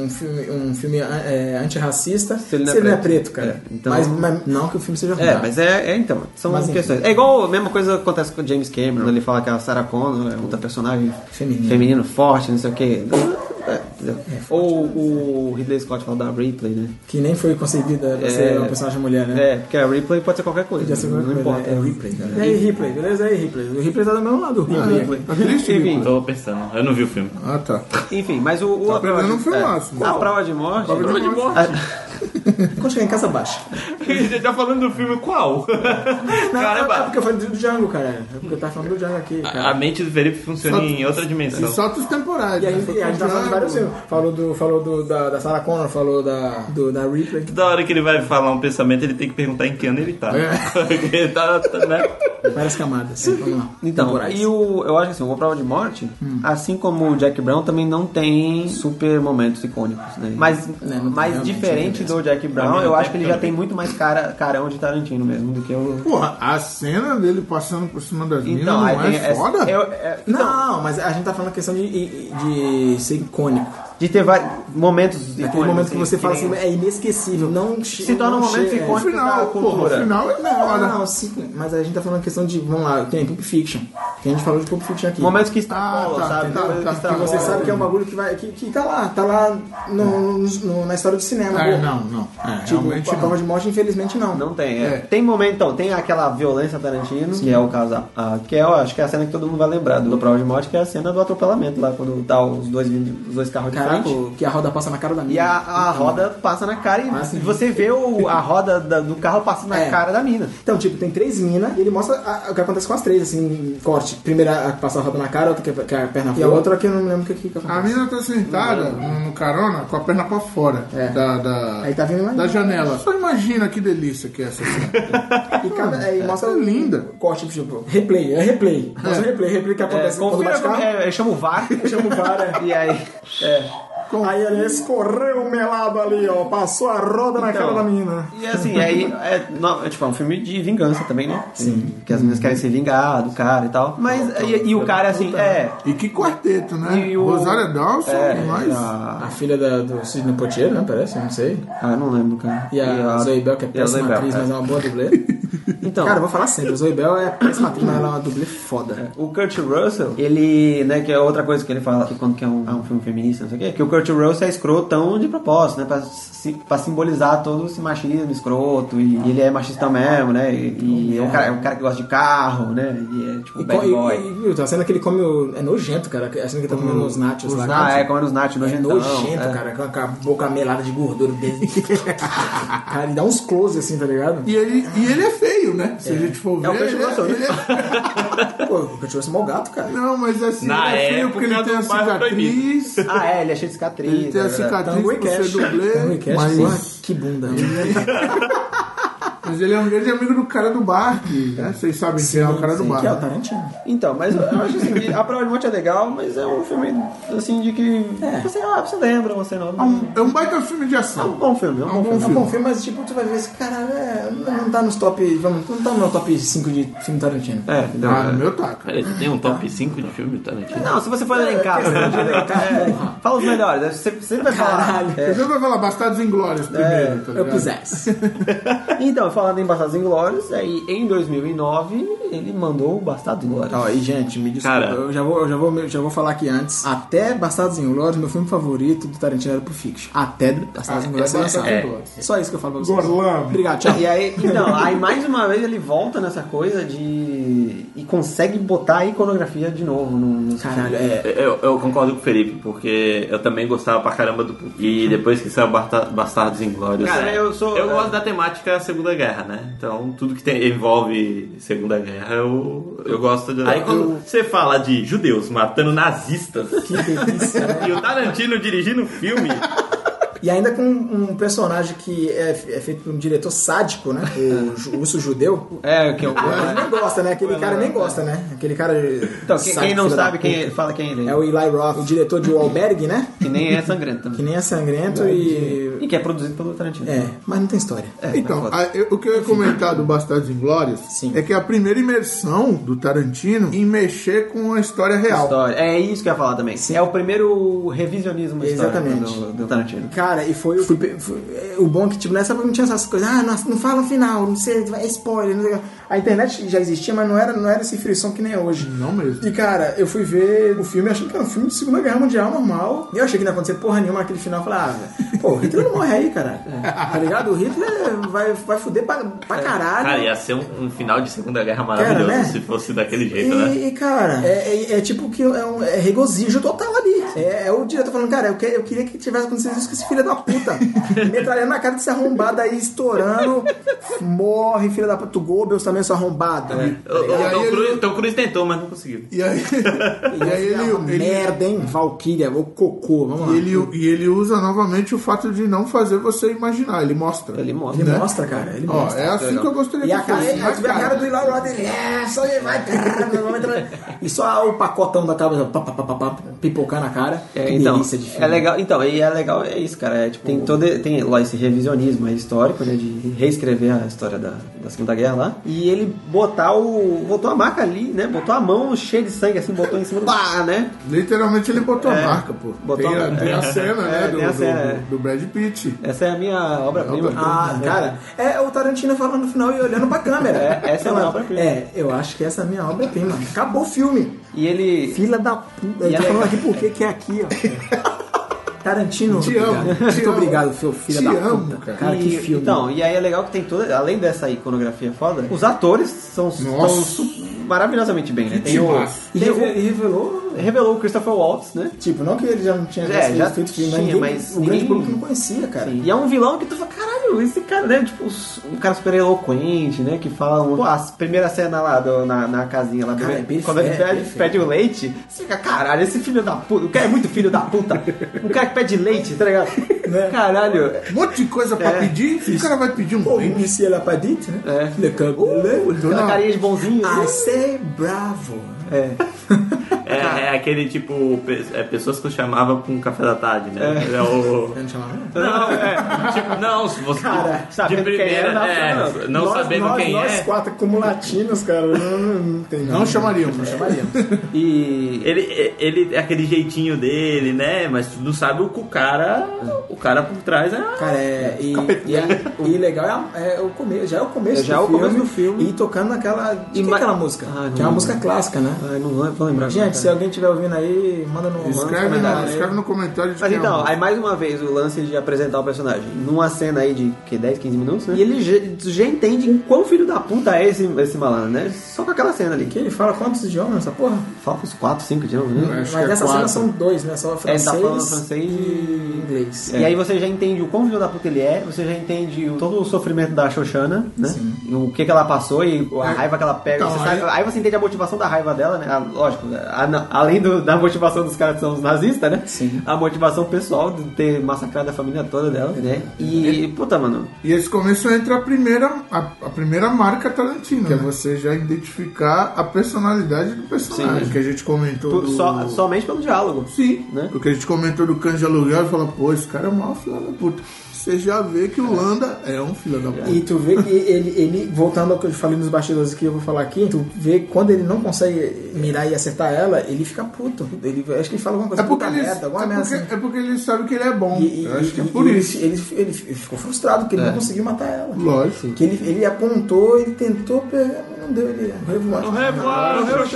[SPEAKER 2] um, um filme, um filme é, antirracista se ele não é, preto, cara.
[SPEAKER 1] É, então-
[SPEAKER 2] mas, mas não que o filme seja ruim.
[SPEAKER 1] É, mas é, é então, são
[SPEAKER 2] Mas,
[SPEAKER 1] as
[SPEAKER 2] enfim.
[SPEAKER 1] questões. É igual a mesma coisa que acontece com o James Cameron, ele fala que a Sarah Connor é outra personagem
[SPEAKER 2] Feminina.
[SPEAKER 1] feminino forte, não sei o quê. É, entendeu? Ou o Ridley Scott fala da Ripley, né?
[SPEAKER 2] Que nem foi concebida pra ser
[SPEAKER 1] É.
[SPEAKER 2] uma personagem mulher, né?
[SPEAKER 1] É, porque a Ripley pode ser qualquer coisa. né?
[SPEAKER 2] Podia ser
[SPEAKER 1] não
[SPEAKER 2] qualquer
[SPEAKER 1] importa.
[SPEAKER 2] coisa, é, é Ripley, cara. E aí, Ripley, beleza? E aí, Ripley. O Ripley tá do mesmo lado, o Ripley.
[SPEAKER 1] É Enfim,
[SPEAKER 3] Tô pensando, eu não vi o filme.
[SPEAKER 4] Ah, tá.
[SPEAKER 1] enfim, Tá, mas o, o a, prova
[SPEAKER 4] perdendo
[SPEAKER 1] de,
[SPEAKER 4] um filmaço,
[SPEAKER 1] é,
[SPEAKER 4] mano.
[SPEAKER 1] a prova de morte. é
[SPEAKER 2] Quando chegar em casa, baixa.
[SPEAKER 3] Você tá falando do filme qual?
[SPEAKER 2] Não,
[SPEAKER 3] Caramba.
[SPEAKER 2] é porque eu falei do Django, cara. É porque eu tava falando do Django aqui,
[SPEAKER 1] Ah,
[SPEAKER 2] cara.
[SPEAKER 3] A mente do Felipe funciona em outra
[SPEAKER 4] E
[SPEAKER 3] dimensão.
[SPEAKER 4] solta os temporários.
[SPEAKER 2] É. E aí,
[SPEAKER 4] né? Foi
[SPEAKER 2] e a gente tá falando de vários
[SPEAKER 4] comprado.
[SPEAKER 2] filmes. Falou, do, falou do, da, da Sarah Connor, falou da, do, da Ripley.
[SPEAKER 3] Toda hora que ele vai falar um pensamento, ele tem que perguntar em que ano ele tá. Porque ele tá, tá, né?
[SPEAKER 2] Várias camadas. assim, Vamos lá.
[SPEAKER 1] Então,
[SPEAKER 2] Temporais.
[SPEAKER 1] e o, eu acho que assim, o Prova de Morte, assim como o Jack Brown, também não tem super momentos icônicos, né? Mas,
[SPEAKER 2] Não, não tem
[SPEAKER 1] mas
[SPEAKER 2] realmente,
[SPEAKER 1] diferente
[SPEAKER 2] não tem
[SPEAKER 1] do Jack
[SPEAKER 3] Pra
[SPEAKER 1] Brown,
[SPEAKER 3] mim não
[SPEAKER 1] eu
[SPEAKER 3] tem
[SPEAKER 1] acho que ele já
[SPEAKER 3] também.
[SPEAKER 1] tem muito mais cara, carão de Tarantino mesmo do que o... Então,
[SPEAKER 4] Porra, a cena dele passando por cima das minas
[SPEAKER 2] Então,
[SPEAKER 4] não
[SPEAKER 1] aí tem
[SPEAKER 4] é
[SPEAKER 1] essa-
[SPEAKER 4] foda?
[SPEAKER 1] eu- é-
[SPEAKER 2] Não,
[SPEAKER 1] então,
[SPEAKER 2] mas a gente tá falando a questão de, de ser icônico.
[SPEAKER 1] de ter vai- momentos
[SPEAKER 2] Naquele
[SPEAKER 1] icônicos.
[SPEAKER 2] momento que você fala
[SPEAKER 1] nem-
[SPEAKER 2] assim, é inesquecível. Não
[SPEAKER 1] Se torna um momento
[SPEAKER 4] O
[SPEAKER 1] icônico.
[SPEAKER 4] final,
[SPEAKER 1] da
[SPEAKER 4] porra,
[SPEAKER 1] cultura.
[SPEAKER 4] o final é
[SPEAKER 2] Não,
[SPEAKER 4] foda.
[SPEAKER 2] não, sim, mas a gente tá falando a questão de, vamos lá, tem Pulp Fiction. Que a gente falou de Pulp Fiction aqui.
[SPEAKER 1] Momentos que
[SPEAKER 4] Ah,
[SPEAKER 1] extrapolam,
[SPEAKER 4] tá,
[SPEAKER 1] sabe?
[SPEAKER 4] tá,
[SPEAKER 1] Coisas que
[SPEAKER 4] tá.
[SPEAKER 2] que
[SPEAKER 1] extrapolam.
[SPEAKER 2] você sabe que é um bagulho que vai. Que, que tá lá, tá lá no- no- na história do cinema.
[SPEAKER 4] É,
[SPEAKER 2] pô.
[SPEAKER 4] não, não. É, realmente
[SPEAKER 2] Tipo, a
[SPEAKER 4] não.
[SPEAKER 2] prova de morte, infelizmente, não.
[SPEAKER 1] Não tem, é.
[SPEAKER 4] É.
[SPEAKER 1] Tem momento, então, tem aquela violência Tarantino, que é o caso, a- que é, eu acho que é a cena que todo mundo vai lembrar do Prova de Morte, que é a cena do atropelamento lá, quando tá os dois, vindo- os dois carros de
[SPEAKER 2] Caraca,
[SPEAKER 1] frente.
[SPEAKER 2] que a roda passa na cara da mina.
[SPEAKER 1] E a, a roda passa na cara e
[SPEAKER 2] sim.
[SPEAKER 1] você vê o- a roda da- do carro passando na
[SPEAKER 2] É.
[SPEAKER 1] cara da mina.
[SPEAKER 2] Então, tipo, tem três minas e ele mostra a- o que acontece com as três, assim, corte. Primeira a que passa a roda na cara, outra que, que a perna fora. E a outra que eu não me lembro o que, que acontece.
[SPEAKER 4] A mina tá sentada no, no carona com a perna pra fora
[SPEAKER 2] É.
[SPEAKER 4] da, da,
[SPEAKER 2] Aí tá vindo lá.
[SPEAKER 4] da janela. Só imagina que delícia que é essa cena.
[SPEAKER 2] E cada, aí mostra
[SPEAKER 4] É linda.
[SPEAKER 2] corte, tipo, replay, é replay. Mostra o replay, replay que
[SPEAKER 1] É,
[SPEAKER 2] acontece um quando
[SPEAKER 1] confira,
[SPEAKER 2] bate
[SPEAKER 1] como-
[SPEAKER 2] carro.
[SPEAKER 1] é, eu chamo o VAR.
[SPEAKER 2] Chama o VAR,
[SPEAKER 1] e aí. É.
[SPEAKER 2] é. Aí ele escorreu o melado ali, ó. Passou a roda na
[SPEAKER 1] Então.
[SPEAKER 2] cara da mina.
[SPEAKER 1] E assim, aí é, não, é, tipo, é um filme de vingança também, né? Sim. Que as meninas querem se vingar do cara e tal. Mas e, e o cara assim, é.
[SPEAKER 4] E que quarteto, né?
[SPEAKER 1] E o-
[SPEAKER 4] Rosária Dawson,
[SPEAKER 1] É,
[SPEAKER 4] mas...
[SPEAKER 1] a-
[SPEAKER 2] A filha da- do Sidney Poitier, né? Parece, não sei.
[SPEAKER 1] Ah, eu não lembro, cara.
[SPEAKER 2] E a Zoe Bell, que é
[SPEAKER 1] e a Zoe
[SPEAKER 2] péssima
[SPEAKER 1] Bell,
[SPEAKER 2] atriz,
[SPEAKER 1] é.
[SPEAKER 2] mas é uma boa dublê.
[SPEAKER 1] Então,
[SPEAKER 2] Cara, eu vou falar sempre, a Zoe Bell é péssima atriz, mas ela é uma dublê foda.
[SPEAKER 1] o Kurt Russell, ele, né, que é outra coisa que ele fala que quando que é um, ah, um filme feminista, não sei o quê, que o Kurt Russell é escrotão de propósito, né, pra, si- pra simbolizar todo esse machismo escroto, e, e ele é machistão mesmo, né, e, e é, um cara, é um cara que gosta de carro, né, e é tipo
[SPEAKER 2] E, co-
[SPEAKER 1] bad
[SPEAKER 2] e,
[SPEAKER 1] boy.
[SPEAKER 2] e, viu, tem uma cena que ele come o... É nojento, cara. A cena que ele tá comendo os nachos lá.
[SPEAKER 1] ah,
[SPEAKER 2] cara.
[SPEAKER 1] é, como é nos Nath,
[SPEAKER 2] É
[SPEAKER 1] nojentão.
[SPEAKER 2] nojento,
[SPEAKER 1] é.
[SPEAKER 2] cara, com a- com a boca melada de gordura dele. cara, ele dá uns close assim, tá ligado?
[SPEAKER 4] E ele, e ele é feio, né? Se a gente for ver.
[SPEAKER 1] É o peixe
[SPEAKER 4] ele,
[SPEAKER 1] grosso, né?
[SPEAKER 4] ele é-
[SPEAKER 2] Pô, o Kurt Russell é mau gato, cara.
[SPEAKER 4] Não, mas assim,
[SPEAKER 3] Na
[SPEAKER 4] ele é feio porque
[SPEAKER 3] época
[SPEAKER 4] ele tem a
[SPEAKER 3] do bairro
[SPEAKER 4] cicatriz.
[SPEAKER 1] Ah, é, ele é cheio de cicatriz.
[SPEAKER 4] Ele tem
[SPEAKER 1] é
[SPEAKER 4] a
[SPEAKER 1] verdade.
[SPEAKER 4] cicatriz
[SPEAKER 2] Tango e
[SPEAKER 4] por ser
[SPEAKER 2] Cash. Tango
[SPEAKER 4] dublê.
[SPEAKER 2] e Cash,
[SPEAKER 4] mas-
[SPEAKER 2] porra, que bunda. né?
[SPEAKER 4] Mas ele é um grande amigo do cara do bar. que, né? Vocês sabem quem é o cara do
[SPEAKER 2] Que é o
[SPEAKER 4] bar.
[SPEAKER 2] Tarantino.
[SPEAKER 1] Então, mas eu acho assim, que A Prova de Morte é legal, mas é um filme, assim, de que... Você, ah, você lembra, você não...
[SPEAKER 4] É um- É um baita filme de
[SPEAKER 1] É um
[SPEAKER 4] ação.
[SPEAKER 1] bom filme, é um bom filme.
[SPEAKER 2] É um bom filme, mas tipo, tu vai ver esse cara, é, não tá nos top. Vamos, não tá no meu top 5 de filme Tarantino.
[SPEAKER 1] É, entendeu?
[SPEAKER 4] Ah, no meu taco.
[SPEAKER 3] Peraí, tu tem um top 5 de filme tá, do Tarantino?
[SPEAKER 1] Não, se você for elencar, por exemplo, é, fala os melhores. Você sempre vai falar. É.
[SPEAKER 2] Caralho.
[SPEAKER 4] Eu já vou falar Bastardos Inglórios primeiro, tá
[SPEAKER 2] Eu
[SPEAKER 4] ligado?
[SPEAKER 2] quisesse.
[SPEAKER 1] Então, falando em Bastardos Inglórios, aí em 2009 ele mandou o Bastardos Inglórios.
[SPEAKER 2] Ó, e gente, me desculpa,
[SPEAKER 3] Cara.
[SPEAKER 2] eu já vou, eu já vou, eu já vou falar aqui antes. Até Bastardos em
[SPEAKER 4] é
[SPEAKER 2] Glórias, meu filme favorito do Tarantino era Pulp Fiction. Até Bastardos em Glórias ser lançado. Só isso que eu falo pra vocês.
[SPEAKER 4] Gorlami.
[SPEAKER 2] Obrigado, tchau.
[SPEAKER 1] E aí, então, aí mais uma vez ele volta nessa coisa de. e consegue botar a iconografia de novo no. no
[SPEAKER 2] Caralho, é.
[SPEAKER 3] Eu, eu concordo com o Felipe, porque eu também gostava pra caramba do Pulp. E depois que saiu Barta- Bastardos Inglórios.
[SPEAKER 1] Cara, eu sou-
[SPEAKER 3] Eu
[SPEAKER 1] é.
[SPEAKER 3] gosto da temática Segunda Guerra, né? Então, tudo que tem- envolve Segunda Guerra, eu, eu gosto de. Aí quando você fala de judeus matando nazistas. e o Tarantino dirigindo o filme.
[SPEAKER 2] né? E ainda com um personagem que é, é feito por um diretor sádico, né? O ju- urso judeu.
[SPEAKER 1] É, o que eu.
[SPEAKER 2] Ele nem gosta, né? Aquele cara nem gosta, né? Aquele cara.
[SPEAKER 1] Então, quem,
[SPEAKER 2] sádico,
[SPEAKER 1] quem não
[SPEAKER 2] filho da
[SPEAKER 1] sabe quem
[SPEAKER 2] puta.
[SPEAKER 1] é, fala quem ele é.
[SPEAKER 2] É o Eli Roth, o diretor de O Albergue, né?
[SPEAKER 1] Que nem é sangrento também.
[SPEAKER 2] Que nem é sangrento e.
[SPEAKER 1] E que é produzido pelo Tarantino.
[SPEAKER 2] É, mas não tem história.
[SPEAKER 1] É,
[SPEAKER 4] Então,
[SPEAKER 1] mas foda.
[SPEAKER 4] a- eu- o que eu ia comentar do Bastardos Inglórios
[SPEAKER 2] Sim.
[SPEAKER 4] é que é a primeira imersão do Tarantino em mexer com a história real.
[SPEAKER 1] História. É isso que eu ia falar também. É o primeiro revisionismo histórico
[SPEAKER 2] Exatamente.
[SPEAKER 1] do, do Tarantino.
[SPEAKER 2] Cara, e foi, fui- fui- é, o bom que, tipo, nessa época não tinha essas coisas, ah, nossa, não fala o final, não sei, é spoiler, não sei. o que. A internet já existia, mas não era, não era essa frição que nem é hoje.
[SPEAKER 4] Não mesmo.
[SPEAKER 2] E cara, eu fui ver o filme achei que era um filme de Segunda Guerra Mundial normal. E eu achei que não ia acontecer porra nenhuma naquele final. Eu falei, ah, velho, pô, o Hitler não morre aí, cara. Tá ligado? O Hitler vai, vai fuder pra, pra caralho.
[SPEAKER 3] Cara, ia ser um, um final de Segunda Guerra maravilhoso
[SPEAKER 2] Cara, né?
[SPEAKER 3] se fosse daquele jeito, né?
[SPEAKER 2] E, e, cara, é, é- é tipo que é um é regozijo total ali. É, é o diretor falando, cara, eu, que- eu queria que tivesse acontecido isso com esse filho da puta. Metralhando na cara desse arrombado aí, estourando. Morre, filho da puta. O Goebbels também, seu arrombado.
[SPEAKER 3] O, o
[SPEAKER 4] E aí
[SPEAKER 3] Tom,
[SPEAKER 4] ele-
[SPEAKER 3] Cruise, Tom Cruise tentou, mas não conseguiu.
[SPEAKER 4] E aí, e aí ele,
[SPEAKER 2] É uma
[SPEAKER 4] ele-
[SPEAKER 2] Merda, hein? Valkyria, o cocô, vamos lá.
[SPEAKER 4] e ele- e ele usa novamente o fato de não fazer você imaginar, ele mostra.
[SPEAKER 1] Ele mostra.
[SPEAKER 2] Ele
[SPEAKER 4] né?
[SPEAKER 2] mostra, cara. Ele
[SPEAKER 4] Ó,
[SPEAKER 2] mostra.
[SPEAKER 4] é assim que eu gostaria
[SPEAKER 2] E a
[SPEAKER 4] que
[SPEAKER 2] cara,
[SPEAKER 4] fosse.
[SPEAKER 2] aí tu vê a cara do Eli Roth, ele é, só ele vai, cara, vamos entrar. E só o pacotão da cabeça, pá, pá, pá, pá, pá, pipocar na cara.
[SPEAKER 1] É,
[SPEAKER 2] que
[SPEAKER 1] então,
[SPEAKER 2] delícia de filme.
[SPEAKER 1] é legal, então, e é legal, é isso, cara. É, tipo, tem todo tem lá esse revisionismo aí histórico, né? De reescrever a história da, da Segunda Guerra lá. E ele botar o. botou a maca ali, né? Botou a mão cheia de sangue, assim, botou em cima do. Pá, né?
[SPEAKER 4] Literalmente ele botou a marca, pô.
[SPEAKER 1] Botou
[SPEAKER 4] tem,
[SPEAKER 1] a
[SPEAKER 4] a,
[SPEAKER 1] marca.
[SPEAKER 4] tem a cena, né?
[SPEAKER 1] É,
[SPEAKER 4] do,
[SPEAKER 1] tem a
[SPEAKER 4] do-
[SPEAKER 1] cena,
[SPEAKER 4] do-
[SPEAKER 1] é.
[SPEAKER 4] do Brad Pitt.
[SPEAKER 1] Essa é a minha obra-prima.
[SPEAKER 2] Ah, cara, é o Tarantino falando no final e olhando pra câmera.
[SPEAKER 1] É, essa é a minha obra-prima.
[SPEAKER 2] É, eu acho que essa é a minha obra-prima. Acabou o filme.
[SPEAKER 1] E ele.
[SPEAKER 2] Fila da puta.
[SPEAKER 1] E
[SPEAKER 2] Ele tá
[SPEAKER 1] é
[SPEAKER 2] falando
[SPEAKER 1] legal.
[SPEAKER 2] aqui por que que é aqui, ó. Tarantino,
[SPEAKER 4] Te amo,
[SPEAKER 2] obrigado.
[SPEAKER 4] te
[SPEAKER 2] Muito
[SPEAKER 4] amo.
[SPEAKER 2] obrigado, seu filho
[SPEAKER 4] Te
[SPEAKER 2] da
[SPEAKER 4] amo,
[SPEAKER 2] puta.
[SPEAKER 4] cara.
[SPEAKER 2] Cara, que
[SPEAKER 1] E-
[SPEAKER 2] filme.
[SPEAKER 1] Então, e aí é legal que tem toda, além dessa iconografia foda, os atores são, estão
[SPEAKER 4] Nossa.
[SPEAKER 1] su- maravilhosamente bem, né? Tem o,
[SPEAKER 4] timaço.
[SPEAKER 2] e
[SPEAKER 1] tem o-
[SPEAKER 2] reve- e revelou...
[SPEAKER 1] revelou o Christopher Waltz, né?
[SPEAKER 2] Tipo, não que ele já não tinha
[SPEAKER 1] É, já
[SPEAKER 2] feito filme,
[SPEAKER 1] tinha,
[SPEAKER 2] ninguém-
[SPEAKER 1] mas
[SPEAKER 2] o grande
[SPEAKER 1] ninguém-
[SPEAKER 2] público não conhecia, cara.
[SPEAKER 1] E é um vilão que tu fala, caralho, esse cara, né? Tipo, um cara super eloquente, né? Que fala. Um... Pô, a primeira cena lá do- na, na casinha lá do.
[SPEAKER 2] Cara, é perfeito,
[SPEAKER 1] quando ele pede,
[SPEAKER 2] perfeito.
[SPEAKER 1] pede o leite, você fica, caralho, esse filho da puta. O cara é muito filho da puta. Um cara que pede leite, tá ligado?
[SPEAKER 2] Né?
[SPEAKER 1] Caralho.
[SPEAKER 4] Um monte de coisa pra
[SPEAKER 1] É.
[SPEAKER 4] pedir, o cara vai pedir um
[SPEAKER 2] Pô,
[SPEAKER 4] drink.
[SPEAKER 2] Missy ela padite, né?
[SPEAKER 1] É.
[SPEAKER 2] Le cabelé.
[SPEAKER 1] Aquela
[SPEAKER 4] não.
[SPEAKER 1] né?
[SPEAKER 2] Ah,
[SPEAKER 1] carinha de bonzinho.
[SPEAKER 2] I say bravo.
[SPEAKER 1] É.
[SPEAKER 3] É, é aquele tipo, pe- é pessoas que eu chamava com café da tarde, né? É. o...
[SPEAKER 2] Eu não chamava? não?
[SPEAKER 3] Não, é. Tipo, não, se você.
[SPEAKER 2] Cara,
[SPEAKER 3] de
[SPEAKER 1] sabendo quem
[SPEAKER 3] primeira,
[SPEAKER 1] era, dá pra-
[SPEAKER 3] é, não
[SPEAKER 2] nós,
[SPEAKER 3] sabendo
[SPEAKER 2] nós,
[SPEAKER 3] quem
[SPEAKER 2] nós
[SPEAKER 3] é.
[SPEAKER 2] quatro, como latinos, cara, não, não, não tem
[SPEAKER 4] Não chamariam, não chamariam.
[SPEAKER 1] E.
[SPEAKER 3] Ele, ele é aquele jeitinho dele, né? Mas tu não sabe o que o cara. O cara por trás é.
[SPEAKER 2] Cara, é, e, e, a- e legal é, a- é o começo, já é o começo
[SPEAKER 1] Já
[SPEAKER 2] do
[SPEAKER 1] é o
[SPEAKER 2] filme.
[SPEAKER 1] começo do filme.
[SPEAKER 2] E tocando naquela. De quem
[SPEAKER 1] ma-
[SPEAKER 2] é aquela música?
[SPEAKER 1] Ah, não
[SPEAKER 2] que é uma
[SPEAKER 1] lembro.
[SPEAKER 2] música clássica, né?
[SPEAKER 1] Ai, não vou- vou lembrar.
[SPEAKER 2] Gente,
[SPEAKER 1] agora,
[SPEAKER 2] se
[SPEAKER 1] cara.
[SPEAKER 2] alguém estiver ouvindo aí, manda
[SPEAKER 4] um
[SPEAKER 2] no
[SPEAKER 4] Escreve,
[SPEAKER 2] manda
[SPEAKER 4] no,
[SPEAKER 2] aí.
[SPEAKER 4] escreve no comentário de
[SPEAKER 1] Mas
[SPEAKER 4] quem é o
[SPEAKER 1] então,
[SPEAKER 4] outro.
[SPEAKER 1] aí mais uma vez o lance de apresentar o personagem. Numa cena aí de que, 10, 15 minutos, né? E ele já, já entende o quão filho da puta é esse, esse malandro, né? Só com aquela cena ali.
[SPEAKER 2] Que
[SPEAKER 1] Que
[SPEAKER 2] ele fala quantos idiomas nessa porra?
[SPEAKER 1] falta uns 4, 5 de novo, né?
[SPEAKER 2] Mas
[SPEAKER 4] Acho que é
[SPEAKER 2] nessa cena
[SPEAKER 4] quatro.
[SPEAKER 2] são dois, né? Só
[SPEAKER 1] É, ele
[SPEAKER 2] francês,
[SPEAKER 1] tá falando francês
[SPEAKER 2] e
[SPEAKER 1] e.
[SPEAKER 4] É.
[SPEAKER 1] É,
[SPEAKER 2] inglês.
[SPEAKER 1] E aí você já entende o quão filho da puta ele é, você já entende o- todo o sofrimento da Xoxana, né? O que, que ela passou e a raiva que ela pega.
[SPEAKER 4] Então,
[SPEAKER 1] você
[SPEAKER 4] aí-
[SPEAKER 1] sabe- aí... você entende a motivação da raiva dela, né? A- lógico, a- na- além do- da motivação dos caras que são os nazistas, né?
[SPEAKER 2] Sim.
[SPEAKER 1] A motivação pessoal de ter massacrado a família toda dela, né? E, puta, mano,
[SPEAKER 4] E esse começo entra a primeira, a, a primeira marca Tarantino, que é você já identificar a personalidade do personagem, que a gente comentou.
[SPEAKER 1] por-
[SPEAKER 4] do...
[SPEAKER 1] só- somente pelo diálogo.
[SPEAKER 4] Sim,
[SPEAKER 1] né?
[SPEAKER 4] porque a gente comentou do canja aluguel e fala, pô, esse cara é mau filho da puta. Você já vê que o Landa é um filho da puta.
[SPEAKER 2] E tu vê que ele, ele, voltando ao que eu falei nos bastidores que eu vou falar aqui, tu vê que quando ele não consegue mirar e acertar ela, ele fica puto. Ele, acho que ele fala alguma coisa,
[SPEAKER 4] É porque,
[SPEAKER 2] puta
[SPEAKER 4] ele,
[SPEAKER 2] merda, alguma
[SPEAKER 4] é,
[SPEAKER 2] merda
[SPEAKER 4] porque,
[SPEAKER 2] assim.
[SPEAKER 4] é porque ele sabe que ele é bom.
[SPEAKER 2] E- e-
[SPEAKER 4] Eu acho que é
[SPEAKER 2] e-
[SPEAKER 4] por
[SPEAKER 2] e
[SPEAKER 4] isso.
[SPEAKER 2] Ele, ele, ele ficou frustrado porque ele não conseguiu matar ela.
[SPEAKER 4] Lógico.
[SPEAKER 2] assim, Que ele, ele apontou, ele tentou pegar, mas não deu, ele revoou.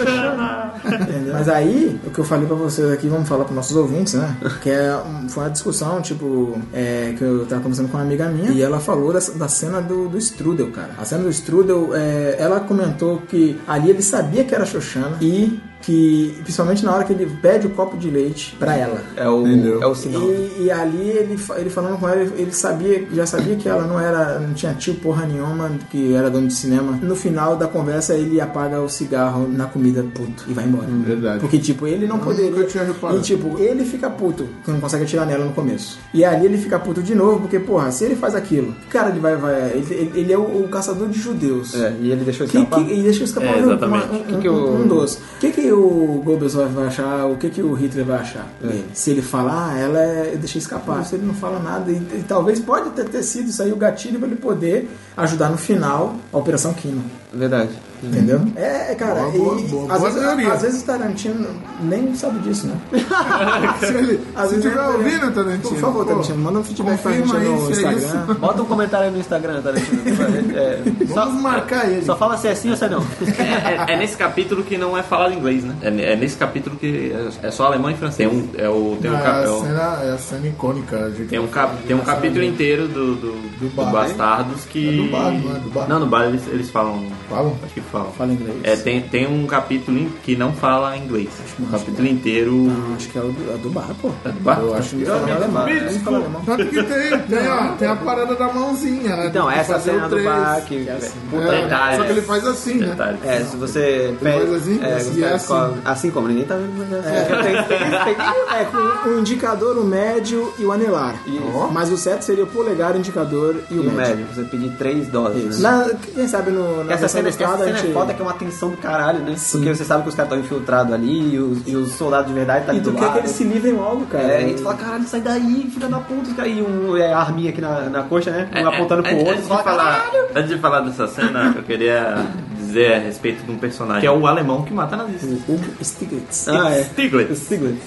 [SPEAKER 2] Entendeu? Mas aí, o que eu falei pra vocês aqui, vamos falar pros nossos ouvintes, né? Que é, um- foi uma discussão, tipo, é, que eu tava conversando com uma amiga minha e ela falou dessa- da, cena do, do Strudel, cara. A cena do Strudel, é, ela comentou que ali ele sabia que era a Xoxana e que, principalmente na hora que ele pede o copo de leite pra ela.
[SPEAKER 1] É o,
[SPEAKER 4] Entendeu.
[SPEAKER 1] é o sinal.
[SPEAKER 2] E, e ali ele, fa- ele falando com ela, ele ele sabia, já sabia que ela não era, não tinha tio porra nenhuma, que era dono de cinema. No final da conversa, ele apaga o cigarro na comida puto e vai embora.
[SPEAKER 4] verdade.
[SPEAKER 2] Porque, tipo, ele não
[SPEAKER 4] Eu
[SPEAKER 2] poderia.
[SPEAKER 4] nunca tinha reparado.
[SPEAKER 2] E, tipo, ele fica puto, que não consegue atirar nela no começo. E ali ele fica puto de novo, porque, porra, se ele faz aquilo, cara, ele vai. vai ele, ele- ele é o, o caçador de judeus.
[SPEAKER 1] É, e ele deixou
[SPEAKER 2] Que,
[SPEAKER 1] escapar.
[SPEAKER 2] que, e deixa eu escapar
[SPEAKER 3] É,
[SPEAKER 2] um-
[SPEAKER 3] exatamente.
[SPEAKER 2] uma- um,
[SPEAKER 1] Que que
[SPEAKER 2] um-
[SPEAKER 1] o-
[SPEAKER 2] um doce. O que, que o Goebbels vai- vai achar? O que, que o Hitler vai achar? dele? Se ele falar, ah, ela é... eu deixei escapar. É. Se ele não fala nada, e, e talvez pode até ter sido isso aí o gatilho pra ele poder ajudar no final a Operação Kino.
[SPEAKER 1] Verdade.
[SPEAKER 2] Entendeu? É, cara,
[SPEAKER 4] Boa, boa,
[SPEAKER 2] e
[SPEAKER 4] boa,
[SPEAKER 2] às,
[SPEAKER 4] boa
[SPEAKER 2] vezes,
[SPEAKER 4] teoria.
[SPEAKER 2] às vezes o Tarantino nem sabe disso, né?
[SPEAKER 4] Se ele
[SPEAKER 2] Às
[SPEAKER 4] se
[SPEAKER 2] vezes
[SPEAKER 4] tiver
[SPEAKER 2] é-
[SPEAKER 4] ouvindo, Tarantino.
[SPEAKER 2] Por favor,
[SPEAKER 4] pô,
[SPEAKER 2] Tarantino, manda um feedback pra gente
[SPEAKER 4] confirma aí
[SPEAKER 2] no
[SPEAKER 4] se é isso.
[SPEAKER 2] Instagram.
[SPEAKER 1] Bota um comentário aí no Instagram, tá? É, só,
[SPEAKER 4] Vamos marcar ele.
[SPEAKER 1] só fala se é sim ou se é não.
[SPEAKER 3] É, é- é nesse capítulo que não é falado inglês, né? É, é nesse capítulo que é, é só alemão e francês. Tem um, é o, tem um,
[SPEAKER 4] É
[SPEAKER 3] cap- é
[SPEAKER 4] a
[SPEAKER 3] o-
[SPEAKER 4] cena, é a cena icônica. a gente
[SPEAKER 3] tem um,
[SPEAKER 4] vai
[SPEAKER 3] cap-
[SPEAKER 4] falar de
[SPEAKER 3] tem um
[SPEAKER 4] Nacional.
[SPEAKER 3] capítulo inteiro do, do, do
[SPEAKER 4] bar, né?
[SPEAKER 3] Bastardos que.
[SPEAKER 4] É do bar, não é? Do bar.
[SPEAKER 3] Não, no bar eles, eles falam.
[SPEAKER 4] Falam?
[SPEAKER 3] Acho que falam.
[SPEAKER 2] Fala inglês.
[SPEAKER 3] É, tem, tem um capítulo in- que não fala inglês. Um capítulo inteiro.
[SPEAKER 2] Acho que é o do, é do bar, Então, pô.
[SPEAKER 3] É do bar?
[SPEAKER 4] Eu acho que
[SPEAKER 2] Ele fala alemão. é Ele fala alemão.
[SPEAKER 4] Tanto que tem, tem, a, tem a parada da mãozinha, né?
[SPEAKER 1] Então,
[SPEAKER 4] Tem que
[SPEAKER 1] essa
[SPEAKER 4] fazer
[SPEAKER 1] cena
[SPEAKER 4] o
[SPEAKER 1] do
[SPEAKER 4] três.
[SPEAKER 1] bar que.
[SPEAKER 4] É,
[SPEAKER 3] Detalhes.
[SPEAKER 4] só que ele faz assim, né?
[SPEAKER 3] Detalhes.
[SPEAKER 1] É, se você
[SPEAKER 4] faz assim?
[SPEAKER 1] é,
[SPEAKER 4] Assim,
[SPEAKER 1] você
[SPEAKER 4] é
[SPEAKER 1] escolhe- assim como ninguém tá vendo, mas é assim. Tem- tem- tem- tem-
[SPEAKER 2] É, com o indicador, o médio e o anelar.
[SPEAKER 1] Isso.
[SPEAKER 2] Mas o certo seria o polegar, o indicador e o
[SPEAKER 1] E o
[SPEAKER 2] médio.
[SPEAKER 1] médio, você pedir três doses, né?
[SPEAKER 2] Na- quem sabe no, na
[SPEAKER 1] Essa
[SPEAKER 2] versão
[SPEAKER 1] cena,
[SPEAKER 2] do
[SPEAKER 1] essa
[SPEAKER 2] Estado a
[SPEAKER 1] cena
[SPEAKER 2] gente...
[SPEAKER 1] é foda que é uma tensão do caralho, né? Porque você sabe que os caras estão infiltrados ali e os, e os soldados de verdade tá
[SPEAKER 2] E
[SPEAKER 1] ali
[SPEAKER 2] tu
[SPEAKER 1] do
[SPEAKER 2] quer
[SPEAKER 1] lado.
[SPEAKER 2] que eles se livrem logo, cara.
[SPEAKER 1] É, e tu fala, caralho, sai daí, fica na ponta, fica aí um é, arminha aqui na, na coxa, né? Um apontando pro
[SPEAKER 3] antes-
[SPEAKER 1] outro,
[SPEAKER 3] antes
[SPEAKER 1] tu
[SPEAKER 3] É,
[SPEAKER 1] fala,
[SPEAKER 3] de falar,
[SPEAKER 1] caralho.
[SPEAKER 3] antes de falar dessa cena, eu queria dizer a respeito de um personagem que é o alemão que mata nazistas.
[SPEAKER 1] é
[SPEAKER 2] O Hugo Stiglitz.
[SPEAKER 1] Ah, é.
[SPEAKER 3] Stiglitz.
[SPEAKER 1] Stiglitz.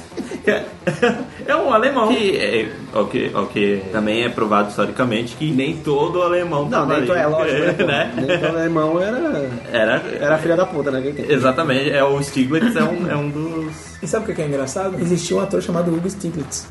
[SPEAKER 3] É um alemão que, é, o que, o que também é provado historicamente que nem todo alemão
[SPEAKER 1] Não, nem
[SPEAKER 3] trabalha,
[SPEAKER 1] tu é lógico, né? pô?
[SPEAKER 3] né?
[SPEAKER 1] Nem todo alemão era,
[SPEAKER 3] Era,
[SPEAKER 1] era filha da puta, né? Quem tem?
[SPEAKER 3] exatamente, é o Stiglitz é um, é um dos
[SPEAKER 2] E sabe o que que é engraçado? Existia um ator chamado Hugo Stiglitz.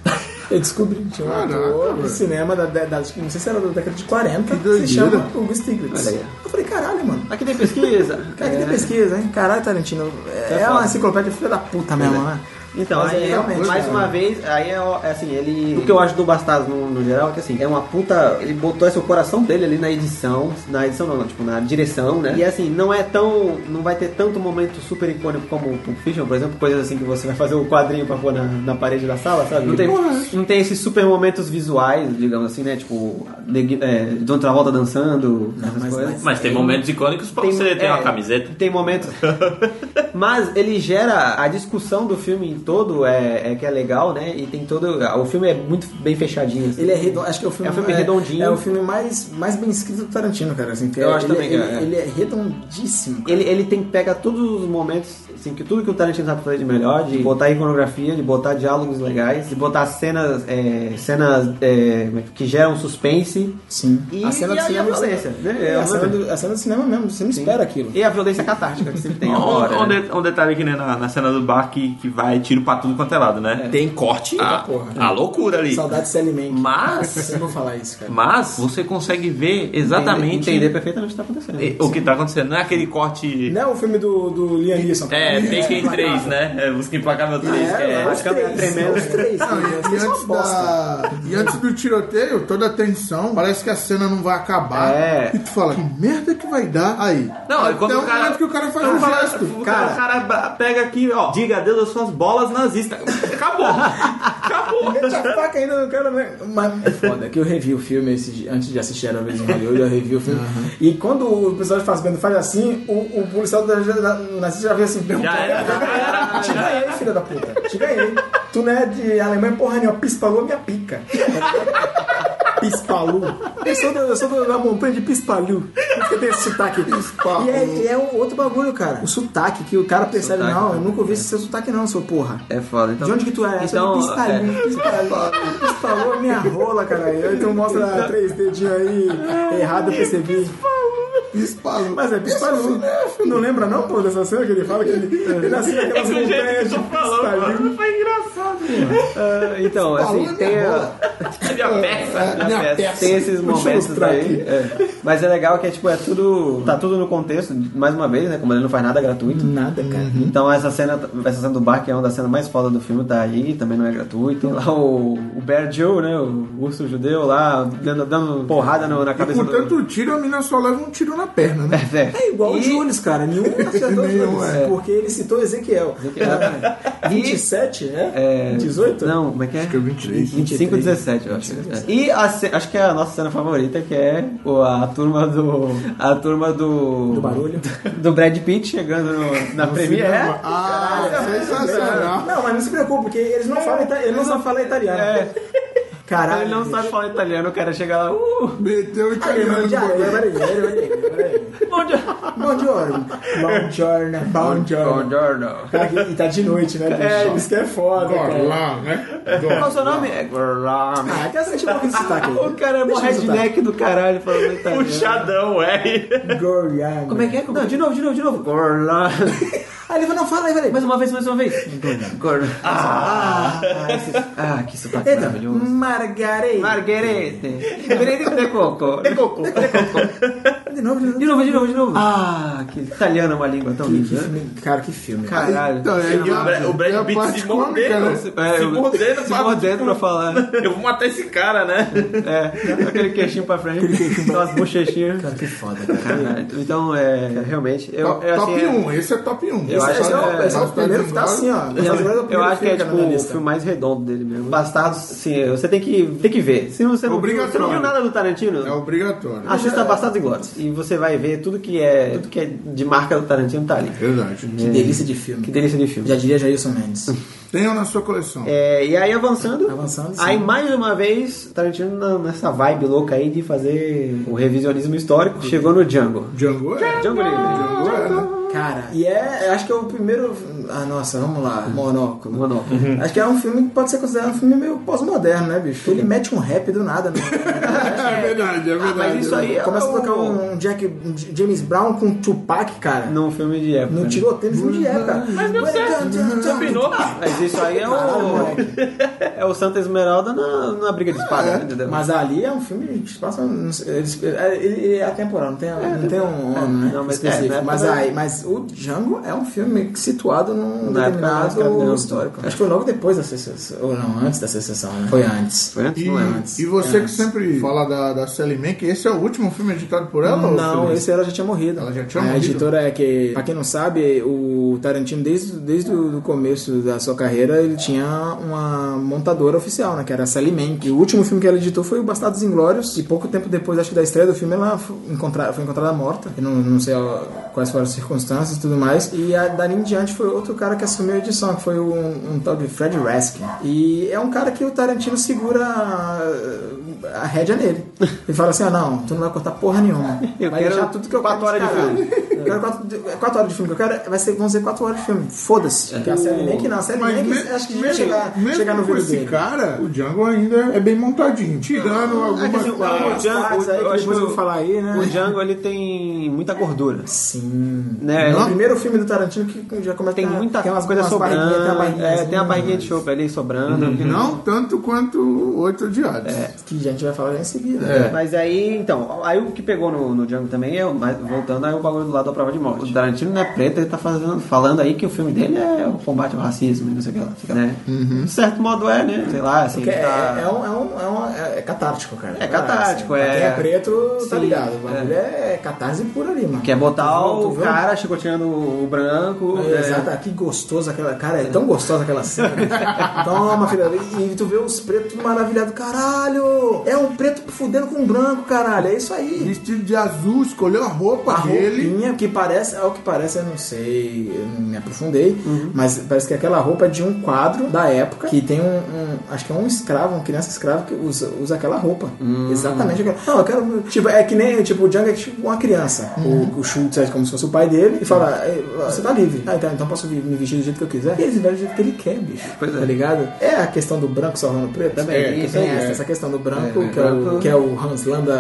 [SPEAKER 2] Eu descobri, tinha
[SPEAKER 1] Ah,
[SPEAKER 2] um
[SPEAKER 4] Caraca,
[SPEAKER 2] ator
[SPEAKER 4] velho.
[SPEAKER 2] no cinema da, da, da- não sei se era da década de 40, que
[SPEAKER 4] doideira.
[SPEAKER 2] se chama Hugo Stiglitz.
[SPEAKER 1] Olha aí.
[SPEAKER 2] Eu falei, caralho, mano.
[SPEAKER 1] Aqui tem pesquisa.
[SPEAKER 2] Cara, que
[SPEAKER 1] É. Tá
[SPEAKER 2] tem pesquisa, hein? Caralho, Tarantino. É,
[SPEAKER 1] foda.
[SPEAKER 2] uma enciclopédia filha da puta mesmo, né?
[SPEAKER 1] Então,
[SPEAKER 2] Mas é
[SPEAKER 1] aí,
[SPEAKER 2] realmente,
[SPEAKER 1] mais
[SPEAKER 2] cara.
[SPEAKER 1] uma vez, aí é ó, é assim, ele. O que eu acho do Bastardo no, no geral é que assim, é uma puta. Ele botou esse o coração dele ali na edição. Na edição não, não, tipo, na direção, né? E assim, não é tão. Não vai ter tanto momento super icônico como o Pulp Fiction, por exemplo, coisas assim que você vai fazer o quadrinho pra pôr na, na parede da sala, sabe? Não tem, não tem esses super momentos visuais, digamos assim, né? Tipo, de, é, John Travolta dançando, essas
[SPEAKER 2] mas-
[SPEAKER 1] coisas.
[SPEAKER 3] mas tem momentos icônicos pra você ter
[SPEAKER 1] é,
[SPEAKER 3] uma camiseta
[SPEAKER 1] Tem momentos. Mas ele gera a discussão do filme em todo, é, é que é legal, né? E tem todo. O filme é muito bem fechadinho. assim.
[SPEAKER 2] Ele é redondo, acho que é o filme,
[SPEAKER 1] É um filme redondinho.
[SPEAKER 2] É o filme mais, mais bem escrito do Tarantino, cara. Assim, que
[SPEAKER 1] Eu
[SPEAKER 2] é-
[SPEAKER 1] acho
[SPEAKER 2] ele,
[SPEAKER 1] também,
[SPEAKER 2] ele,
[SPEAKER 1] cara, é.
[SPEAKER 2] ele é redondíssimo. cara.
[SPEAKER 1] Ele, ele tem pega todos os momentos, assim, que tudo que o Tarantino sabe fazer de melhor, de botar iconografia, de botar diálogos legais, de botar cenas, é, cenas é, como é que- que geram suspense.
[SPEAKER 2] Sim.
[SPEAKER 1] E-
[SPEAKER 2] a cena
[SPEAKER 1] e
[SPEAKER 2] do
[SPEAKER 1] a- e a
[SPEAKER 2] cinema.
[SPEAKER 1] violência, né? É,
[SPEAKER 2] a, cena
[SPEAKER 1] mano.
[SPEAKER 2] do, a cena do cinema mesmo, você não espera aquilo.
[SPEAKER 1] E a violência catártica que sempre tem.
[SPEAKER 3] Um,
[SPEAKER 1] agora,
[SPEAKER 3] um
[SPEAKER 1] né?
[SPEAKER 3] de- um detalhe aqui né, na, na cena do bar que, que vai tiro pra tudo quanto é lado, né? Tem corte, a,
[SPEAKER 2] Ah, porra.
[SPEAKER 3] a loucura ali.
[SPEAKER 2] Saudade se alimenta.
[SPEAKER 3] Mas,
[SPEAKER 2] Eu não vou falar isso, cara.
[SPEAKER 3] mas você consegue ver exatamente
[SPEAKER 1] Entender, entender perfeitamente o que está acontecendo.
[SPEAKER 3] e- o que tá acontecendo. Não é aquele corte.
[SPEAKER 2] Não é o filme do, do Liam Neeson.
[SPEAKER 3] É, Taken 3, né? É, Busca Implacável 3, que é.
[SPEAKER 2] É, os
[SPEAKER 1] a câmera
[SPEAKER 2] três,
[SPEAKER 1] tremendo.
[SPEAKER 2] os três,
[SPEAKER 4] Não,
[SPEAKER 2] né?
[SPEAKER 4] e,
[SPEAKER 2] Os
[SPEAKER 4] e
[SPEAKER 2] três são uma
[SPEAKER 4] antes
[SPEAKER 2] bosta.
[SPEAKER 4] da, e antes do tiroteio, toda a tensão, parece que a cena não vai acabar.
[SPEAKER 1] É.
[SPEAKER 4] E tu fala, que merda que vai dar aí?
[SPEAKER 3] Não, é quando
[SPEAKER 4] Até
[SPEAKER 3] o cara-
[SPEAKER 4] momento que o cara faz
[SPEAKER 3] Então,
[SPEAKER 4] um
[SPEAKER 3] fala-
[SPEAKER 4] gesto.
[SPEAKER 3] o cara, o cara pega aqui, ó, diga adeus às suas bolas nazistas. Acabou. Acabou.
[SPEAKER 2] Mete a faca ainda no cara, né? Mas é foda, que eu revi o filme esse dia- antes de assistir Era Uma Vez em Hollywood, eu revi o filme. E quando o episódio faz, quando faz assim, o, o policial da da- nazista já vem assim,
[SPEAKER 3] Já era, já era.
[SPEAKER 2] Te ganhei, filha da puta. Te ganhei. Tu não é de Alemanha, porra nenhuma. Pispalou a minha pica. Pispalu. Eu sou, da, eu sou da- da montanha de Pispalu. Por isso que eu tenho esse sotaque.
[SPEAKER 4] Pispalu.
[SPEAKER 2] E é, e é um outro bagulho, cara. O sotaque, que o cara percebe,
[SPEAKER 1] Sotaque,
[SPEAKER 2] não, eu nunca ouvi esse seu sotaque não, seu porra.
[SPEAKER 1] É foda. Então,
[SPEAKER 2] De onde que tu é?
[SPEAKER 1] Então,
[SPEAKER 2] Então, pistalinho, pistalinho. Pistalou a minha rola, cara. É Aí tu mostra três dedinhos aí, errado, eu percebi.
[SPEAKER 4] Espalhou.
[SPEAKER 2] Mas é pispalu. Não lembra não, pô, dessa cena que ele fala que ele, ele nasceu
[SPEAKER 3] É
[SPEAKER 2] naquelas
[SPEAKER 3] que o jeito
[SPEAKER 2] montanhas
[SPEAKER 3] que
[SPEAKER 2] de
[SPEAKER 3] tu falou, mano,
[SPEAKER 2] pistalinho.
[SPEAKER 3] foi engraçado.
[SPEAKER 1] ah, então
[SPEAKER 4] Falou
[SPEAKER 1] assim,
[SPEAKER 4] na
[SPEAKER 1] tem,
[SPEAKER 4] minha
[SPEAKER 1] a-
[SPEAKER 4] bola.
[SPEAKER 3] Minha peça.
[SPEAKER 4] É, minha
[SPEAKER 1] É,
[SPEAKER 4] peça.
[SPEAKER 1] tem esses momentos
[SPEAKER 2] mostrar
[SPEAKER 1] aí. é. Mas é legal que é tipo, é tudo. Tá tudo no contexto, mais uma vez, né? Como ele não faz nada gratuito.
[SPEAKER 2] Nada, cara.
[SPEAKER 1] Então essa cena, essa cena do bar, que é uma das cenas mais foda do filme, tá aí, também não é gratuito. Tem lá o, o Bear Joe, né? O urso judeu lá, dando, dando porrada no- na
[SPEAKER 4] E
[SPEAKER 1] cabeça
[SPEAKER 4] com
[SPEAKER 1] do.
[SPEAKER 4] tanto tiro, a mina só leva um tiro na perna, né?
[SPEAKER 1] É,
[SPEAKER 2] É igual o
[SPEAKER 1] E-
[SPEAKER 2] Jules, cara. Nenhum acertou o
[SPEAKER 4] Nenhum,
[SPEAKER 2] Jules.
[SPEAKER 4] é.
[SPEAKER 2] Porque ele citou Ezequiel.
[SPEAKER 1] é.
[SPEAKER 2] 27, é?
[SPEAKER 1] É,
[SPEAKER 2] 18?
[SPEAKER 1] Não, como é que é?
[SPEAKER 4] Acho que é 23.
[SPEAKER 1] 25 e 17, eu acho. E a ce- acho que é a nossa cena favorita, que é o- a turma do. A turma do.
[SPEAKER 2] Do barulho.
[SPEAKER 1] Do Brad Pitt chegando no- na Premiere.
[SPEAKER 4] Ah, sensacional.
[SPEAKER 2] Não, mas não se preocupe, porque eles não falam, ita- eles não sabem falar italiano.
[SPEAKER 1] É.
[SPEAKER 2] Caralho.
[SPEAKER 1] Ele não
[SPEAKER 2] bicho.
[SPEAKER 1] sabe falar italiano, o cara chega lá. Uh,
[SPEAKER 4] Meteu o italiano no
[SPEAKER 2] Buongiorno,
[SPEAKER 4] banheiro.
[SPEAKER 2] peraí, peraí, peraí.
[SPEAKER 1] é
[SPEAKER 2] Buongiorno. Buongiorno. Buongiorno.
[SPEAKER 1] buongiorno.
[SPEAKER 2] Cara, que- E tá de noite, né?
[SPEAKER 1] É,
[SPEAKER 2] bicho? isso que é foda, cara.
[SPEAKER 4] Lá, né?
[SPEAKER 1] Qual o seu nome? É Gorlami.
[SPEAKER 2] Ah, quer sentir um pouco de sotaque aí.
[SPEAKER 1] O cara é mó
[SPEAKER 2] Deixa eu soltar.
[SPEAKER 1] redneck do caralho falando italiano.
[SPEAKER 3] Puxadão, é.
[SPEAKER 2] Gorlami.
[SPEAKER 1] Como é que é? Não, de novo, de novo, de novo. Gorlami.
[SPEAKER 2] Aí ele falou, não, fala aí, falei.
[SPEAKER 1] Mais uma vez, mais uma vez. Gorlami. Ah, ah, esse-
[SPEAKER 2] é
[SPEAKER 1] ah, que sotaque
[SPEAKER 2] Eita,
[SPEAKER 1] maravilhoso.
[SPEAKER 2] Margarete.
[SPEAKER 1] Marguerite. Benedito de coco. De coco.
[SPEAKER 2] De novo, né? de novo.
[SPEAKER 1] De novo, de novo, de novo. Ah, que italiano é uma língua tão
[SPEAKER 2] Que
[SPEAKER 1] linda. né?
[SPEAKER 2] filme, cara, que filme.
[SPEAKER 1] Caralho.
[SPEAKER 4] Então, é
[SPEAKER 3] E o Brad-
[SPEAKER 4] igual-
[SPEAKER 3] o Brad
[SPEAKER 4] é a
[SPEAKER 3] Pitt
[SPEAKER 4] parte
[SPEAKER 3] se
[SPEAKER 4] cômica,
[SPEAKER 3] mordendo,
[SPEAKER 4] né?
[SPEAKER 3] se-
[SPEAKER 1] É,
[SPEAKER 3] se
[SPEAKER 1] eu-
[SPEAKER 3] mordendo,
[SPEAKER 1] se
[SPEAKER 3] fala-
[SPEAKER 1] mordendo pra falar. né?
[SPEAKER 3] Eu vou matar esse cara, né?
[SPEAKER 1] É, aquele queixinho pra frente, aquelas bochechinhas.
[SPEAKER 2] Cara, que foda, cara.
[SPEAKER 1] Caralho. Então, é, realmente. Eu,
[SPEAKER 4] Top,
[SPEAKER 1] eu, assim, é-
[SPEAKER 4] 1, esse é top 1.
[SPEAKER 1] Eu acho
[SPEAKER 2] Esse é
[SPEAKER 1] que
[SPEAKER 2] o-
[SPEAKER 1] é-
[SPEAKER 2] esse é o primeiro que tá assim, ó. Esse é o primeiro
[SPEAKER 1] Eu acho que é
[SPEAKER 2] filme
[SPEAKER 1] tipo
[SPEAKER 2] na minha
[SPEAKER 1] o
[SPEAKER 2] lista.
[SPEAKER 1] filme mais redondo dele mesmo. Bastardos, sim, você tem que, tem que ver. Se você não, viu,
[SPEAKER 4] Obrigatório.
[SPEAKER 1] você não viu nada do Tarantino,
[SPEAKER 4] É obrigatório.
[SPEAKER 1] assista Bastardos e Glórias. E você vai ver tudo que é tudo que é de marca do Tarantino tá ali.
[SPEAKER 4] É Verdade.
[SPEAKER 2] Que delícia de filme.
[SPEAKER 1] Que delícia de filme.
[SPEAKER 2] Já diria Jailson Mendes.
[SPEAKER 4] Tenham na sua coleção.
[SPEAKER 1] É, e aí avançando,
[SPEAKER 2] Avançando, sim.
[SPEAKER 1] aí mais uma vez, Tarantino na- nessa vibe louca aí de fazer o revisionismo histórico, chegou no Django.
[SPEAKER 4] Django é?
[SPEAKER 1] Django Livre.
[SPEAKER 4] Django é, né?
[SPEAKER 2] Cara, e é, acho que é o primeiro. Ah, nossa, vamos lá. Monóculo.
[SPEAKER 1] Monóculo.
[SPEAKER 2] Acho que é um filme que pode ser considerado um filme meio pós-moderno, né, bicho? Ele mete um rap do nada. Né?
[SPEAKER 4] É verdade, é verdade.
[SPEAKER 1] Mas isso aí é
[SPEAKER 2] Começa a
[SPEAKER 1] o-
[SPEAKER 2] tocar um Jack, um James Brown com Tupac, cara.
[SPEAKER 1] num filme de época.
[SPEAKER 2] No
[SPEAKER 1] né?
[SPEAKER 2] tiroteio, no filme de época. Mas é
[SPEAKER 3] Deu certo. Combinou.
[SPEAKER 1] Mas isso aí é
[SPEAKER 2] Caralho,
[SPEAKER 1] o.
[SPEAKER 2] moleque.
[SPEAKER 1] É o Santa Esmeralda na, na briga de espada, né, entendeu?
[SPEAKER 2] Mas ali é um filme que se passa. não sei, eles- é, Ele é atemporal, não tem, não tem um ano, né?
[SPEAKER 1] não, mas
[SPEAKER 2] específico.
[SPEAKER 1] é, né,
[SPEAKER 2] mas,
[SPEAKER 1] também-
[SPEAKER 2] aí, mas o Django é um filme situado num
[SPEAKER 1] Na época
[SPEAKER 2] determinado
[SPEAKER 1] mais cardeal.
[SPEAKER 2] histórico. Acho que foi logo depois da secessão. Ou não, antes da secessão, né? Foi antes.
[SPEAKER 1] Foi antes,
[SPEAKER 4] E,
[SPEAKER 1] não é antes.
[SPEAKER 4] e você
[SPEAKER 2] É,
[SPEAKER 4] que sempre fala da, da Sally Mank, esse é o último filme editado por ela? ou
[SPEAKER 2] Não,
[SPEAKER 4] Felipe?
[SPEAKER 2] esse ela já tinha morrido.
[SPEAKER 4] Ela já tinha
[SPEAKER 2] a
[SPEAKER 4] morrido?
[SPEAKER 2] editora é que, pra quem não sabe, o Tarantino, desde, desde o começo da sua carreira, ele tinha uma montadora oficial, né? Que era a Sally Mank. E o último filme que ela editou foi o Bastardos Inglórios. E pouco tempo depois, acho que da estreia do filme, ela foi encontrada, foi encontrada morta. Eu não, não sei ó, quais foram as circunstâncias circunstâncias e tudo mais. E a, dali em diante foi outro cara que assumiu a edição, que foi um, um tal de Fred Raskin. E é um cara que o Tarantino segura a, a rédea nele. Ele fala assim: ah, não, tu não vai cortar porra nenhuma.
[SPEAKER 1] Eu
[SPEAKER 2] vai
[SPEAKER 1] quero
[SPEAKER 2] deixar tudo que eu
[SPEAKER 1] quatro
[SPEAKER 2] quero.
[SPEAKER 1] horas de
[SPEAKER 2] descarado. Eu quero quatro, quatro horas de filme que eu quero. é, Vai ser, vão ser quatro horas de filme.
[SPEAKER 1] É.
[SPEAKER 2] Foda-se. Porque a série nem que não. A série
[SPEAKER 4] Mas
[SPEAKER 2] nem que.
[SPEAKER 4] me-
[SPEAKER 2] é acho que a gente vai
[SPEAKER 4] mesmo,
[SPEAKER 2] chegar,
[SPEAKER 4] mesmo
[SPEAKER 2] chegar no
[SPEAKER 4] com
[SPEAKER 2] vídeo
[SPEAKER 4] esse
[SPEAKER 2] dele.
[SPEAKER 4] cara, o Django ainda é bem montadinho. Tirando
[SPEAKER 2] é
[SPEAKER 4] algumas
[SPEAKER 1] assim, o-
[SPEAKER 4] coisas.
[SPEAKER 1] Django,
[SPEAKER 2] partes aí
[SPEAKER 1] eu
[SPEAKER 2] que
[SPEAKER 1] acho
[SPEAKER 2] depois
[SPEAKER 1] que
[SPEAKER 2] eu vou falar aí, né?
[SPEAKER 1] O Django ele tem muita gordura.
[SPEAKER 2] Sim.
[SPEAKER 1] Né?
[SPEAKER 2] É o
[SPEAKER 1] Ele
[SPEAKER 2] primeiro filme do Tarantino que já começa
[SPEAKER 1] tem
[SPEAKER 2] a-
[SPEAKER 1] muita
[SPEAKER 2] É, tem umas
[SPEAKER 1] coisa
[SPEAKER 2] umas
[SPEAKER 1] sobrando.
[SPEAKER 2] barriguinhas, tem a barriguinha,
[SPEAKER 1] é,
[SPEAKER 2] assim,
[SPEAKER 1] tem a barriguinha de chope ali sobrando.
[SPEAKER 2] Uhum.
[SPEAKER 4] Não tanto quanto o Oito Odiados.
[SPEAKER 2] Que a gente vai falar em seguida.
[SPEAKER 4] É.
[SPEAKER 1] Mas aí, então, aí o que pegou no, no Django também é, o- mas voltando aí o bagulho do lado da prova de morte. O Tarantino não é preto, ele tá fazendo, falando aí que o filme dele é o combate ao racismo e não sei o que lá, fica, né? De certo modo é, né? Sei lá, assim,
[SPEAKER 2] Uhum. Porque é,
[SPEAKER 1] tá-
[SPEAKER 2] é, um, é, um, é, um- é- é catártico, cara.
[SPEAKER 1] É catártico,
[SPEAKER 2] Pra Quem
[SPEAKER 1] é-
[SPEAKER 2] é preto, tá
[SPEAKER 1] Sim,
[SPEAKER 2] ligado. O bagulho é. catarse pura ali, mano.
[SPEAKER 1] Quer botar
[SPEAKER 2] Tu viu- tu
[SPEAKER 1] o
[SPEAKER 2] viu?
[SPEAKER 1] cara chicoteando o branco.
[SPEAKER 2] É,
[SPEAKER 1] né?
[SPEAKER 2] Exato, que gostoso aquela. Cara, é tão gostosa aquela cena. Toma, filha. E tu vê os pretos tudo maravilhado. Caralho! É um preto fudendo com um branco, caralho. É isso aí.
[SPEAKER 4] Vestido de azul, escolheu a roupa
[SPEAKER 2] A
[SPEAKER 4] dele.
[SPEAKER 2] roupinha que parece, ao que parece, eu não sei, eu não me aprofundei, mas parece que aquela roupa é de um quadro da época que tem um, um- acho que é um escravo, uma criança escrava que usa, usa aquela roupa. Exatamente aquela. Não, eu quero. Tipo, é que nem tipo, o Django é tipo uma criança. O, o Schultz é como se fosse o pai dele e fala: "Ei, Você tá livre. Ah, então, então posso vi- me vestir do jeito que eu quiser. E ele se veste do jeito que ele quer, bicho.
[SPEAKER 1] Pois é.
[SPEAKER 2] Tá ligado? É a questão do branco salvando o preto.
[SPEAKER 1] Também,
[SPEAKER 2] É, que
[SPEAKER 1] isso
[SPEAKER 2] tem
[SPEAKER 1] aí,
[SPEAKER 2] essa,
[SPEAKER 1] é.
[SPEAKER 2] essa questão do branco,
[SPEAKER 1] É, é.
[SPEAKER 2] que, é o,
[SPEAKER 1] Branco-
[SPEAKER 2] que é o Hans Landa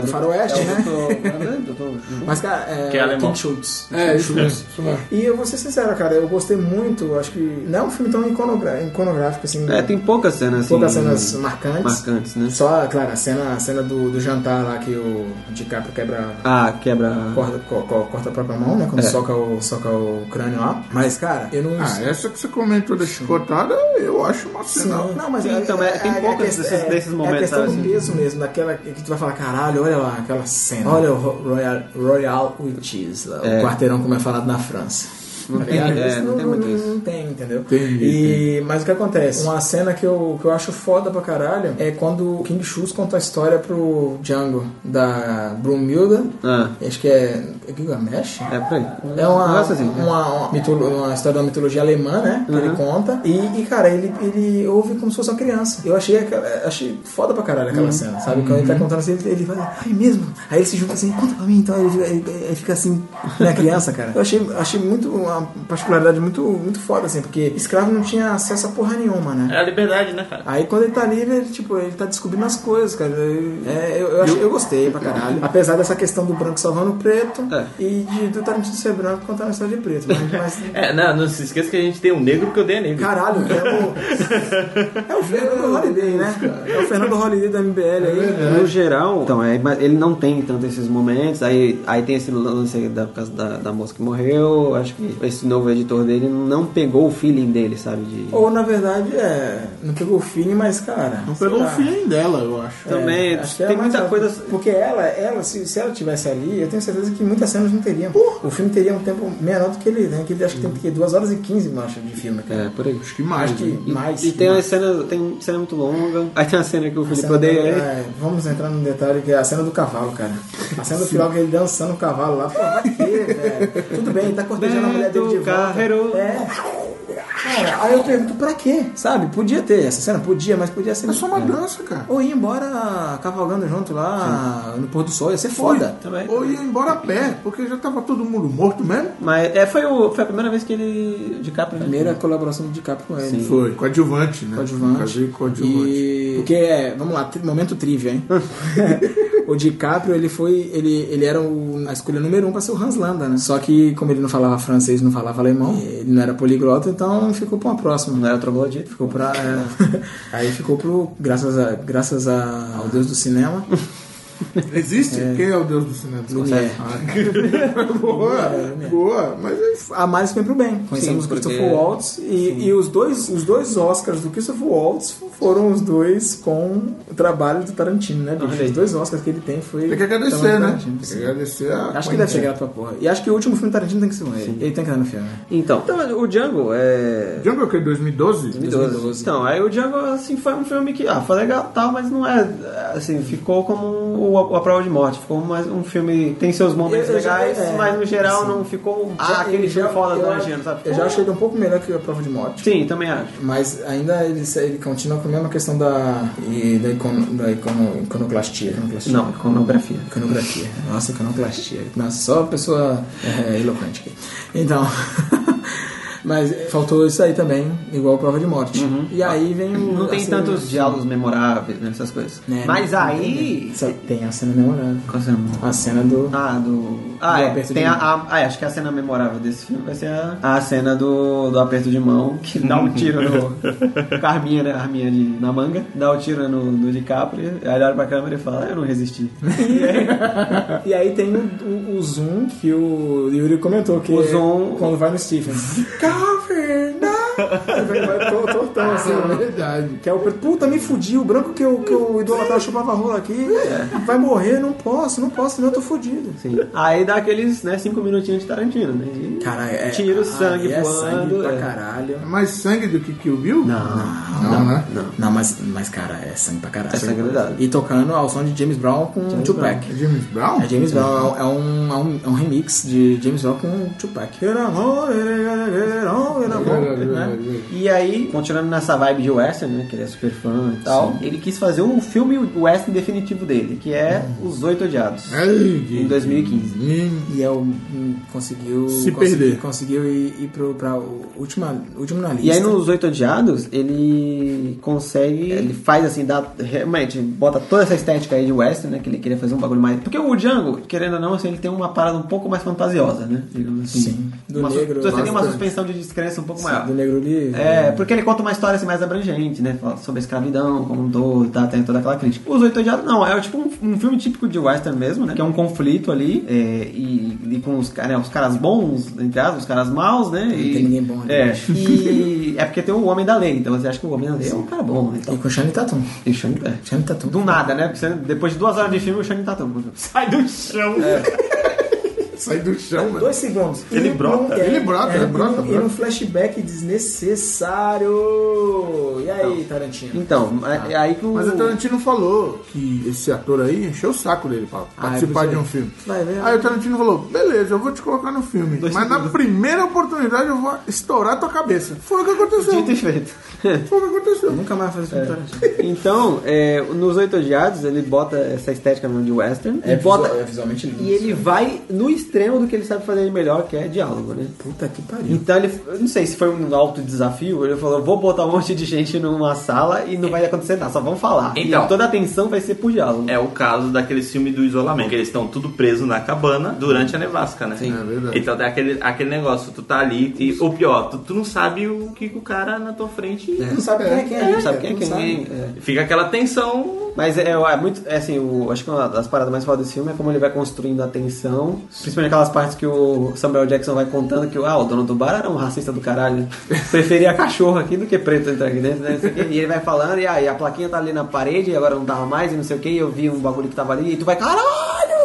[SPEAKER 2] do Faroeste,
[SPEAKER 1] é o
[SPEAKER 2] né?
[SPEAKER 1] doutor- doutor-
[SPEAKER 2] Mas, cara, é,
[SPEAKER 3] Que é alemão.
[SPEAKER 2] King Schultz.
[SPEAKER 4] É, isso
[SPEAKER 2] Schultz.
[SPEAKER 4] mesmo. isso mesmo.
[SPEAKER 2] E eu vou ser sincero, cara, eu gostei muito. Acho que não é um filme tão iconogra- iconográfico assim.
[SPEAKER 1] É, tem poucas cenas assim,
[SPEAKER 2] poucas cenas marcantes.
[SPEAKER 1] marcantes, né?
[SPEAKER 2] Só, claro, a cena, a cena do, do jantar lá que o DiCaprio quebra.
[SPEAKER 1] Ah, quebra.
[SPEAKER 2] Corta, co- co- corta a própria mão, né?
[SPEAKER 1] É.
[SPEAKER 2] Quando soca, o, soca o crânio lá. Mas, cara, eu não.
[SPEAKER 4] Ah, essa que você comentou da chicotada, eu acho uma
[SPEAKER 2] Sim,
[SPEAKER 4] cena.
[SPEAKER 2] não, mas
[SPEAKER 1] Sim, então, é- tem poucos
[SPEAKER 2] quest-
[SPEAKER 1] desses- desses
[SPEAKER 2] É
[SPEAKER 1] momentos,
[SPEAKER 2] a questão
[SPEAKER 1] sabe,
[SPEAKER 2] do
[SPEAKER 1] assim?
[SPEAKER 2] peso mesmo, daquela que tu vai falar, caralho, olha lá aquela cena. Olha o Ro- Royal, Royal Witches, lá, o quarteirão como é falado na França.
[SPEAKER 1] Não tem-
[SPEAKER 2] Tá ligado?
[SPEAKER 1] é,
[SPEAKER 2] Isso
[SPEAKER 1] não tem muito isso.
[SPEAKER 2] Não tem, entendeu? e, mas o que acontece? Uma cena que eu, que eu acho foda pra caralho é quando o King Schultz conta a história pro Django da Brumilda.
[SPEAKER 1] Ah.
[SPEAKER 2] Acho que é. é Gilgamesh?
[SPEAKER 1] É, peraí.
[SPEAKER 2] É uma,
[SPEAKER 1] Um negócio assim, né?
[SPEAKER 2] uma, uma mitolo- uma história da mitologia alemã, né? Que ele conta. E, e, cara, ele, ele ouve como se fosse uma criança. Eu achei, aquela- achei foda pra caralho aquela cena, sabe? Quando ele tá contando assim, ele, ele fala, ai mesmo? Aí ele se junta assim, conta pra mim, então ele, fica- ele- ele fica assim, na criança, cara. Eu achei, achei muito, uma particularidade muito, muito foda, assim, porque escravo não tinha acesso a porra nenhuma, né?
[SPEAKER 3] É a liberdade, né, cara?
[SPEAKER 2] Aí quando ele tá livre, ele, tipo, ele tá descobrindo as coisas, cara. Eu- é, eu, eu, achei- eu gostei pra caralho. Apesar dessa questão do branco salvando o preto
[SPEAKER 1] É.
[SPEAKER 2] e de, do Tarantino ser branco contar uma história de preto. Mas, mas-
[SPEAKER 3] É, não, não se esqueça que a gente tem um negro porque eu dei a negro.
[SPEAKER 2] caralho, é o, é o Fernando Holiday, né? É o Fernando Holiday da MBL aí.
[SPEAKER 1] No geral, então, é, mas ele não tem tanto esses momentos. Aí, aí tem esse lance aí da, por causa da, da moça que morreu. Acho que esse novo editor dele não pegou o feeling dele, sabe? De...
[SPEAKER 2] Ou na verdade, é. Não pegou o fim, mas, cara.
[SPEAKER 4] Não
[SPEAKER 2] sei
[SPEAKER 4] pegou o
[SPEAKER 2] lá.
[SPEAKER 4] feeling dela, eu
[SPEAKER 1] É,
[SPEAKER 4] acho.
[SPEAKER 2] É.
[SPEAKER 1] Também,
[SPEAKER 2] acho que
[SPEAKER 1] tem
[SPEAKER 2] era mais
[SPEAKER 1] muita
[SPEAKER 2] ela.
[SPEAKER 1] coisa.
[SPEAKER 2] Porque ela, ela se, se ela tivesse ali, eu tenho certeza que muitas cenas não teriam. O filme teria um tempo menor do que ele, né? Que ele acho que tem que 2 horas e 15, macho, de filme, cara.
[SPEAKER 1] É, por aí.
[SPEAKER 4] Acho que mais.
[SPEAKER 2] Acho que
[SPEAKER 4] né?
[SPEAKER 2] mais.
[SPEAKER 1] E tem uma
[SPEAKER 2] mais.
[SPEAKER 1] cena, tem uma cena muito longa. Aí tem uma cena que o
[SPEAKER 2] A
[SPEAKER 1] Felipe
[SPEAKER 2] cena
[SPEAKER 1] odeia.
[SPEAKER 2] do-
[SPEAKER 1] né?
[SPEAKER 2] é, vamos entrar num detalhe que é a cena do cavalo, cara. A cena do final que ele dançando o cavalo lá. Pô, pra quê, velho? Tudo bem, ele tá cortejando a mulher dele de
[SPEAKER 1] Beto
[SPEAKER 2] volta.
[SPEAKER 1] Carreiro.
[SPEAKER 2] É. Cara, aí eu pergunto, pra quê? Sabe? Podia ter essa cena, podia, mas podia ser.
[SPEAKER 4] É só uma dança, cara.
[SPEAKER 2] Ou ir embora cavalgando junto lá no pôr do sol, ia ser foda.
[SPEAKER 1] Também.
[SPEAKER 4] Ou ia embora a pé, porque já tava todo mundo morto mesmo.
[SPEAKER 1] Mas é, foi, o, foi a primeira vez que ele. De capa, né?
[SPEAKER 2] Primeira colaboração de Cap com ele.
[SPEAKER 4] Foi. Coadjuvante, né?
[SPEAKER 2] Coadjuvante.
[SPEAKER 4] Fazer coadjuvante.
[SPEAKER 2] E... Porque, é, vamos lá, tri- momento trivia, hein? o DiCaprio, ele foi. Ele, ele era o- a escolha número um pra ser o Hans Landa, né? Só que, como ele não falava francês, não falava alemão, ele não era poliglota, então ficou pra uma próxima. Não era troglodita. Ficou pra. é. Aí ficou pro. Graças, a, graças a- ao Deus do cinema.
[SPEAKER 4] Existe? Quem é o deus do cinema?
[SPEAKER 2] Lumière.
[SPEAKER 4] Ah. boa,
[SPEAKER 2] né?
[SPEAKER 4] boa. Mas é isso.
[SPEAKER 2] a mais vem pro bem. Conhecemos
[SPEAKER 1] Sim,
[SPEAKER 2] o Christopher
[SPEAKER 1] porque-
[SPEAKER 2] Waltz e, e os, dois, os dois Oscars do Christopher Waltz f- foram os dois com o trabalho do Tarantino, né? bicho?
[SPEAKER 1] Olha aí.
[SPEAKER 2] Os dois Oscars que ele tem foi.
[SPEAKER 4] Tem que
[SPEAKER 2] trabalho
[SPEAKER 4] agradecer,
[SPEAKER 2] do
[SPEAKER 4] né?
[SPEAKER 2] Tarantino,
[SPEAKER 4] Tem
[SPEAKER 2] Então, é sim.
[SPEAKER 4] que agradecer a.
[SPEAKER 2] Acho que deve ser grato pra porra. E acho que o último filme do Tarantino tem que ser um. Ele Ele tem que estar no filme. né?
[SPEAKER 1] Então, então, o Django é.
[SPEAKER 4] Jungle é o quê? 2012?
[SPEAKER 1] 2012. Então, aí o Django, assim, foi um filme que, ah, foi legal, tá, mas não é, assim, ficou como o, A- A Prova de Morte, ficou mais um filme, tem seus momentos
[SPEAKER 2] Eu- eu já-
[SPEAKER 1] legais,
[SPEAKER 2] é,
[SPEAKER 1] mas no geral não ficou, ah, aquele
[SPEAKER 2] já-
[SPEAKER 1] filme foda do
[SPEAKER 2] eu-
[SPEAKER 1] Tarantino, sabe?
[SPEAKER 2] Eu já achei ele um pouco melhor que a prova de morte.
[SPEAKER 1] Sim, também acho.
[SPEAKER 2] Mas ainda ele, ele continua com a mesma questão da, e da, icono- da icono- iconoclastia. iconoclastia.
[SPEAKER 1] Não, iconografia.
[SPEAKER 2] Iconografia. Nossa, iconoclastia. Nossa, só pessoa é, eloquente aqui. Então. Mas é, faltou isso aí também, igual a prova de morte. E aí vem o.
[SPEAKER 1] Uhum. Não tem
[SPEAKER 2] assim,
[SPEAKER 1] tantos diálogos memoráveis, né, essas coisas.
[SPEAKER 2] né,
[SPEAKER 1] mas
[SPEAKER 2] não-
[SPEAKER 1] aí...
[SPEAKER 2] Só Tem a cena memorável.
[SPEAKER 1] Qual é o nome?
[SPEAKER 2] A cena do.
[SPEAKER 1] Ah, do. Ah,
[SPEAKER 2] Do
[SPEAKER 1] é.
[SPEAKER 2] aperto
[SPEAKER 1] Tem
[SPEAKER 2] de
[SPEAKER 1] a,
[SPEAKER 2] mão.
[SPEAKER 1] a- ah, é, acho que a cena memorável desse filme vai ser a, a cena do, do aperto de mão, que dá um tiro no. com a arminha, né? A arminha de, na manga, dá o tiro no, no DiCaprio, aí ele olha pra câmera e fala: "Ah, Eu não resisti.
[SPEAKER 2] E aí tem o, o- o Zoom que o Yuri comentou, que
[SPEAKER 1] O
[SPEAKER 2] é
[SPEAKER 1] zoom-
[SPEAKER 2] quando vai no Stephen. Caverna! Ele vai to- tortão assim,
[SPEAKER 4] É
[SPEAKER 2] né?
[SPEAKER 4] verdade.
[SPEAKER 2] Que é o preto, puta, me fudi, o branco que eu, que eu idolatrava chupava rola aqui,
[SPEAKER 4] É.
[SPEAKER 2] vai morrer, não posso, não posso, senão eu tô fudido.
[SPEAKER 1] Sim. Aí dá aqueles, né, cinco minutinhos de Tarantino, né? E
[SPEAKER 2] Caralho, é.
[SPEAKER 1] Tira o
[SPEAKER 2] ah,
[SPEAKER 1] sangue
[SPEAKER 2] é sangue
[SPEAKER 1] voando.
[SPEAKER 2] pra
[SPEAKER 1] é.
[SPEAKER 2] caralho.
[SPEAKER 4] É mais sangue do que Kill Bill?
[SPEAKER 1] Não.
[SPEAKER 4] Não, né?
[SPEAKER 2] Não, mas, mas cara, é sangue pra caralho.
[SPEAKER 1] É sangue verdade.
[SPEAKER 2] E tocando ao som de James Brown com Tupac.
[SPEAKER 4] É James Brown?
[SPEAKER 2] É James Brown, é um, é um, é um remix de James Brown com Tupac. Get on, get on, get on, get on, né?
[SPEAKER 1] E aí, continuando nessa vibe de western, né? Que ele é super fã e tal. Ele quis fazer um filme western definitivo dele, que é
[SPEAKER 2] Hum.
[SPEAKER 1] Os Oito Odiados.
[SPEAKER 2] É
[SPEAKER 1] Em 2015.
[SPEAKER 2] E é o hum, conseguiu
[SPEAKER 4] Se
[SPEAKER 2] consegui-
[SPEAKER 4] perder.
[SPEAKER 2] conseguiu ir, ir pro, pra o- última, último na lista.
[SPEAKER 1] E aí nos Oito Odiados, ele consegue. Ele faz assim, dá, realmente, bota toda essa estética aí de western, né? Que ele queria fazer um bagulho mais. Porque o Django, querendo ou não, assim, ele tem uma parada um pouco mais fantasiosa, né? Digamos assim.
[SPEAKER 2] Sim. Do
[SPEAKER 1] Uma sus-
[SPEAKER 2] negro,
[SPEAKER 1] então, você tem uma
[SPEAKER 2] bastante.
[SPEAKER 1] suspensão de descrença um pouco maior.
[SPEAKER 2] do Negro Livre.
[SPEAKER 1] É, porque ele conta uma história assim, mais abrangente, né? Fala sobre a escravidão, como um todo, tá? Tem toda aquela crítica. Os Oito Odiados, não, é tipo um, um filme típico de western mesmo, né? Que é um conflito ali, é, e, e com os, ca- né, os caras bons, entre aspas, os caras maus, né? Não
[SPEAKER 2] tem ninguém bom ali.
[SPEAKER 1] É, e é porque tem o Homem da Lei, então você acha que o Homem da Lei é um cara bom, né?
[SPEAKER 2] E
[SPEAKER 1] Então,
[SPEAKER 2] com o Shane Tatum.
[SPEAKER 1] e Shane- é.
[SPEAKER 2] Shane Tatum.
[SPEAKER 1] Do nada, né? Porque você- depois de duas horas de filme, o Shane tá tão...
[SPEAKER 3] Sai do chão.
[SPEAKER 4] Sai do chão, mano.
[SPEAKER 2] Dois segundos.
[SPEAKER 3] Ele
[SPEAKER 2] E
[SPEAKER 3] brota.
[SPEAKER 2] num-
[SPEAKER 4] Ele brota, ele brota,
[SPEAKER 2] E
[SPEAKER 4] brota.
[SPEAKER 2] num flashback desnecessário. E aí, Tarantino?
[SPEAKER 1] Então, é, é aí que o...
[SPEAKER 4] Mas então o Tarantino falou que esse ator aí encheu o saco dele pra participar
[SPEAKER 2] é
[SPEAKER 4] de um
[SPEAKER 2] possível.
[SPEAKER 4] filme.
[SPEAKER 2] Vai ver.
[SPEAKER 4] Aí o Tarantino falou: beleza, eu vou te colocar no filme. mas na primeira oportunidade eu vou estourar tua cabeça. Foi o que aconteceu.
[SPEAKER 1] Dito e feito.
[SPEAKER 4] Foi o que aconteceu.
[SPEAKER 2] Nunca mais fazer isso com o Tarantino.
[SPEAKER 1] Então, é, nos Oito Odiados, ele bota essa estética mesmo de western. e bota,
[SPEAKER 2] visual- é visualmente lindo.
[SPEAKER 1] E ele vai no extremo do que ele sabe fazer de melhor, que é diálogo, né?
[SPEAKER 2] Puta que pariu.
[SPEAKER 1] Então ele, eu não sei se foi um alto desafio, ele falou, vou botar um monte de gente numa sala e não vai acontecer nada, só vão falar.
[SPEAKER 3] Então.
[SPEAKER 1] e toda a atenção vai ser por diálogo.
[SPEAKER 3] É o caso daquele filme do isolamento, que eles estão tudo preso na cabana durante a nevasca, né? Sim,
[SPEAKER 4] É verdade.
[SPEAKER 3] Então tem aquele, aquele negócio, tu tá ali e o pior, tu, tu não sabe o que que o cara na tua frente.
[SPEAKER 2] Não sabe quem é quem
[SPEAKER 1] Não
[SPEAKER 2] é.
[SPEAKER 1] sabe quem é
[SPEAKER 2] não
[SPEAKER 1] quem,
[SPEAKER 2] sabe.
[SPEAKER 1] é.
[SPEAKER 3] Fica aquela tensão.
[SPEAKER 1] Mas é, é muito. É assim, o- acho que uma das paradas mais fodas desse filme é como ele vai construindo a tensão. Principalmente aquelas partes que o Samuel Jackson vai contando que ah, o dono do bar era um racista do caralho. Preferia cachorro aqui do que preto entrar aqui dentro, né? Não sei o quê. E ele vai falando, e aí a plaquinha tá ali na parede, e agora não tava mais, e não sei o que, e eu vi um bagulho que tava ali, e tu vai, caralho,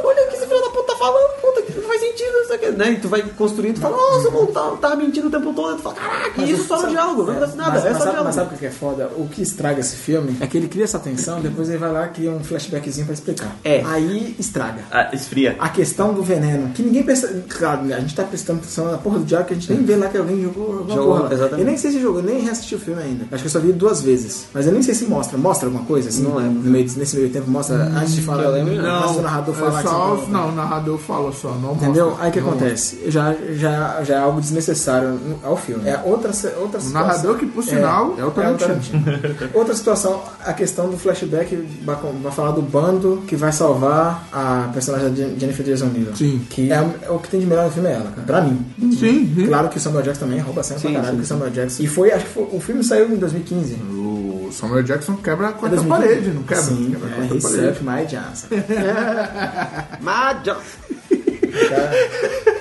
[SPEAKER 1] olha o que esse filho da puta tá falando, puta, que não faz sentido, não sei o que, né? E tu vai construindo, tu fala, nossa, mano, tava, tava tá mentindo o tempo todo, e tu fala, caraca, e isso só no
[SPEAKER 2] Sabe-
[SPEAKER 1] diálogo, não
[SPEAKER 2] é,
[SPEAKER 1] acontece nada,
[SPEAKER 2] mas,
[SPEAKER 1] é
[SPEAKER 2] mas
[SPEAKER 1] só
[SPEAKER 2] sabe,
[SPEAKER 1] diálogo.
[SPEAKER 2] mas sabe o que é foda? O que estraga esse filme é que ele cria essa tensão, depois ele vai lá e cria um flashbackzinho pra explicar.
[SPEAKER 1] É.
[SPEAKER 2] Aí estraga.
[SPEAKER 3] Ah, esfria.
[SPEAKER 2] A questão do veneno, que ninguém percebe. Claro, né, a gente tá prestando atenção na porra do diabo que a gente nem vê lá que alguém jogou alguma
[SPEAKER 1] Jogou,
[SPEAKER 2] porra. lá.
[SPEAKER 1] exatamente.
[SPEAKER 2] Eu nem sei se jogou, eu nem reassisti o filme ainda. Acho que eu só vi duas vezes. Mas eu nem sei se mostra. Mostra alguma coisa? Assim,
[SPEAKER 1] Não lembro. Hum,
[SPEAKER 2] No meio, nesse meio tempo, mostra antes de falar.
[SPEAKER 1] eu lembro,
[SPEAKER 2] antes do narrador falar
[SPEAKER 4] É
[SPEAKER 2] que
[SPEAKER 4] só,
[SPEAKER 2] você tá-
[SPEAKER 4] não, o narrador fala só. Não
[SPEAKER 2] Entendeu?
[SPEAKER 4] mostra.
[SPEAKER 2] Aí o que
[SPEAKER 4] Não
[SPEAKER 2] acontece? Já, já, já é algo desnecessário no- ao filme. É outra, se- outra situação.
[SPEAKER 4] narrador que, por sinal, é o Tarantino.
[SPEAKER 2] Tarantino. outra situação, a questão do flashback vai com- vai falar do bando que vai salvar a personagem da Jen- Jennifer Jason Leigh.
[SPEAKER 4] Sim.
[SPEAKER 2] Que é, o- é o que tem de melhor no filme é ela, cara. Pra mim.
[SPEAKER 4] Sim, sim.
[SPEAKER 2] Claro que o Samuel Jackson também rouba a cena pra caralho que o Samuel Jackson. E foi, acho que foi- o filme saiu em 2015.
[SPEAKER 4] O Samuel Jackson quebra a
[SPEAKER 2] É
[SPEAKER 4] quarta
[SPEAKER 2] 2015?
[SPEAKER 4] parede, não quebra?
[SPEAKER 2] Sim,
[SPEAKER 4] quebra a
[SPEAKER 2] é,
[SPEAKER 4] quarta
[SPEAKER 2] he
[SPEAKER 4] parede.
[SPEAKER 2] sucked my Johnson.
[SPEAKER 1] Mas,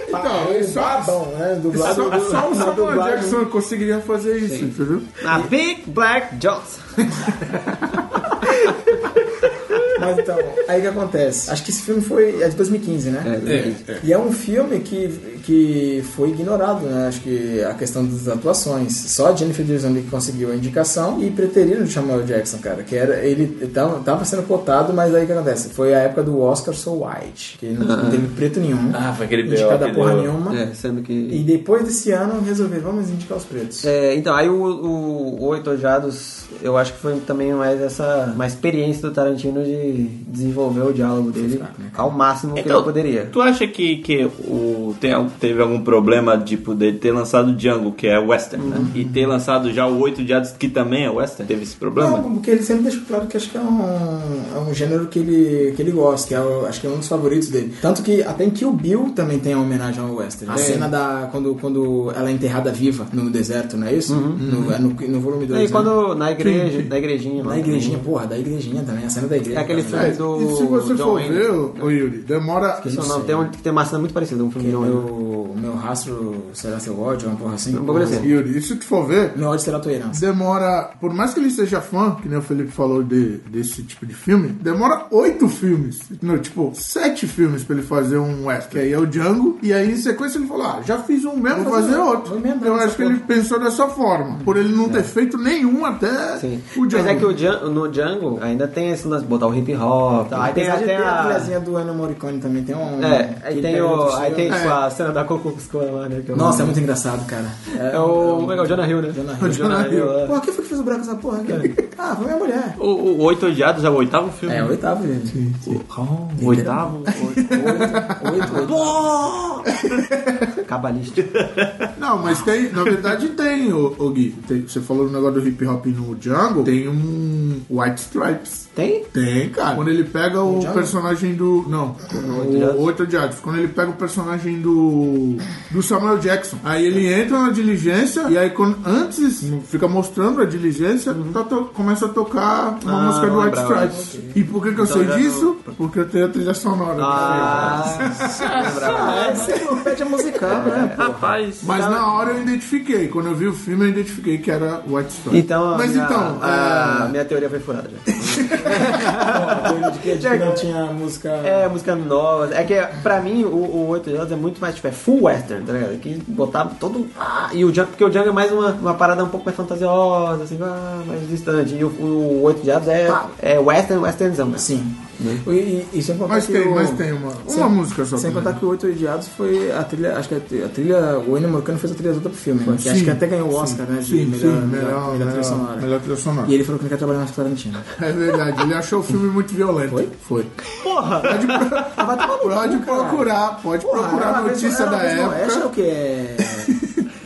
[SPEAKER 4] Então, ele só-
[SPEAKER 2] Tá,
[SPEAKER 4] é
[SPEAKER 2] Babão, né? Dublado.
[SPEAKER 4] Só, só o
[SPEAKER 2] na
[SPEAKER 4] Samuel
[SPEAKER 2] dublagem.
[SPEAKER 4] Jackson conseguiria fazer isso, entendeu?
[SPEAKER 1] A Big Black Johnson.
[SPEAKER 2] Mas então, aí o que acontece? Acho que esse filme foi. É de 2015, né? E é um filme que, que foi ignorado, né? Acho que a questão das atuações. Só a Jennifer Jason Leigh que conseguiu a indicação e preteriram de Samuel Jackson, cara. Que era, ele tava, tava sendo cotado, mas aí o que acontece? Foi a época do Oscar So White, que não, não teve preto nenhum.
[SPEAKER 3] Ah, foi aquele
[SPEAKER 2] Indicada
[SPEAKER 3] B.O. que
[SPEAKER 2] porra
[SPEAKER 3] deu.
[SPEAKER 2] nenhuma.
[SPEAKER 1] É, sendo
[SPEAKER 2] E
[SPEAKER 1] que.
[SPEAKER 2] depois desse ano resolveram, vamos indicar os pretos.
[SPEAKER 1] É, então, aí o, o, o Oito Ojados, eu acho que foi também mais essa uma experiência do Tarantino de desenvolver o diálogo dele
[SPEAKER 2] né,
[SPEAKER 1] ao máximo que ele poderia.
[SPEAKER 3] Tu acha que, que o, tem, al- teve algum problema tipo, de ter lançado o Django, que é western,
[SPEAKER 2] Uhum.
[SPEAKER 3] né? E ter lançado já o Oito Diados, que também é western? Teve esse problema?
[SPEAKER 2] Não, porque ele sempre deixa claro que acho que é um, é um gênero que ele, que ele gosta, que é, o- acho que é um dos favoritos dele. Tanto que até em Kill Bill também tem uma homenagem ao Western.
[SPEAKER 1] Ah,
[SPEAKER 2] A cena da. Quando, quando ela é enterrada viva no deserto, não é isso? No, é no, no volume 2.
[SPEAKER 1] Uhum. E quando na igreja, na igrejinha, lá
[SPEAKER 2] Na igrejinha, porra, da igrejinha também, a cena da igreja.
[SPEAKER 1] É aquele filme
[SPEAKER 2] também.
[SPEAKER 4] É,
[SPEAKER 1] do.
[SPEAKER 4] e se você
[SPEAKER 1] John
[SPEAKER 4] for
[SPEAKER 1] Wayne.
[SPEAKER 4] ver, ô ô Yuri, demora.
[SPEAKER 1] Esse é o nome, tem, um, tem uma cena muito parecida, um
[SPEAKER 2] é
[SPEAKER 1] filme de John Wayne.
[SPEAKER 2] Meu, meu rastro será seu ódio, uma porra assim.
[SPEAKER 1] Um bagulho assim.
[SPEAKER 4] Yuri, e se tu for ver,
[SPEAKER 2] Meu ódio será tua herança.
[SPEAKER 4] demora. Por mais que ele seja fã, que nem o Felipe falou de, desse tipo de filme, demora oito filmes. Não, tipo, sete filmes pra ele fazer um western. Que aí é o Django, e aí em sequência ele falou: ah, já fiz um mesmo, vou fazer,
[SPEAKER 2] fazer outro, vou
[SPEAKER 4] outro.
[SPEAKER 2] emendar
[SPEAKER 4] Eu
[SPEAKER 2] essa
[SPEAKER 4] acho que ele pensou dessa forma. Por ele não ter feito nenhum até
[SPEAKER 1] Sim.
[SPEAKER 4] o Django.
[SPEAKER 1] Mas é que o Django, no Django ainda tem esse lance, botar o hip hop,
[SPEAKER 2] Tá,
[SPEAKER 1] aí tem
[SPEAKER 2] apesar de
[SPEAKER 1] até
[SPEAKER 2] ter a
[SPEAKER 1] a.
[SPEAKER 2] filhazinha do Ana Morricone também, tem um.
[SPEAKER 1] É,
[SPEAKER 2] que
[SPEAKER 1] aí tem,
[SPEAKER 2] pega
[SPEAKER 1] o,
[SPEAKER 2] outro
[SPEAKER 1] aí tem
[SPEAKER 2] filho.
[SPEAKER 1] tipo, a cena da Cocuscola lá, né? que eu-
[SPEAKER 2] Nossa, é muito engraçado, cara.
[SPEAKER 1] É o. Como é que é o Jonah Hill, né?
[SPEAKER 2] Jonah Hill.
[SPEAKER 1] O Jonah Hill. é.
[SPEAKER 2] Porra, quem foi que fez o buraco nessa porra, cara? Ah, foi minha mulher.
[SPEAKER 3] O, o Oito Odiados é o oitavo filme?
[SPEAKER 2] É, o oitavo, gente.
[SPEAKER 3] o oitavo?
[SPEAKER 2] Oito, oito.
[SPEAKER 1] Cabalístico.
[SPEAKER 4] Não, mas tem, na verdade tem, o, Gui. Tem- você falou do negócio do hip hop no Django, tem um White Stripes.
[SPEAKER 1] Tem?
[SPEAKER 4] Tem, cara. Quando ele pega o
[SPEAKER 2] Django?
[SPEAKER 4] personagem do. Não, o Oito Odiados. Quando ele pega o personagem do. do Samuel Jackson. Aí ele entra na diligência e aí quando, antes
[SPEAKER 2] Uhum.
[SPEAKER 4] fica mostrando a diligência, tá to- começa a tocar uma
[SPEAKER 1] Ah,
[SPEAKER 4] música do White
[SPEAKER 1] lembrava.
[SPEAKER 4] Stripes. E por que, que eu
[SPEAKER 2] Então
[SPEAKER 4] sei
[SPEAKER 1] já
[SPEAKER 4] disso? Porque eu tenho a trilha sonora.
[SPEAKER 2] Ah, você não pede a musical,
[SPEAKER 1] É.
[SPEAKER 2] né?
[SPEAKER 3] Rapaz,
[SPEAKER 4] Mas na hora eu identifiquei. Quando eu vi o filme, eu identifiquei que era White Stripes.
[SPEAKER 1] Então, a
[SPEAKER 4] Mas
[SPEAKER 1] minha,
[SPEAKER 4] então,
[SPEAKER 2] ah,
[SPEAKER 1] a,
[SPEAKER 4] é,
[SPEAKER 1] minha teoria foi furada já.
[SPEAKER 2] Aquele de que de que não tinha música.
[SPEAKER 1] É, música nova. É que, pra mim, o, o 8 anos é muito mais, tipo, é full western, tá ligado? Que botava todo... Ah, e o Django, porque o Django é mais uma, uma parada um pouco mais fantasiosa, assim, ah, mais distante. E o, o 8 diabos é, é western, westernzão, né?
[SPEAKER 2] Sim. E, e, e sem contar
[SPEAKER 4] mas
[SPEAKER 2] que
[SPEAKER 4] tem,
[SPEAKER 2] o-
[SPEAKER 4] mas tem uma,
[SPEAKER 2] sem-
[SPEAKER 4] uma música só.
[SPEAKER 2] Sem
[SPEAKER 4] também.
[SPEAKER 2] contar que o Oito Odiados foi a trilha. Acho que a tri- a trilha. O Ennio Morricone fez a trilha toda pro filme, né? Que acho que até ganhou o Oscar, né? De
[SPEAKER 4] é, Sim,
[SPEAKER 2] melhor, melhor,
[SPEAKER 4] sim, melhor,
[SPEAKER 2] melhor trilha sonora.
[SPEAKER 4] melhor trilha sonora.
[SPEAKER 2] E ele falou que não quer trabalhar mais com Tarantino.
[SPEAKER 4] É verdade, ele achou o filme muito violento. Foi? Foi. Porra! Pode, pro- pode procurar, pode procurar a notícia da
[SPEAKER 2] Essa é o
[SPEAKER 4] época.
[SPEAKER 2] que é.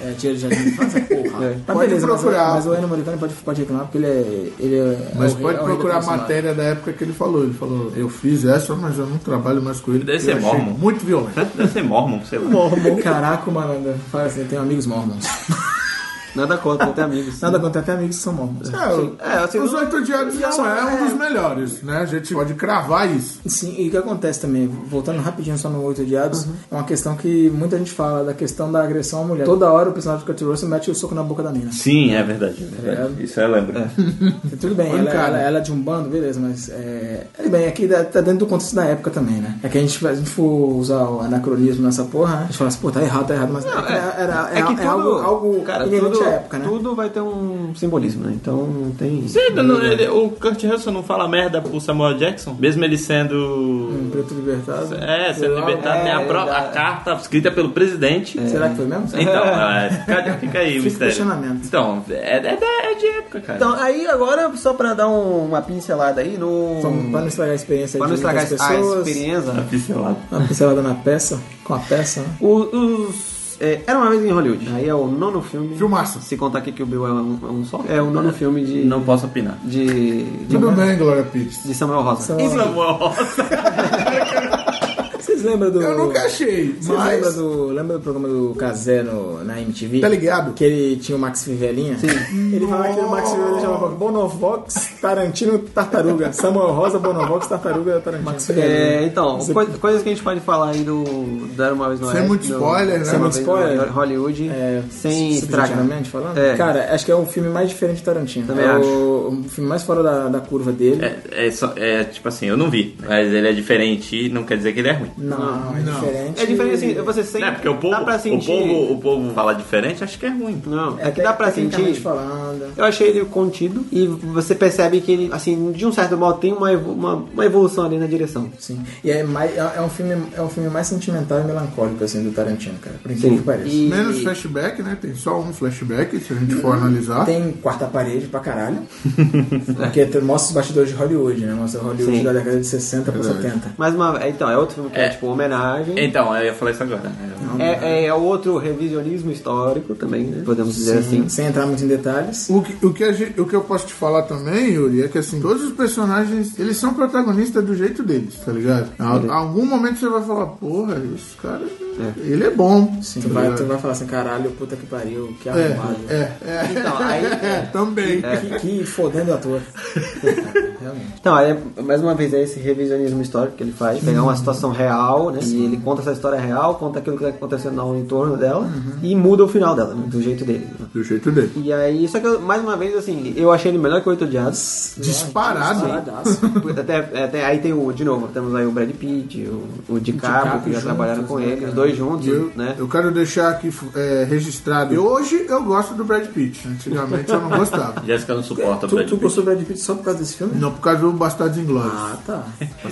[SPEAKER 2] É, tiro de jardim de infância, porra. Mas
[SPEAKER 4] Pode
[SPEAKER 2] mas o-
[SPEAKER 4] procurar.
[SPEAKER 2] Mas, o Ennio Morricone pode, pode reclamar, porque ele é. Ele é
[SPEAKER 4] Mas
[SPEAKER 2] é o rei-
[SPEAKER 4] pode
[SPEAKER 2] é o rei da
[SPEAKER 4] procurar a
[SPEAKER 2] trilha sonora.
[SPEAKER 4] matéria da época que ele falou. Ele falou, eu fiz essa, mas eu não trabalho mais com ele.
[SPEAKER 3] Deve
[SPEAKER 4] porque
[SPEAKER 3] ser
[SPEAKER 4] eu achei
[SPEAKER 3] mormon.
[SPEAKER 4] Muito violento.
[SPEAKER 3] deve ser Mormon, sei lá.
[SPEAKER 2] Mormon. Caraca, malandro. Fala assim, eu tenho amigos mormons.
[SPEAKER 1] Nada contra, até amigos.
[SPEAKER 2] Nada contra, até amigos que são mormons.
[SPEAKER 4] É, o-
[SPEAKER 1] É, assim,
[SPEAKER 4] os
[SPEAKER 1] não-
[SPEAKER 4] oito diários não é um dos melhores, né? A gente pode cravar isso.
[SPEAKER 2] Sim, e o que acontece também, voltando rapidinho só no Oito Odiados,
[SPEAKER 1] Uhum.
[SPEAKER 2] é uma questão que muita gente fala, da questão da agressão à mulher. Toda hora o personagem do Kurt Russell mete o soco na boca da mina.
[SPEAKER 3] Sim, é verdade. É verdade. Isso eu lembro.
[SPEAKER 2] É.
[SPEAKER 1] Uhum.
[SPEAKER 2] Tudo bem, ela,
[SPEAKER 4] Pancada.
[SPEAKER 2] ela, ela é de um bando, beleza, mas é. é bem, aqui dá- tá dentro do contexto da época também, né? É que a gente, a gente for usar o anacronismo nessa porra, né? a gente fala assim, pô, tá errado, tá errado, mas é, era, é,
[SPEAKER 1] É que
[SPEAKER 2] é
[SPEAKER 1] tudo,
[SPEAKER 2] algo, algo
[SPEAKER 1] cara,
[SPEAKER 2] inerente
[SPEAKER 1] tudo,
[SPEAKER 2] à época, né?
[SPEAKER 1] tudo vai ter um simbolismo, né? Então não tem...
[SPEAKER 3] Sim,
[SPEAKER 2] Uhum.
[SPEAKER 3] não- ele- o Kurt Russell não fala merda pro Samuel Jackson? Mesmo ele sendo...
[SPEAKER 2] Um preto libertado.
[SPEAKER 3] É, sendo libertado, tem a,
[SPEAKER 1] é,
[SPEAKER 3] pró- a carta escrita pelo presidente.
[SPEAKER 2] É. Será que foi mesmo?
[SPEAKER 3] Então, é, cadê- fica aí
[SPEAKER 2] Fica o
[SPEAKER 3] o mistério.
[SPEAKER 2] questionamento.
[SPEAKER 3] Então, é, é- é de época, cara.
[SPEAKER 1] Então, aí agora, só pra dar um- uma pincelada aí no...
[SPEAKER 2] Então, pra não estragar a experiência
[SPEAKER 1] pra não
[SPEAKER 2] de
[SPEAKER 1] estragar
[SPEAKER 2] muitas
[SPEAKER 1] a
[SPEAKER 2] pessoas,
[SPEAKER 1] experiência... né?
[SPEAKER 2] uma pincelada na peça, com a peça, né?
[SPEAKER 1] O- os- é, Era uma vez em Hollywood. Aí é o nono filme.
[SPEAKER 4] Filmaço.
[SPEAKER 1] Se contar aqui que o Bill é um, é um só. É o nono filme de.
[SPEAKER 3] Não posso opinar.
[SPEAKER 1] De. de,
[SPEAKER 4] Tudo bem, Glória Pires.
[SPEAKER 2] Então-
[SPEAKER 1] de Samuel Rosa.
[SPEAKER 2] Samuel
[SPEAKER 1] Enfim,
[SPEAKER 3] Samuel Rosa.
[SPEAKER 2] Vocês Vocês lembram do.
[SPEAKER 4] Eu nunca achei,
[SPEAKER 2] Vocês lembram
[SPEAKER 4] mas.
[SPEAKER 2] do. Lembra do programa do Kazé no, na MTV?
[SPEAKER 4] Tá ligado?
[SPEAKER 2] Que ele tinha o Max Fivelinha? Sim. Ele falava que o Max Fivelinha chamava Bonovox, Tarantino, Tartaruga. Samuel Rosa, Bonovox, Tartaruga, Tarantino. Max
[SPEAKER 1] É, então, coi- coisas que a gente pode falar aí do Dar uma vez no
[SPEAKER 4] Sem
[SPEAKER 1] Oeste,
[SPEAKER 4] muito
[SPEAKER 1] do-
[SPEAKER 4] spoiler, né?
[SPEAKER 1] Dar
[SPEAKER 4] Sem
[SPEAKER 1] Uma
[SPEAKER 2] muito
[SPEAKER 1] Vez
[SPEAKER 2] spoiler.
[SPEAKER 1] no Hollywood,
[SPEAKER 2] É,
[SPEAKER 1] sem estragar.
[SPEAKER 2] subjetivamente falando?
[SPEAKER 1] É.
[SPEAKER 2] Cara, acho que é o filme mais diferente de Tarantino.
[SPEAKER 1] Também
[SPEAKER 2] é
[SPEAKER 1] acho.
[SPEAKER 2] O, o filme mais fora da, da curva dele.
[SPEAKER 3] É, é só- é, tipo assim, eu não vi, mas ele é diferente e não quer dizer que ele é ruim.
[SPEAKER 2] Não, é diferente.
[SPEAKER 1] É diferente assim, você sente.
[SPEAKER 3] É, porque o povo,
[SPEAKER 1] dá pra
[SPEAKER 3] o,
[SPEAKER 1] sentir.
[SPEAKER 3] povo, o povo fala diferente, acho que é ruim.
[SPEAKER 1] Não, é,
[SPEAKER 2] É
[SPEAKER 1] que dá pra
[SPEAKER 2] tecnicamente
[SPEAKER 1] sentir.
[SPEAKER 2] falando.
[SPEAKER 1] Eu achei ele contido e você percebe que ele, assim, de um certo modo tem uma, evo- uma, uma evolução ali na direção.
[SPEAKER 2] Sim. E é, mais, é é um filme, é um filme mais sentimental e melancólico, assim, do Tarantino, cara. Por incrível que pareça.
[SPEAKER 1] E-
[SPEAKER 4] Menos flashback, né? Tem só um flashback, se a gente for analisar.
[SPEAKER 2] Tem quarta parede pra caralho. porque tu- mostra os bastidores de Hollywood, né? Mostra o Hollywood
[SPEAKER 1] Sim.
[SPEAKER 2] da década de 60 pra 70.
[SPEAKER 1] Mais uma, então, é outro filme que é, tipo uma homenagem.
[SPEAKER 3] Então, eu ia falar isso agora.
[SPEAKER 1] É, é, é outro revisionismo histórico também, né? Podemos dizer assim.
[SPEAKER 2] Sem entrar muito em detalhes.
[SPEAKER 4] O que, o, que a gente- o que eu posso te falar também, Yuri, é que assim, todos os personagens, eles são protagonistas do jeito deles, tá ligado? A, Algum momento você vai falar, porra, esse cara, ele é bom.
[SPEAKER 2] Sim,
[SPEAKER 4] tá
[SPEAKER 2] tu, vai,
[SPEAKER 4] ligado?
[SPEAKER 2] tu vai falar assim, caralho, puta que pariu, que
[SPEAKER 4] É,
[SPEAKER 2] arrumado.
[SPEAKER 4] é, é.
[SPEAKER 1] Então, aí-
[SPEAKER 4] É, também.
[SPEAKER 2] Que, que fodendo ator. Realmente.
[SPEAKER 1] Então, aí, mais uma vez, é esse revisionismo histórico que ele faz. Pegar uma situação real, né? E ele conta essa história real, conta aquilo que tá acontecendo no entorno dela e muda o final dela, né? Do jeito dele. né?
[SPEAKER 4] Do jeito dele.
[SPEAKER 1] E aí, só que, eu, mais uma vez, assim, eu achei ele melhor que o Oito Dias.
[SPEAKER 4] Disparado.
[SPEAKER 1] até, até- aí tem o, de novo, temos aí o Brad Pitt, o, o DiCaprio, que já
[SPEAKER 2] juntos,
[SPEAKER 1] trabalharam com
[SPEAKER 2] né,
[SPEAKER 1] ele, os dois juntos,
[SPEAKER 4] Eu,
[SPEAKER 1] né?
[SPEAKER 4] eu quero deixar aqui é, registrado. Eu- hoje eu gosto do Brad Pitt. Antigamente eu não gostava.
[SPEAKER 3] Jéssica não suporta
[SPEAKER 2] É, Tu,
[SPEAKER 3] Brad
[SPEAKER 2] tu
[SPEAKER 3] Pitt.
[SPEAKER 2] gostou do Brad Pitt só por causa desse filme?
[SPEAKER 4] Não por causa do Bastardos Inglórios.
[SPEAKER 2] Ah, tá.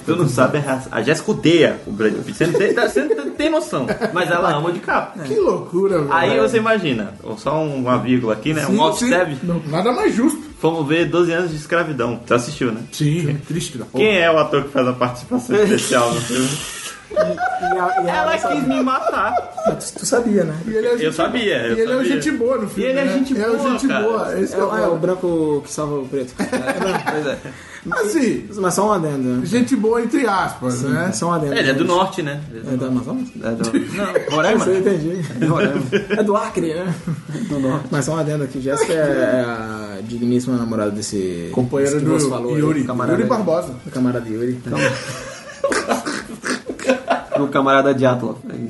[SPEAKER 3] Tu não sabe a raça. A Jéssica odeia o Brad Pitt. Você não tem, tá, você não tem noção. Mas ela ama o de capa.
[SPEAKER 4] Que loucura, velho.
[SPEAKER 3] Aí você imagina, só uma vírgula aqui, né? Um
[SPEAKER 4] Sim,
[SPEAKER 3] offstab.
[SPEAKER 4] sim. Não, Nada mais justo.
[SPEAKER 3] Fomos ver 12 anos de escravidão. Você assistiu, né?
[SPEAKER 4] Sim, triste da porra.
[SPEAKER 3] Quem é o ator que faz a participação especial no filme?
[SPEAKER 2] E a- e a-
[SPEAKER 3] Ela quis me matar.
[SPEAKER 2] tu, tu sabia, né?
[SPEAKER 4] E ele é
[SPEAKER 3] Eu sabia.
[SPEAKER 4] E
[SPEAKER 3] Eu
[SPEAKER 4] ele é o
[SPEAKER 3] sabia.
[SPEAKER 4] gente boa no filme.
[SPEAKER 3] E ele é
[SPEAKER 4] né?
[SPEAKER 3] gente
[SPEAKER 4] É o
[SPEAKER 3] boa,
[SPEAKER 4] gente
[SPEAKER 3] cara.
[SPEAKER 4] boa. Esse
[SPEAKER 2] É,
[SPEAKER 4] que é o
[SPEAKER 2] o- é o
[SPEAKER 4] problema.
[SPEAKER 2] branco que salva o preto.
[SPEAKER 1] Pois é.
[SPEAKER 4] Assim,
[SPEAKER 2] Mas só um adendo, né?
[SPEAKER 4] gente boa entre aspas, né?
[SPEAKER 2] É só um adendo.
[SPEAKER 3] Ele é do norte, né? Ele é do
[SPEAKER 2] É da Amazonas?
[SPEAKER 1] É do-
[SPEAKER 3] Não, Roraima.
[SPEAKER 2] Isso eu entendi. É do Acre, né? Do norte. Mas só um adendo aqui, Jéssica é a digníssima namorada desse...
[SPEAKER 4] Companheiro
[SPEAKER 2] desse que você
[SPEAKER 4] do
[SPEAKER 2] falou aí,
[SPEAKER 4] Yuri.
[SPEAKER 2] camarada
[SPEAKER 4] Yuri
[SPEAKER 2] aí.
[SPEAKER 4] Barbosa.
[SPEAKER 2] Do camarada Yuri.
[SPEAKER 1] do camarada Diatlov. Aí.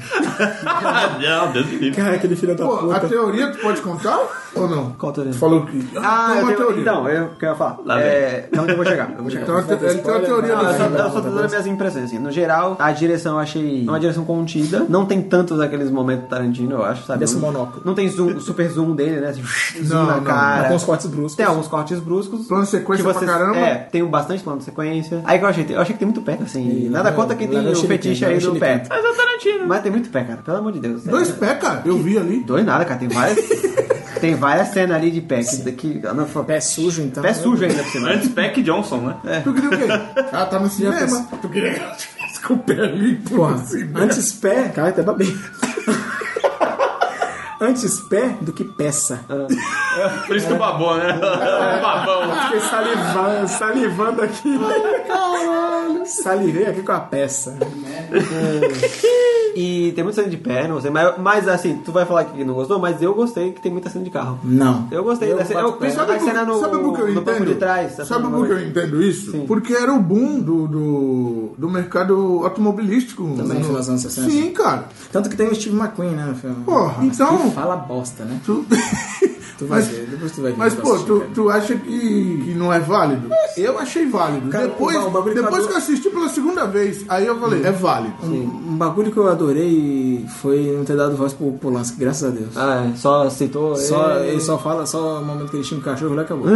[SPEAKER 3] Ah, não, Deus me livre.
[SPEAKER 2] Cara, aquele filho da
[SPEAKER 4] Pô, a
[SPEAKER 2] puta.
[SPEAKER 4] teoria tu pode contar ou não?
[SPEAKER 1] Qual teoria?
[SPEAKER 4] Tu falou que.
[SPEAKER 1] Ah,
[SPEAKER 4] tem
[SPEAKER 1] eu
[SPEAKER 4] uma
[SPEAKER 1] tenho,
[SPEAKER 4] teoria.
[SPEAKER 1] então, eu quero falar.
[SPEAKER 3] Lá
[SPEAKER 1] É, então eu vou chegar, eu vou chegar.
[SPEAKER 4] Então, ele tem uma teoria
[SPEAKER 1] Não,
[SPEAKER 4] do
[SPEAKER 1] eu só,
[SPEAKER 4] filme.
[SPEAKER 1] eu só tô dando minhas impressões, assim. No geral, a direção eu achei uma direção contida. Não tem tantos aqueles momentos Tarantino, eu acho, sabe?
[SPEAKER 2] Desse
[SPEAKER 1] Não-
[SPEAKER 2] monóculo.
[SPEAKER 1] Não tem zoom, o super zoom dele, né? Assim, zoom
[SPEAKER 4] Não,
[SPEAKER 1] na
[SPEAKER 4] não.
[SPEAKER 1] cara.
[SPEAKER 2] Tem uns cortes bruscos.
[SPEAKER 1] Tem alguns cortes bruscos.
[SPEAKER 4] Plano de sequência
[SPEAKER 1] que vocês-
[SPEAKER 4] pra caramba.
[SPEAKER 1] É, tem bastante plano de sequência. Aí que eu achei, eu achei que tem muito pé, assim.
[SPEAKER 2] E
[SPEAKER 1] nada
[SPEAKER 2] lá-
[SPEAKER 1] conta quem
[SPEAKER 2] lá
[SPEAKER 4] é
[SPEAKER 1] tem
[SPEAKER 2] no
[SPEAKER 1] o
[SPEAKER 2] Chile
[SPEAKER 1] fetiche
[SPEAKER 2] tem,
[SPEAKER 1] aí
[SPEAKER 2] lá no
[SPEAKER 1] do
[SPEAKER 2] Chile
[SPEAKER 1] pé.
[SPEAKER 2] tem.
[SPEAKER 3] Mas é o Tarantino.
[SPEAKER 1] Mas tem muito pé, cara. Pelo amor de Deus.
[SPEAKER 4] Dois
[SPEAKER 1] É.
[SPEAKER 4] pés, cara. Eu vi ali.
[SPEAKER 1] Dois nada, cara. Tem várias... tem várias cenas ali de pé. Que, que, ah,
[SPEAKER 2] Pé sujo, então.
[SPEAKER 4] Tá
[SPEAKER 1] pé sujo ainda por cima.
[SPEAKER 3] Antes Peck Johnson, né?
[SPEAKER 4] Tu queria o quê? Ah, tá no cinema.
[SPEAKER 2] pensei.
[SPEAKER 4] Tu queria que ela tivesse com o pé assim, limpo
[SPEAKER 2] Porra,
[SPEAKER 4] no cinema.
[SPEAKER 2] antes pé... Cara, até babei. Antes pé do que peça.
[SPEAKER 3] Por isso que o babou, né? O babão.
[SPEAKER 2] Fiquei salivando, salivando aqui. Caralho. Salivei aqui com a peça.
[SPEAKER 1] E tem muita cena de pé, não sei, mas, mas assim, tu vai falar que não gostou, mas eu gostei que tem muita cena de carro.
[SPEAKER 2] Não.
[SPEAKER 1] Eu gostei da cena, eu,
[SPEAKER 4] Mas sabe,
[SPEAKER 1] a
[SPEAKER 4] por-
[SPEAKER 2] tá
[SPEAKER 1] cena no,
[SPEAKER 4] sabe por que eu
[SPEAKER 1] no banco
[SPEAKER 4] entendo?
[SPEAKER 1] de trás. a
[SPEAKER 4] sabe
[SPEAKER 1] cena
[SPEAKER 4] por que
[SPEAKER 1] no-
[SPEAKER 4] eu entendo isso?
[SPEAKER 1] Sim.
[SPEAKER 4] Porque era o boom do, do, do mercado automobilístico.
[SPEAKER 2] Também,
[SPEAKER 4] No-
[SPEAKER 2] nos anos 60.
[SPEAKER 4] Sim, cara.
[SPEAKER 2] Tanto que tem o Steve McQueen, né, no filme.
[SPEAKER 4] Porra,
[SPEAKER 2] Mas
[SPEAKER 4] então-
[SPEAKER 2] que fala bosta, né?
[SPEAKER 4] Tu...
[SPEAKER 2] Tu vai
[SPEAKER 4] Mas-
[SPEAKER 2] ver, depois tu vai ver.
[SPEAKER 4] Mas,
[SPEAKER 2] tu
[SPEAKER 4] pô,
[SPEAKER 2] assiste,
[SPEAKER 4] tu,
[SPEAKER 2] cara.
[SPEAKER 4] tu acha que, que não é válido? Eu achei válido.
[SPEAKER 2] Cara,
[SPEAKER 4] depois
[SPEAKER 2] o ba- o bagulho que
[SPEAKER 4] depois
[SPEAKER 2] acabou-
[SPEAKER 4] que eu assisti pela segunda vez, aí eu falei, é válido.
[SPEAKER 2] Um bagulho que eu adorei foi não ter dado voz pro Polanski, graças a Deus.
[SPEAKER 1] Ah, é, só citou.
[SPEAKER 2] Só,
[SPEAKER 1] é,
[SPEAKER 2] ele só fala, só o momento que ele tinha um cachorro lá acabou.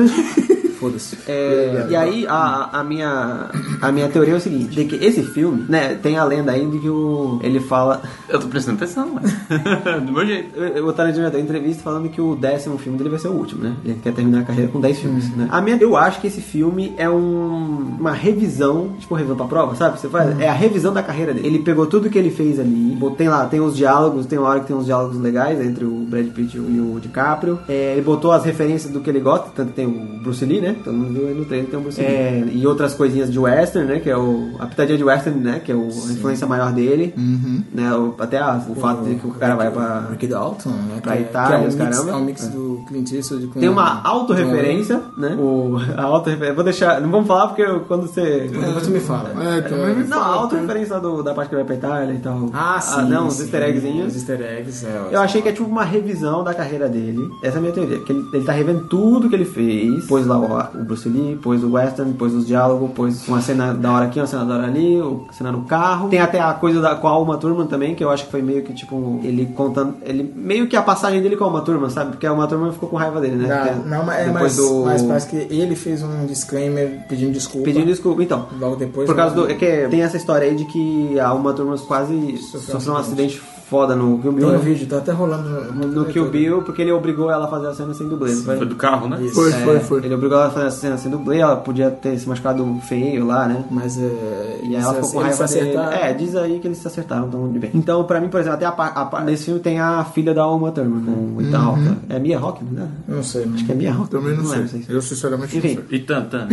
[SPEAKER 2] Foda-se.
[SPEAKER 1] é, e aí, a, a, minha, a minha teoria é o seguinte: de que esse filme, né, tem a lenda ainda que o. Ele fala.
[SPEAKER 3] Eu tô prestando atenção, mas. Do meu jeito.
[SPEAKER 1] O Tarantino já deu entrevista falando que o décimo filme dele vai ser o último, né? Ele quer terminar a carreira com
[SPEAKER 3] Hum.
[SPEAKER 1] 10 filmes, né? A minha, eu acho que esse filme é um- uma revisão, tipo revisão pra prova, sabe? Você
[SPEAKER 3] Hum.
[SPEAKER 1] faz, é a revisão da carreira dele. Ele pegou tudo que ele fez ali, bot- tem lá, tem os diálogos, tem uma hora que tem uns diálogos legais entre o Brad Pitt e o DiCaprio. É, ele botou as referências do que ele gosta, tanto que tem o Bruce Lee, né? né? Todo mundo viu aí no trailer, tem o Bruce Lee. É, e outras coisinhas de western, né? Que é o... A pitadinha de western, né? Que é o, a influência maior dele.
[SPEAKER 3] Uhum.
[SPEAKER 1] Né? O- até a- o fato de que o cara vai pra...
[SPEAKER 2] Rick Dalton, né?
[SPEAKER 1] Pra
[SPEAKER 2] Que é-
[SPEAKER 1] Itália,
[SPEAKER 2] que é um
[SPEAKER 1] os
[SPEAKER 2] mix,
[SPEAKER 1] caramba.
[SPEAKER 2] É um mix do Clint Eastwood com...
[SPEAKER 1] Tem uma autorreferência, né? O, a autorreferência. Vou deixar. Não vamos falar porque eu- quando você.
[SPEAKER 2] Depois tu então, me fala.
[SPEAKER 4] É, também me
[SPEAKER 1] Não, a
[SPEAKER 4] fala.
[SPEAKER 1] autorreferência lá do, da parte que vai pra Itália e tal.
[SPEAKER 2] Ah, sim.
[SPEAKER 1] não, os
[SPEAKER 2] sim.
[SPEAKER 1] easter eggzinhos.
[SPEAKER 2] Os easter eggs, é.
[SPEAKER 1] Eu achei que é tipo uma revisão da carreira dele. Essa é a minha teoria. Que ele, ele tá revendo tudo que ele fez. Pôs lá o, o Bruce Lee, pôs o Western, pôs os diálogos, pôs uma cena da hora aqui, uma cena da hora ali, o- cena no carro. Tem até a coisa da, com a Alma Turman também, que eu acho que foi meio que tipo. Ele contando. Ele, meio que a passagem dele com a Alma Turman, sabe? Porque a Alma Turman ficou com raiva dele, né?
[SPEAKER 2] Não,
[SPEAKER 1] Porque
[SPEAKER 2] não, mas, é,
[SPEAKER 1] depois
[SPEAKER 2] mas,
[SPEAKER 1] do-
[SPEAKER 2] mas parece que ele fez um disclaimer pedindo desculpa.
[SPEAKER 1] Pedindo desculpa, então.
[SPEAKER 2] Logo depois,
[SPEAKER 1] Por causa
[SPEAKER 2] né?
[SPEAKER 1] do. É que tem essa história aí de que a Uma Turma quase sofreu um acidente foda no Kill
[SPEAKER 2] Tem
[SPEAKER 1] Bill.
[SPEAKER 2] um
[SPEAKER 1] né?
[SPEAKER 2] vídeo, tá até rolando no,
[SPEAKER 1] No,
[SPEAKER 4] Né,
[SPEAKER 1] Kill Bill, porque ele obrigou ela a fazer a cena sem dublê. não foi?
[SPEAKER 3] Foi do carro, né?
[SPEAKER 4] Foi,
[SPEAKER 1] É,
[SPEAKER 4] foi, foi.
[SPEAKER 1] Ele obrigou ela a fazer a cena sem dublê, ela podia ter se machucado feio lá, né?
[SPEAKER 2] Mas é,
[SPEAKER 1] E aí ela ficou com raiva dele. É,
[SPEAKER 2] É,
[SPEAKER 1] diz aí que eles se acertaram, então de bem. Então, pra mim, por exemplo, até a, pa- a, pa- nesse filme tem a filha da Uma Thurman,
[SPEAKER 4] Uhum.
[SPEAKER 1] com o Ethan Hawke. É Mia Hawke, né?
[SPEAKER 2] não sei. mano.
[SPEAKER 1] Acho que é Mia Hawke.
[SPEAKER 4] Também não,
[SPEAKER 1] lembro,
[SPEAKER 4] sei. Eu, sinceramente,
[SPEAKER 1] Enfim,
[SPEAKER 4] não sei.
[SPEAKER 3] E tantan.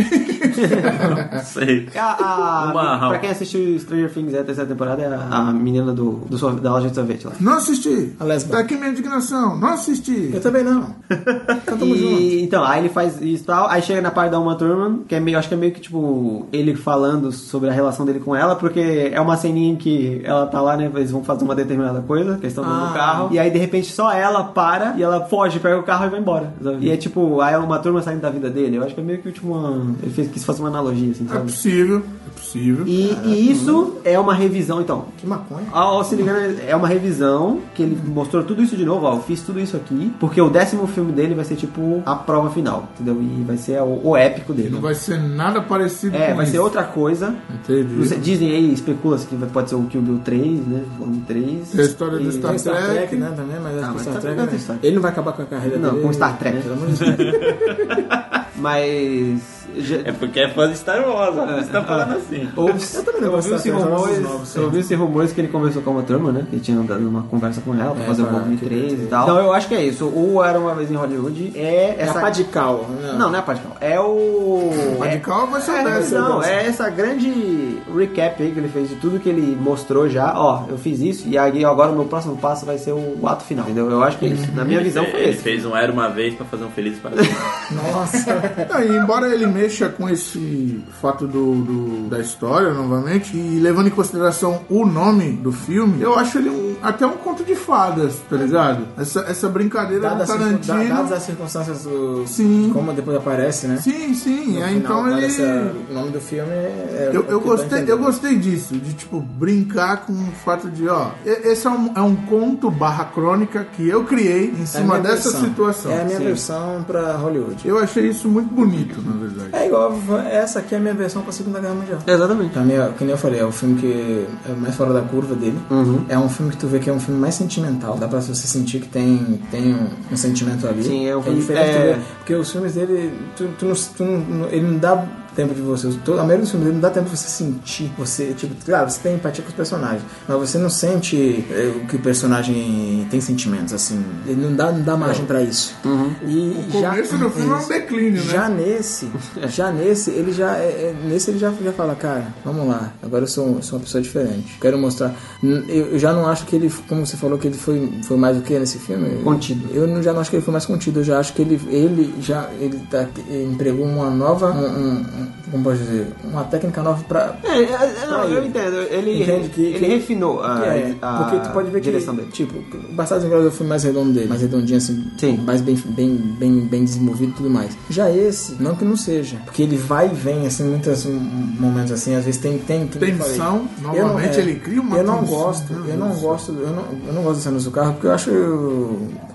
[SPEAKER 3] Não sei.
[SPEAKER 1] É A, a,
[SPEAKER 3] Uma
[SPEAKER 1] pra
[SPEAKER 3] rau.
[SPEAKER 1] quem assistiu Stranger Things é a terceira temporada, é a, a menina do, do sorve- da loja de sorvete lá.
[SPEAKER 4] Não assisti.
[SPEAKER 2] A lesba.
[SPEAKER 4] Tá aqui minha indignação. Não assisti.
[SPEAKER 2] Eu também não. Então tamo junto.
[SPEAKER 1] E, então, aí ele faz isso e tal, aí chega na parte da Uma Thurman, que é meio, acho que é meio que tipo, ele falando sobre a relação dele com ela, porque é uma ceninha em que ela tá lá, né, eles vão fazer uma determinada coisa, que eles estão dentro do
[SPEAKER 2] Ah.
[SPEAKER 1] carro, e aí de repente só ela para, e ela foge, pega o carro e vai embora. sabe? E é tipo, aí é Uma Thurman saindo da vida dele, eu acho que é meio que tipo uma... ele fez, quis fazer uma analogia, assim,
[SPEAKER 4] É
[SPEAKER 1] sabe?
[SPEAKER 4] possível. É possível.
[SPEAKER 1] E, e isso é uma revisão, então,
[SPEAKER 2] Que maconha.
[SPEAKER 1] Ao ao se ligar, é uma revisão que ele mostrou tudo isso de novo, ó, eu fiz tudo isso aqui, porque o décimo filme dele vai ser tipo a prova final, entendeu? E vai ser o, o épico dele.
[SPEAKER 4] Não vai ser nada parecido
[SPEAKER 1] É,
[SPEAKER 4] com
[SPEAKER 1] vai
[SPEAKER 4] isso.
[SPEAKER 1] ser outra coisa.
[SPEAKER 4] Entendi.
[SPEAKER 1] Não sei, Dizem aí, especula-se que vai- pode ser o Kill Bill 3, né? Volume 3.
[SPEAKER 4] Tem É a história do
[SPEAKER 1] E-
[SPEAKER 4] Star
[SPEAKER 2] Tem Star Trek,
[SPEAKER 4] Trek,
[SPEAKER 2] né, também, mas acho
[SPEAKER 1] Ah,
[SPEAKER 2] que
[SPEAKER 1] mas
[SPEAKER 2] Star
[SPEAKER 1] tá
[SPEAKER 2] Trek,
[SPEAKER 1] ligado
[SPEAKER 2] né?
[SPEAKER 1] Star Trek.
[SPEAKER 2] Ele não vai acabar com a carreira
[SPEAKER 1] Não,
[SPEAKER 2] dele.
[SPEAKER 1] com Star Trek.
[SPEAKER 2] Pelo amor de Deus.
[SPEAKER 1] Mas. já-
[SPEAKER 3] É porque é fã de Star Wars, ó. Você tá falando assim.
[SPEAKER 1] Ouve-se
[SPEAKER 2] Eu também não gosto de
[SPEAKER 1] ouviu-se
[SPEAKER 2] Star Trek,
[SPEAKER 1] rumores,
[SPEAKER 2] eu gosto dos novos,
[SPEAKER 1] ouviu-se rumores que ele conversou com uma turma, né? Que ele tinha andado numa conversa com ela pra
[SPEAKER 2] É,
[SPEAKER 1] fazer o
[SPEAKER 2] pra-
[SPEAKER 1] volume
[SPEAKER 2] que-
[SPEAKER 1] 3 e tal. Então eu acho que é isso. O Era Uma Vez em Hollywood é
[SPEAKER 2] É
[SPEAKER 1] essa...
[SPEAKER 2] a pá de cal. né?
[SPEAKER 1] Não, não é a Padical. É o.
[SPEAKER 4] Radical vai ser
[SPEAKER 1] É,
[SPEAKER 4] o décimo.
[SPEAKER 1] não,
[SPEAKER 2] né?
[SPEAKER 1] é essa grande recap aí que ele fez de tudo que ele mostrou já. Ó, eu fiz isso e aí agora o meu próximo passo vai ser o ato final, entendeu? Eu acho que é isso. Na minha visão foi
[SPEAKER 3] Ele
[SPEAKER 1] esse.
[SPEAKER 3] fez um Era Uma Vez pra fazer um Feliz Parabéns.
[SPEAKER 2] Nossa.
[SPEAKER 4] Não, e embora ele mexa com esse fato do, do- da história novamente, e levando em consideração o nome do filme, eu acho ele um- até um conto de fadas, tá ligado? Essa, essa brincadeira
[SPEAKER 2] Dadas
[SPEAKER 4] do
[SPEAKER 2] as circun- da-
[SPEAKER 4] Tarantino.
[SPEAKER 2] dadas as circunstâncias do...
[SPEAKER 4] Sim.
[SPEAKER 2] de como depois aparece, né?
[SPEAKER 4] Sim, sim.
[SPEAKER 2] No
[SPEAKER 4] é,
[SPEAKER 2] final,
[SPEAKER 4] então ele.
[SPEAKER 2] parece a- O nome do filme é... é
[SPEAKER 4] Eu,
[SPEAKER 2] o que
[SPEAKER 4] eu,
[SPEAKER 2] tá
[SPEAKER 4] gostei, eu
[SPEAKER 2] entendendo.
[SPEAKER 4] gostei disso, de tipo, brincar com o fato de, ó, e- esse é um, é um conto barra crônica que eu criei em
[SPEAKER 2] É a minha
[SPEAKER 4] cima dessa
[SPEAKER 2] versão.
[SPEAKER 4] situação.
[SPEAKER 2] É a minha
[SPEAKER 4] Sim.
[SPEAKER 2] versão pra Hollywood.
[SPEAKER 4] Eu achei isso muito bonito, na verdade.
[SPEAKER 2] É igual, essa aqui é a minha versão pra Segunda Guerra Mundial.
[SPEAKER 1] Exatamente.
[SPEAKER 2] Pra mim, é- que nem eu falei, é o filme que é o mais fora da curva dele.
[SPEAKER 1] Uhum.
[SPEAKER 2] É um filme que tu vê que é um filme mais sentimental. Dá pra você sentir que tem, tem um, um sentimento ali.
[SPEAKER 1] Sim, é um filme-
[SPEAKER 2] diferente
[SPEAKER 1] é.
[SPEAKER 2] tu ver, Porque os filmes dele, tu, tu não, tu não- ele não dá tempo de você. to- A maioria dos filmes dele não dá tempo de você sentir. Você, tipo, claro, você tem empatia com os personagens, mas você não sente é, o que o personagem tem sentimentos, assim. Ele não dá, não dá margem pra isso.
[SPEAKER 1] Uhum.
[SPEAKER 2] E
[SPEAKER 4] O começo do filme é um declínio, né?
[SPEAKER 2] já nesse, já nesse, ele já é, é- nesse ele já, já fala, cara, vamos lá, agora eu sou, sou uma pessoa diferente. Quero mostrar. N- Eu, eu já não acho que ele, como você falou que ele foi, foi mais o que nesse filme?
[SPEAKER 1] Contido.
[SPEAKER 2] Eu não, já não acho que ele foi mais contido, eu já acho que ele, ele já ele tá, ele empregou uma nova, um, um- um- como pode dizer, uma técnica nova pra.
[SPEAKER 1] É, é, é, não, eu entendo. Ele,
[SPEAKER 2] Entende que-
[SPEAKER 1] ele
[SPEAKER 2] que-
[SPEAKER 1] refinou a,
[SPEAKER 2] É,
[SPEAKER 1] a
[SPEAKER 2] porque tu pode ver que
[SPEAKER 1] direção dele.
[SPEAKER 2] tipo, o Bastardos Inglórios é o filme mais redondo dele, mais redondinho assim,
[SPEAKER 1] Sim.
[SPEAKER 2] mais bem, bem, bem, bem desenvolvido e tudo mais. Já esse, não que não seja, porque ele vai e vem assim, muitos um, momentos assim, às vezes tem tem que nem eu falei.
[SPEAKER 4] Tensão,
[SPEAKER 2] Eu não-
[SPEAKER 4] novamente
[SPEAKER 2] é,
[SPEAKER 4] ele cria uma
[SPEAKER 2] Eu não
[SPEAKER 4] tensão,
[SPEAKER 2] gosto,
[SPEAKER 4] meu
[SPEAKER 2] eu não
[SPEAKER 4] Deus.
[SPEAKER 2] gosto, eu não, eu não gosto de cenas do carro porque eu acho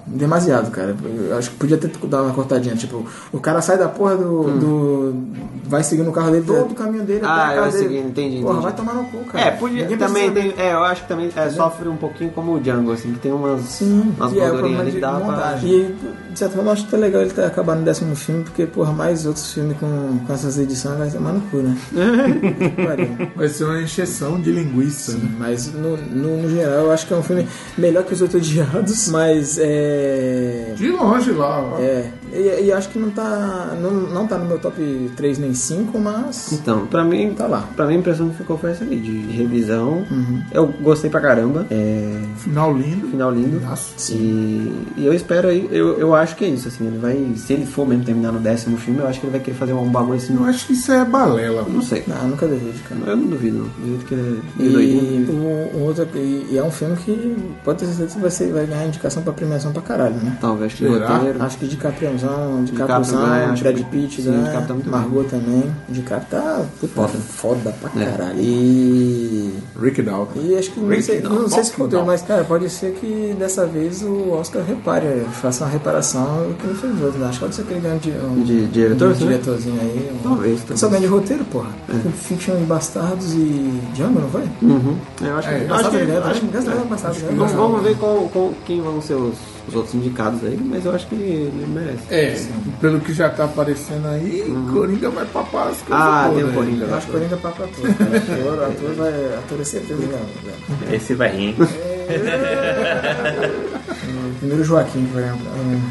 [SPEAKER 2] demasiado, cara. Eu acho que podia ter dado uma cortadinha, tipo, o cara sai da porra do, do- vai seguindo o carro dele todo o caminho dele
[SPEAKER 1] Hum. Ah,
[SPEAKER 2] até a
[SPEAKER 1] vai
[SPEAKER 2] casa dele.
[SPEAKER 1] seguindo, entendi,
[SPEAKER 2] Porra,
[SPEAKER 1] entendi.
[SPEAKER 2] vai tomar no cu, cara.
[SPEAKER 1] É, podia,
[SPEAKER 2] Ninguém precisa
[SPEAKER 1] também
[SPEAKER 2] saber.
[SPEAKER 1] tem, é, eu acho que também é, sofre um pouquinho como o Django, assim, que tem umas, umas
[SPEAKER 2] e é
[SPEAKER 1] gordurinhas
[SPEAKER 2] o problema
[SPEAKER 1] ali
[SPEAKER 2] de
[SPEAKER 1] que dá pra...
[SPEAKER 2] montagem. E, de certa forma, eu acho até legal ele ter acabado no décimo filme, porque, porra, mais outros filmes com, com essas edições vai tomar no cu, né? Puta que pariu.
[SPEAKER 4] Vai ser uma encheção de linguiça, né?
[SPEAKER 2] Mas, no, no, no geral, eu acho que é um filme melhor que Os Oito Odiados, mas é, é.
[SPEAKER 4] De longe lá. ó.
[SPEAKER 2] É, e, e acho que não tá, não, não tá no meu top 3 nem 5, mas.
[SPEAKER 1] Então, pra mim,
[SPEAKER 2] Tá lá.
[SPEAKER 1] pra mim a impressão que ficou foi essa ali, de revisão.
[SPEAKER 2] Uhum.
[SPEAKER 1] Eu gostei pra caramba. É,
[SPEAKER 4] Final lindo.
[SPEAKER 1] final lindo.
[SPEAKER 4] Nossa.
[SPEAKER 1] E, e eu espero aí, eu, eu acho que é isso, assim, ele vai. Se ele for mesmo terminar no décimo filme, eu acho que ele vai querer fazer um bagulho assim.
[SPEAKER 4] Eu
[SPEAKER 1] Não,
[SPEAKER 4] acho que isso é balela.
[SPEAKER 1] não sei.
[SPEAKER 2] Não, nunca desejo, cara.
[SPEAKER 1] Eu não duvido, não. Do jeito que ele é meio doidinho.
[SPEAKER 2] E, o, o outro, e, e é um filme que pode ter certeza que vai, ser, vai ganhar indicação pra premiação pra caralho, né?
[SPEAKER 1] Talvez de
[SPEAKER 4] Será?
[SPEAKER 1] roteiro.
[SPEAKER 2] Acho que de Capriãozão, de
[SPEAKER 1] DiCaprio ganha,
[SPEAKER 2] Capriãozão,
[SPEAKER 1] acho
[SPEAKER 2] Brad
[SPEAKER 1] que-
[SPEAKER 2] Pitt,
[SPEAKER 1] sim,
[SPEAKER 2] ganha,
[SPEAKER 1] DiCaprio tá muito
[SPEAKER 2] Margot também. De Cap tá
[SPEAKER 1] Foda. É.
[SPEAKER 2] foda, foda pra caralho. E.
[SPEAKER 4] Rick Dalton.
[SPEAKER 2] E acho que não sei, não sei se contei, mas cara, pode ser que dessa vez o Oscar repare, faça uma reparação que não fez os outros, né? Acho que pode ser que ele ganhe de, um,
[SPEAKER 1] De diretor,
[SPEAKER 2] um
[SPEAKER 1] né?
[SPEAKER 2] diretorzinho aí. um-
[SPEAKER 1] Talvez, talvez.
[SPEAKER 2] Só ganha de roteiro, porra. É. Fiction e Bastardos e Django, não foi?
[SPEAKER 1] Uhum. Eu acho que.
[SPEAKER 4] É,
[SPEAKER 1] eu acho que,
[SPEAKER 2] Bastardos, né?
[SPEAKER 1] acho
[SPEAKER 2] Acho
[SPEAKER 1] que-
[SPEAKER 2] que Bastardos é Bastardos, né?
[SPEAKER 1] vamos, vamos ver qual, qual- quem vão ser os, os outros indicados aí, mas eu acho que ele merece.
[SPEAKER 4] É, pelo que já tá aparecendo aí,
[SPEAKER 2] Uhum.
[SPEAKER 4] Coringa vai papar as coisas.
[SPEAKER 1] Ah,
[SPEAKER 4] todas,
[SPEAKER 1] tem o
[SPEAKER 4] né?
[SPEAKER 1] Coringa
[SPEAKER 2] Eu acho que
[SPEAKER 1] agora.
[SPEAKER 2] um Coringa é papo ator. cara. Ator, ator, vai, ator é certeza que ganha.
[SPEAKER 3] Esse vai rir, hein?
[SPEAKER 2] Primeiro Joaquim que vai ganhar. hum,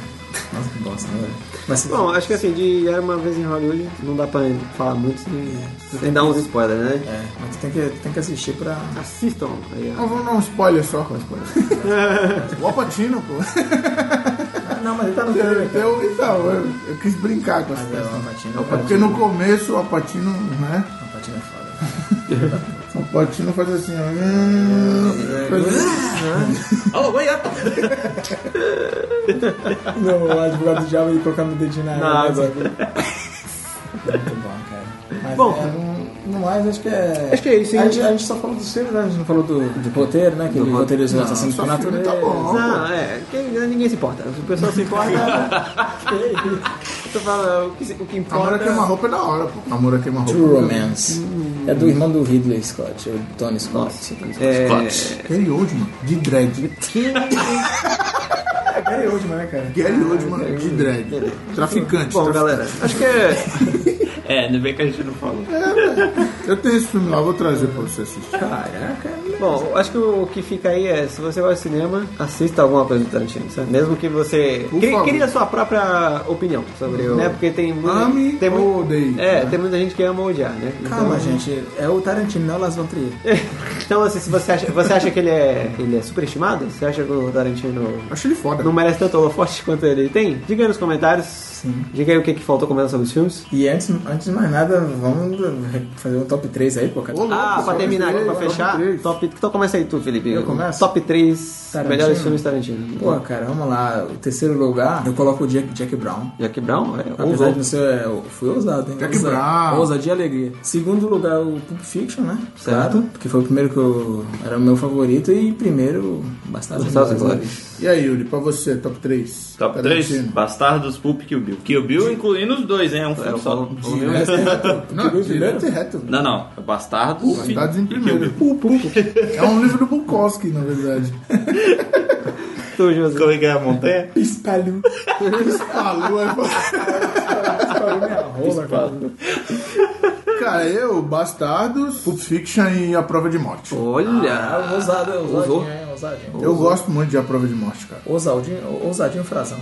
[SPEAKER 2] Nossa, que bosta, né? velho? Mas se-
[SPEAKER 1] Bom, acho que assim, de Era Uma Vez em Hollywood, não dá pra falar muito assim, sem, sem dar uns spoilers, né?
[SPEAKER 2] É, mas tu tem que, tem que assistir pra.
[SPEAKER 1] É. Assistam aí, ó.
[SPEAKER 4] Nós vamos dar um spoiler só. O Alpatino, pô.
[SPEAKER 2] Não, mas ele tá no trailer, cara.
[SPEAKER 4] Eu, então, eu, eu quis brincar com as
[SPEAKER 2] Mas é,
[SPEAKER 4] coisas.
[SPEAKER 2] o Alpatino-
[SPEAKER 4] É Porque no começo o Alpatino, né?
[SPEAKER 2] A patina é foda.
[SPEAKER 4] O Alpatino faz assim, ó. hum, faz assim.
[SPEAKER 3] Oh, wait up!
[SPEAKER 2] Não, o advogado do diabo ele colocando o dedinho na,
[SPEAKER 1] Na água.
[SPEAKER 2] sabe? Muito bom, cara. Mas,
[SPEAKER 1] Bom.
[SPEAKER 2] é, no- no mais, acho que é.
[SPEAKER 1] Acho que é isso, hein?
[SPEAKER 2] A gente, a gente só falou dos filmes, né? A gente não falou do, do roteiro, né? Que o roteiro já está sendo
[SPEAKER 4] só
[SPEAKER 2] por
[SPEAKER 4] filme
[SPEAKER 2] natureza.
[SPEAKER 4] tá bom.
[SPEAKER 1] Não, é, que ninguém se importa. O pessoal se importa. tu fala, o que, se- o que
[SPEAKER 4] Amor
[SPEAKER 1] importa.
[SPEAKER 4] a queima-roupa é da hora, pô. Amor a queima-roupa.
[SPEAKER 2] True Romance. É do irmão do Ridley Scott, o Tony Scott.
[SPEAKER 1] É,
[SPEAKER 4] Gary Oldman, de dread.
[SPEAKER 2] É Gary Oldman, né, cara?
[SPEAKER 4] Gary Oldman, de dread. Traficante.
[SPEAKER 1] é bom,
[SPEAKER 4] traficante.
[SPEAKER 1] galera, acho que é.
[SPEAKER 3] É, ainda bem que a gente não falou.
[SPEAKER 4] Eu tenho esse filme lá, vou trazer pra você assistir.
[SPEAKER 1] Bom, acho que o que fica aí é, se você vai ao cinema, assista alguma coisa do Tarantino, sabe? Mesmo que você
[SPEAKER 4] Por
[SPEAKER 1] crie,
[SPEAKER 4] favor.
[SPEAKER 1] crie a sua própria opinião sobre o... Né? Porque tem... muita-
[SPEAKER 4] Ame
[SPEAKER 1] tem
[SPEAKER 4] ou
[SPEAKER 1] mui-
[SPEAKER 4] odeie,
[SPEAKER 1] É,
[SPEAKER 4] né?
[SPEAKER 1] tem muita gente que ama odiar, né?
[SPEAKER 2] Calma,
[SPEAKER 1] Então-
[SPEAKER 2] gente. É o Tarantino, não é o Las Von Trier.
[SPEAKER 1] Então, assim, se você acha, você acha que ele é, ele é superestimado? Você acha que o Tarantino
[SPEAKER 4] Acho ele foda.
[SPEAKER 1] não merece tanto holofote quanto ele tem? Diga aí nos comentários. Diga aí o que, que faltou comentar sobre os filmes.
[SPEAKER 2] E antes, antes de mais nada, vamos fazer um top 3 aí, pô, cara.
[SPEAKER 4] Ô, louco,
[SPEAKER 1] Ah, pra
[SPEAKER 4] só
[SPEAKER 1] terminar aqui,
[SPEAKER 4] três,
[SPEAKER 1] pra
[SPEAKER 4] só
[SPEAKER 1] fechar,
[SPEAKER 4] três.
[SPEAKER 1] top, então começa aí tu, Felipe.
[SPEAKER 2] Eu começo?
[SPEAKER 1] Top 3
[SPEAKER 2] Tarantino?
[SPEAKER 1] melhores filmes Tarantino.
[SPEAKER 2] Pô, cara, vamos lá. O terceiro lugar, eu coloco o Jack, Jack Brown.
[SPEAKER 1] Jack Brown? É,
[SPEAKER 4] Tá
[SPEAKER 2] Apesar
[SPEAKER 1] ousou.
[SPEAKER 2] de não ser, é, fui ousado, hein?
[SPEAKER 4] Jack
[SPEAKER 2] Ousa-
[SPEAKER 4] Brown.
[SPEAKER 2] Ousadia e alegria. Segundo lugar, o Pulp Fiction, né?
[SPEAKER 1] Certo.
[SPEAKER 2] Claro, porque foi o primeiro que eu... Era o meu favorito. E primeiro, Bastardos
[SPEAKER 1] Bastardos
[SPEAKER 2] Inglórios. né?
[SPEAKER 4] E aí, Yuri, pra você, top 3?
[SPEAKER 3] Top 3, Bastardos, Pulp e Kill Bill. Kill Bill incluindo os dois, hein? É um filme só.
[SPEAKER 4] Direto e reto. Não, direto e reto.
[SPEAKER 3] Não, não. É Bastardos, fi-
[SPEAKER 4] Dados em
[SPEAKER 3] e Kill Bill.
[SPEAKER 4] primeiro. Pu, pu, pu. É um livro do Bukowski, na verdade.
[SPEAKER 1] Tu, José.
[SPEAKER 3] Como é que é a montanha?
[SPEAKER 2] Pispalho.
[SPEAKER 4] Falou, é bom.
[SPEAKER 2] Pispalho minha rola, cara.
[SPEAKER 4] Cara, eu, Bastardos, Pulp Fiction e A Prova de Morte.
[SPEAKER 1] Olha!
[SPEAKER 2] Ah, ousado, é
[SPEAKER 1] Ousou.
[SPEAKER 2] ousadinho, hein? Ousadinho.
[SPEAKER 4] Eu gosto muito de A Prova de Morte, cara.
[SPEAKER 2] Ousadinho, ousadinho frasão.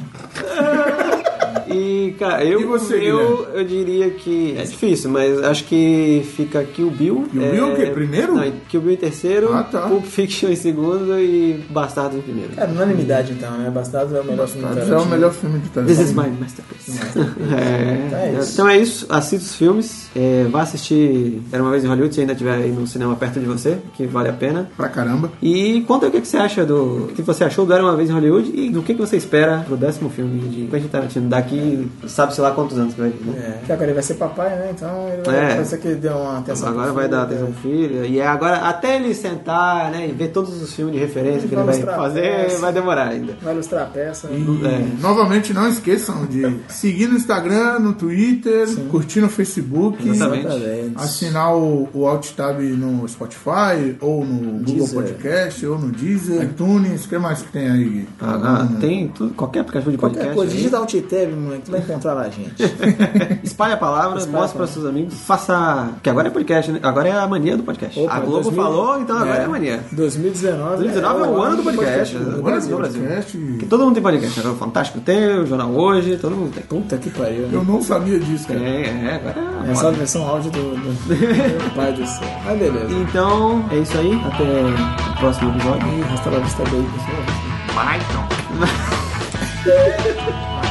[SPEAKER 1] E, cara, eu,
[SPEAKER 4] E você,
[SPEAKER 1] eu, eu diria que. É difícil, mas acho que fica aqui o Bill. é,
[SPEAKER 4] Kill Bill o quê? Primeiro?
[SPEAKER 1] Não, Kill Bill em terceiro,
[SPEAKER 4] Ah, tá.
[SPEAKER 1] Pulp Fiction em segundo e Bastardo em primeiro.
[SPEAKER 2] Cara, unanimidade então, né? Bastardos é o melhor filme do
[SPEAKER 4] Esse é o
[SPEAKER 2] Tarantino.
[SPEAKER 4] melhor filme de
[SPEAKER 1] This
[SPEAKER 4] Tarantino.
[SPEAKER 1] is my masterpiece. É.
[SPEAKER 2] É isso.
[SPEAKER 1] Então é isso, assista os filmes, é, vá assistir Era uma vez em Hollywood se ainda tiver aí no cinema perto de você, que vale a pena.
[SPEAKER 4] Pra caramba.
[SPEAKER 1] E conta aí o que, que você acha do. O que você achou do Era uma vez em Hollywood e do que, que você espera pro décimo filme de Quentin Tarantino daqui, sabe-se lá quantos anos que vai vir, né?
[SPEAKER 2] É, porque agora ele vai ser papai, né? Então ele vai
[SPEAKER 1] É.
[SPEAKER 2] fazer que deu uma atenção.
[SPEAKER 1] Agora
[SPEAKER 2] pro
[SPEAKER 1] vai
[SPEAKER 2] filho,
[SPEAKER 1] dar
[SPEAKER 2] né?
[SPEAKER 1] atenção ao filho. E é agora, até ele sentar, né? E ver todos os filmes de referência que ele
[SPEAKER 2] Vamos
[SPEAKER 1] vai
[SPEAKER 2] pra
[SPEAKER 1] fazer,
[SPEAKER 2] peça.
[SPEAKER 1] vai demorar ainda.
[SPEAKER 2] Vai ilustrar a peça.
[SPEAKER 4] E,
[SPEAKER 1] É.
[SPEAKER 4] novamente, não esqueçam de seguir no Instagram, no Twitter, curtir no Facebook,
[SPEAKER 1] Exatamente. Assim,
[SPEAKER 4] assinar o, o Alt-Tab no Spotify, ou no Google
[SPEAKER 2] Deezer.
[SPEAKER 4] Podcast, ou no Deezer, iTunes, o que mais que tem aí?
[SPEAKER 1] Tá. Ah, ah, tem tudo, qualquer aplicativo de
[SPEAKER 2] Qualquer
[SPEAKER 1] podcast.
[SPEAKER 2] coisa,
[SPEAKER 1] aí.
[SPEAKER 2] digita Alt Tab, né? Que tu vai encontrar lá, gente.
[SPEAKER 1] Espalhe a palavra,
[SPEAKER 2] Espalhe a
[SPEAKER 1] mostre para
[SPEAKER 2] palavra.
[SPEAKER 1] seus amigos, faça. Porque agora é podcast, né? Agora é a mania do podcast.
[SPEAKER 2] Opa,
[SPEAKER 1] a Globo
[SPEAKER 2] 2000
[SPEAKER 1] falou, então agora é, a mania.
[SPEAKER 2] 2019.
[SPEAKER 1] 2019 é o ano do podcast.
[SPEAKER 2] do
[SPEAKER 1] né?
[SPEAKER 2] Brasil.
[SPEAKER 1] O ano do Brasil. Porque todo mundo tem podcast. Agora é o Fantástico tem, o Jornal Hoje, todo mundo tem.
[SPEAKER 2] Puta que pariu. né?
[SPEAKER 4] Eu não sabia disso, cara.
[SPEAKER 1] É, é, agora é. a
[SPEAKER 2] Essa é a
[SPEAKER 1] moda.
[SPEAKER 2] versão áudio do, do... do pai do céu. Mas beleza.
[SPEAKER 1] Então, é isso aí. Até o próximo
[SPEAKER 2] tá
[SPEAKER 1] episódio.
[SPEAKER 2] Ih, Rasta la vista, baby.
[SPEAKER 1] Vai, então.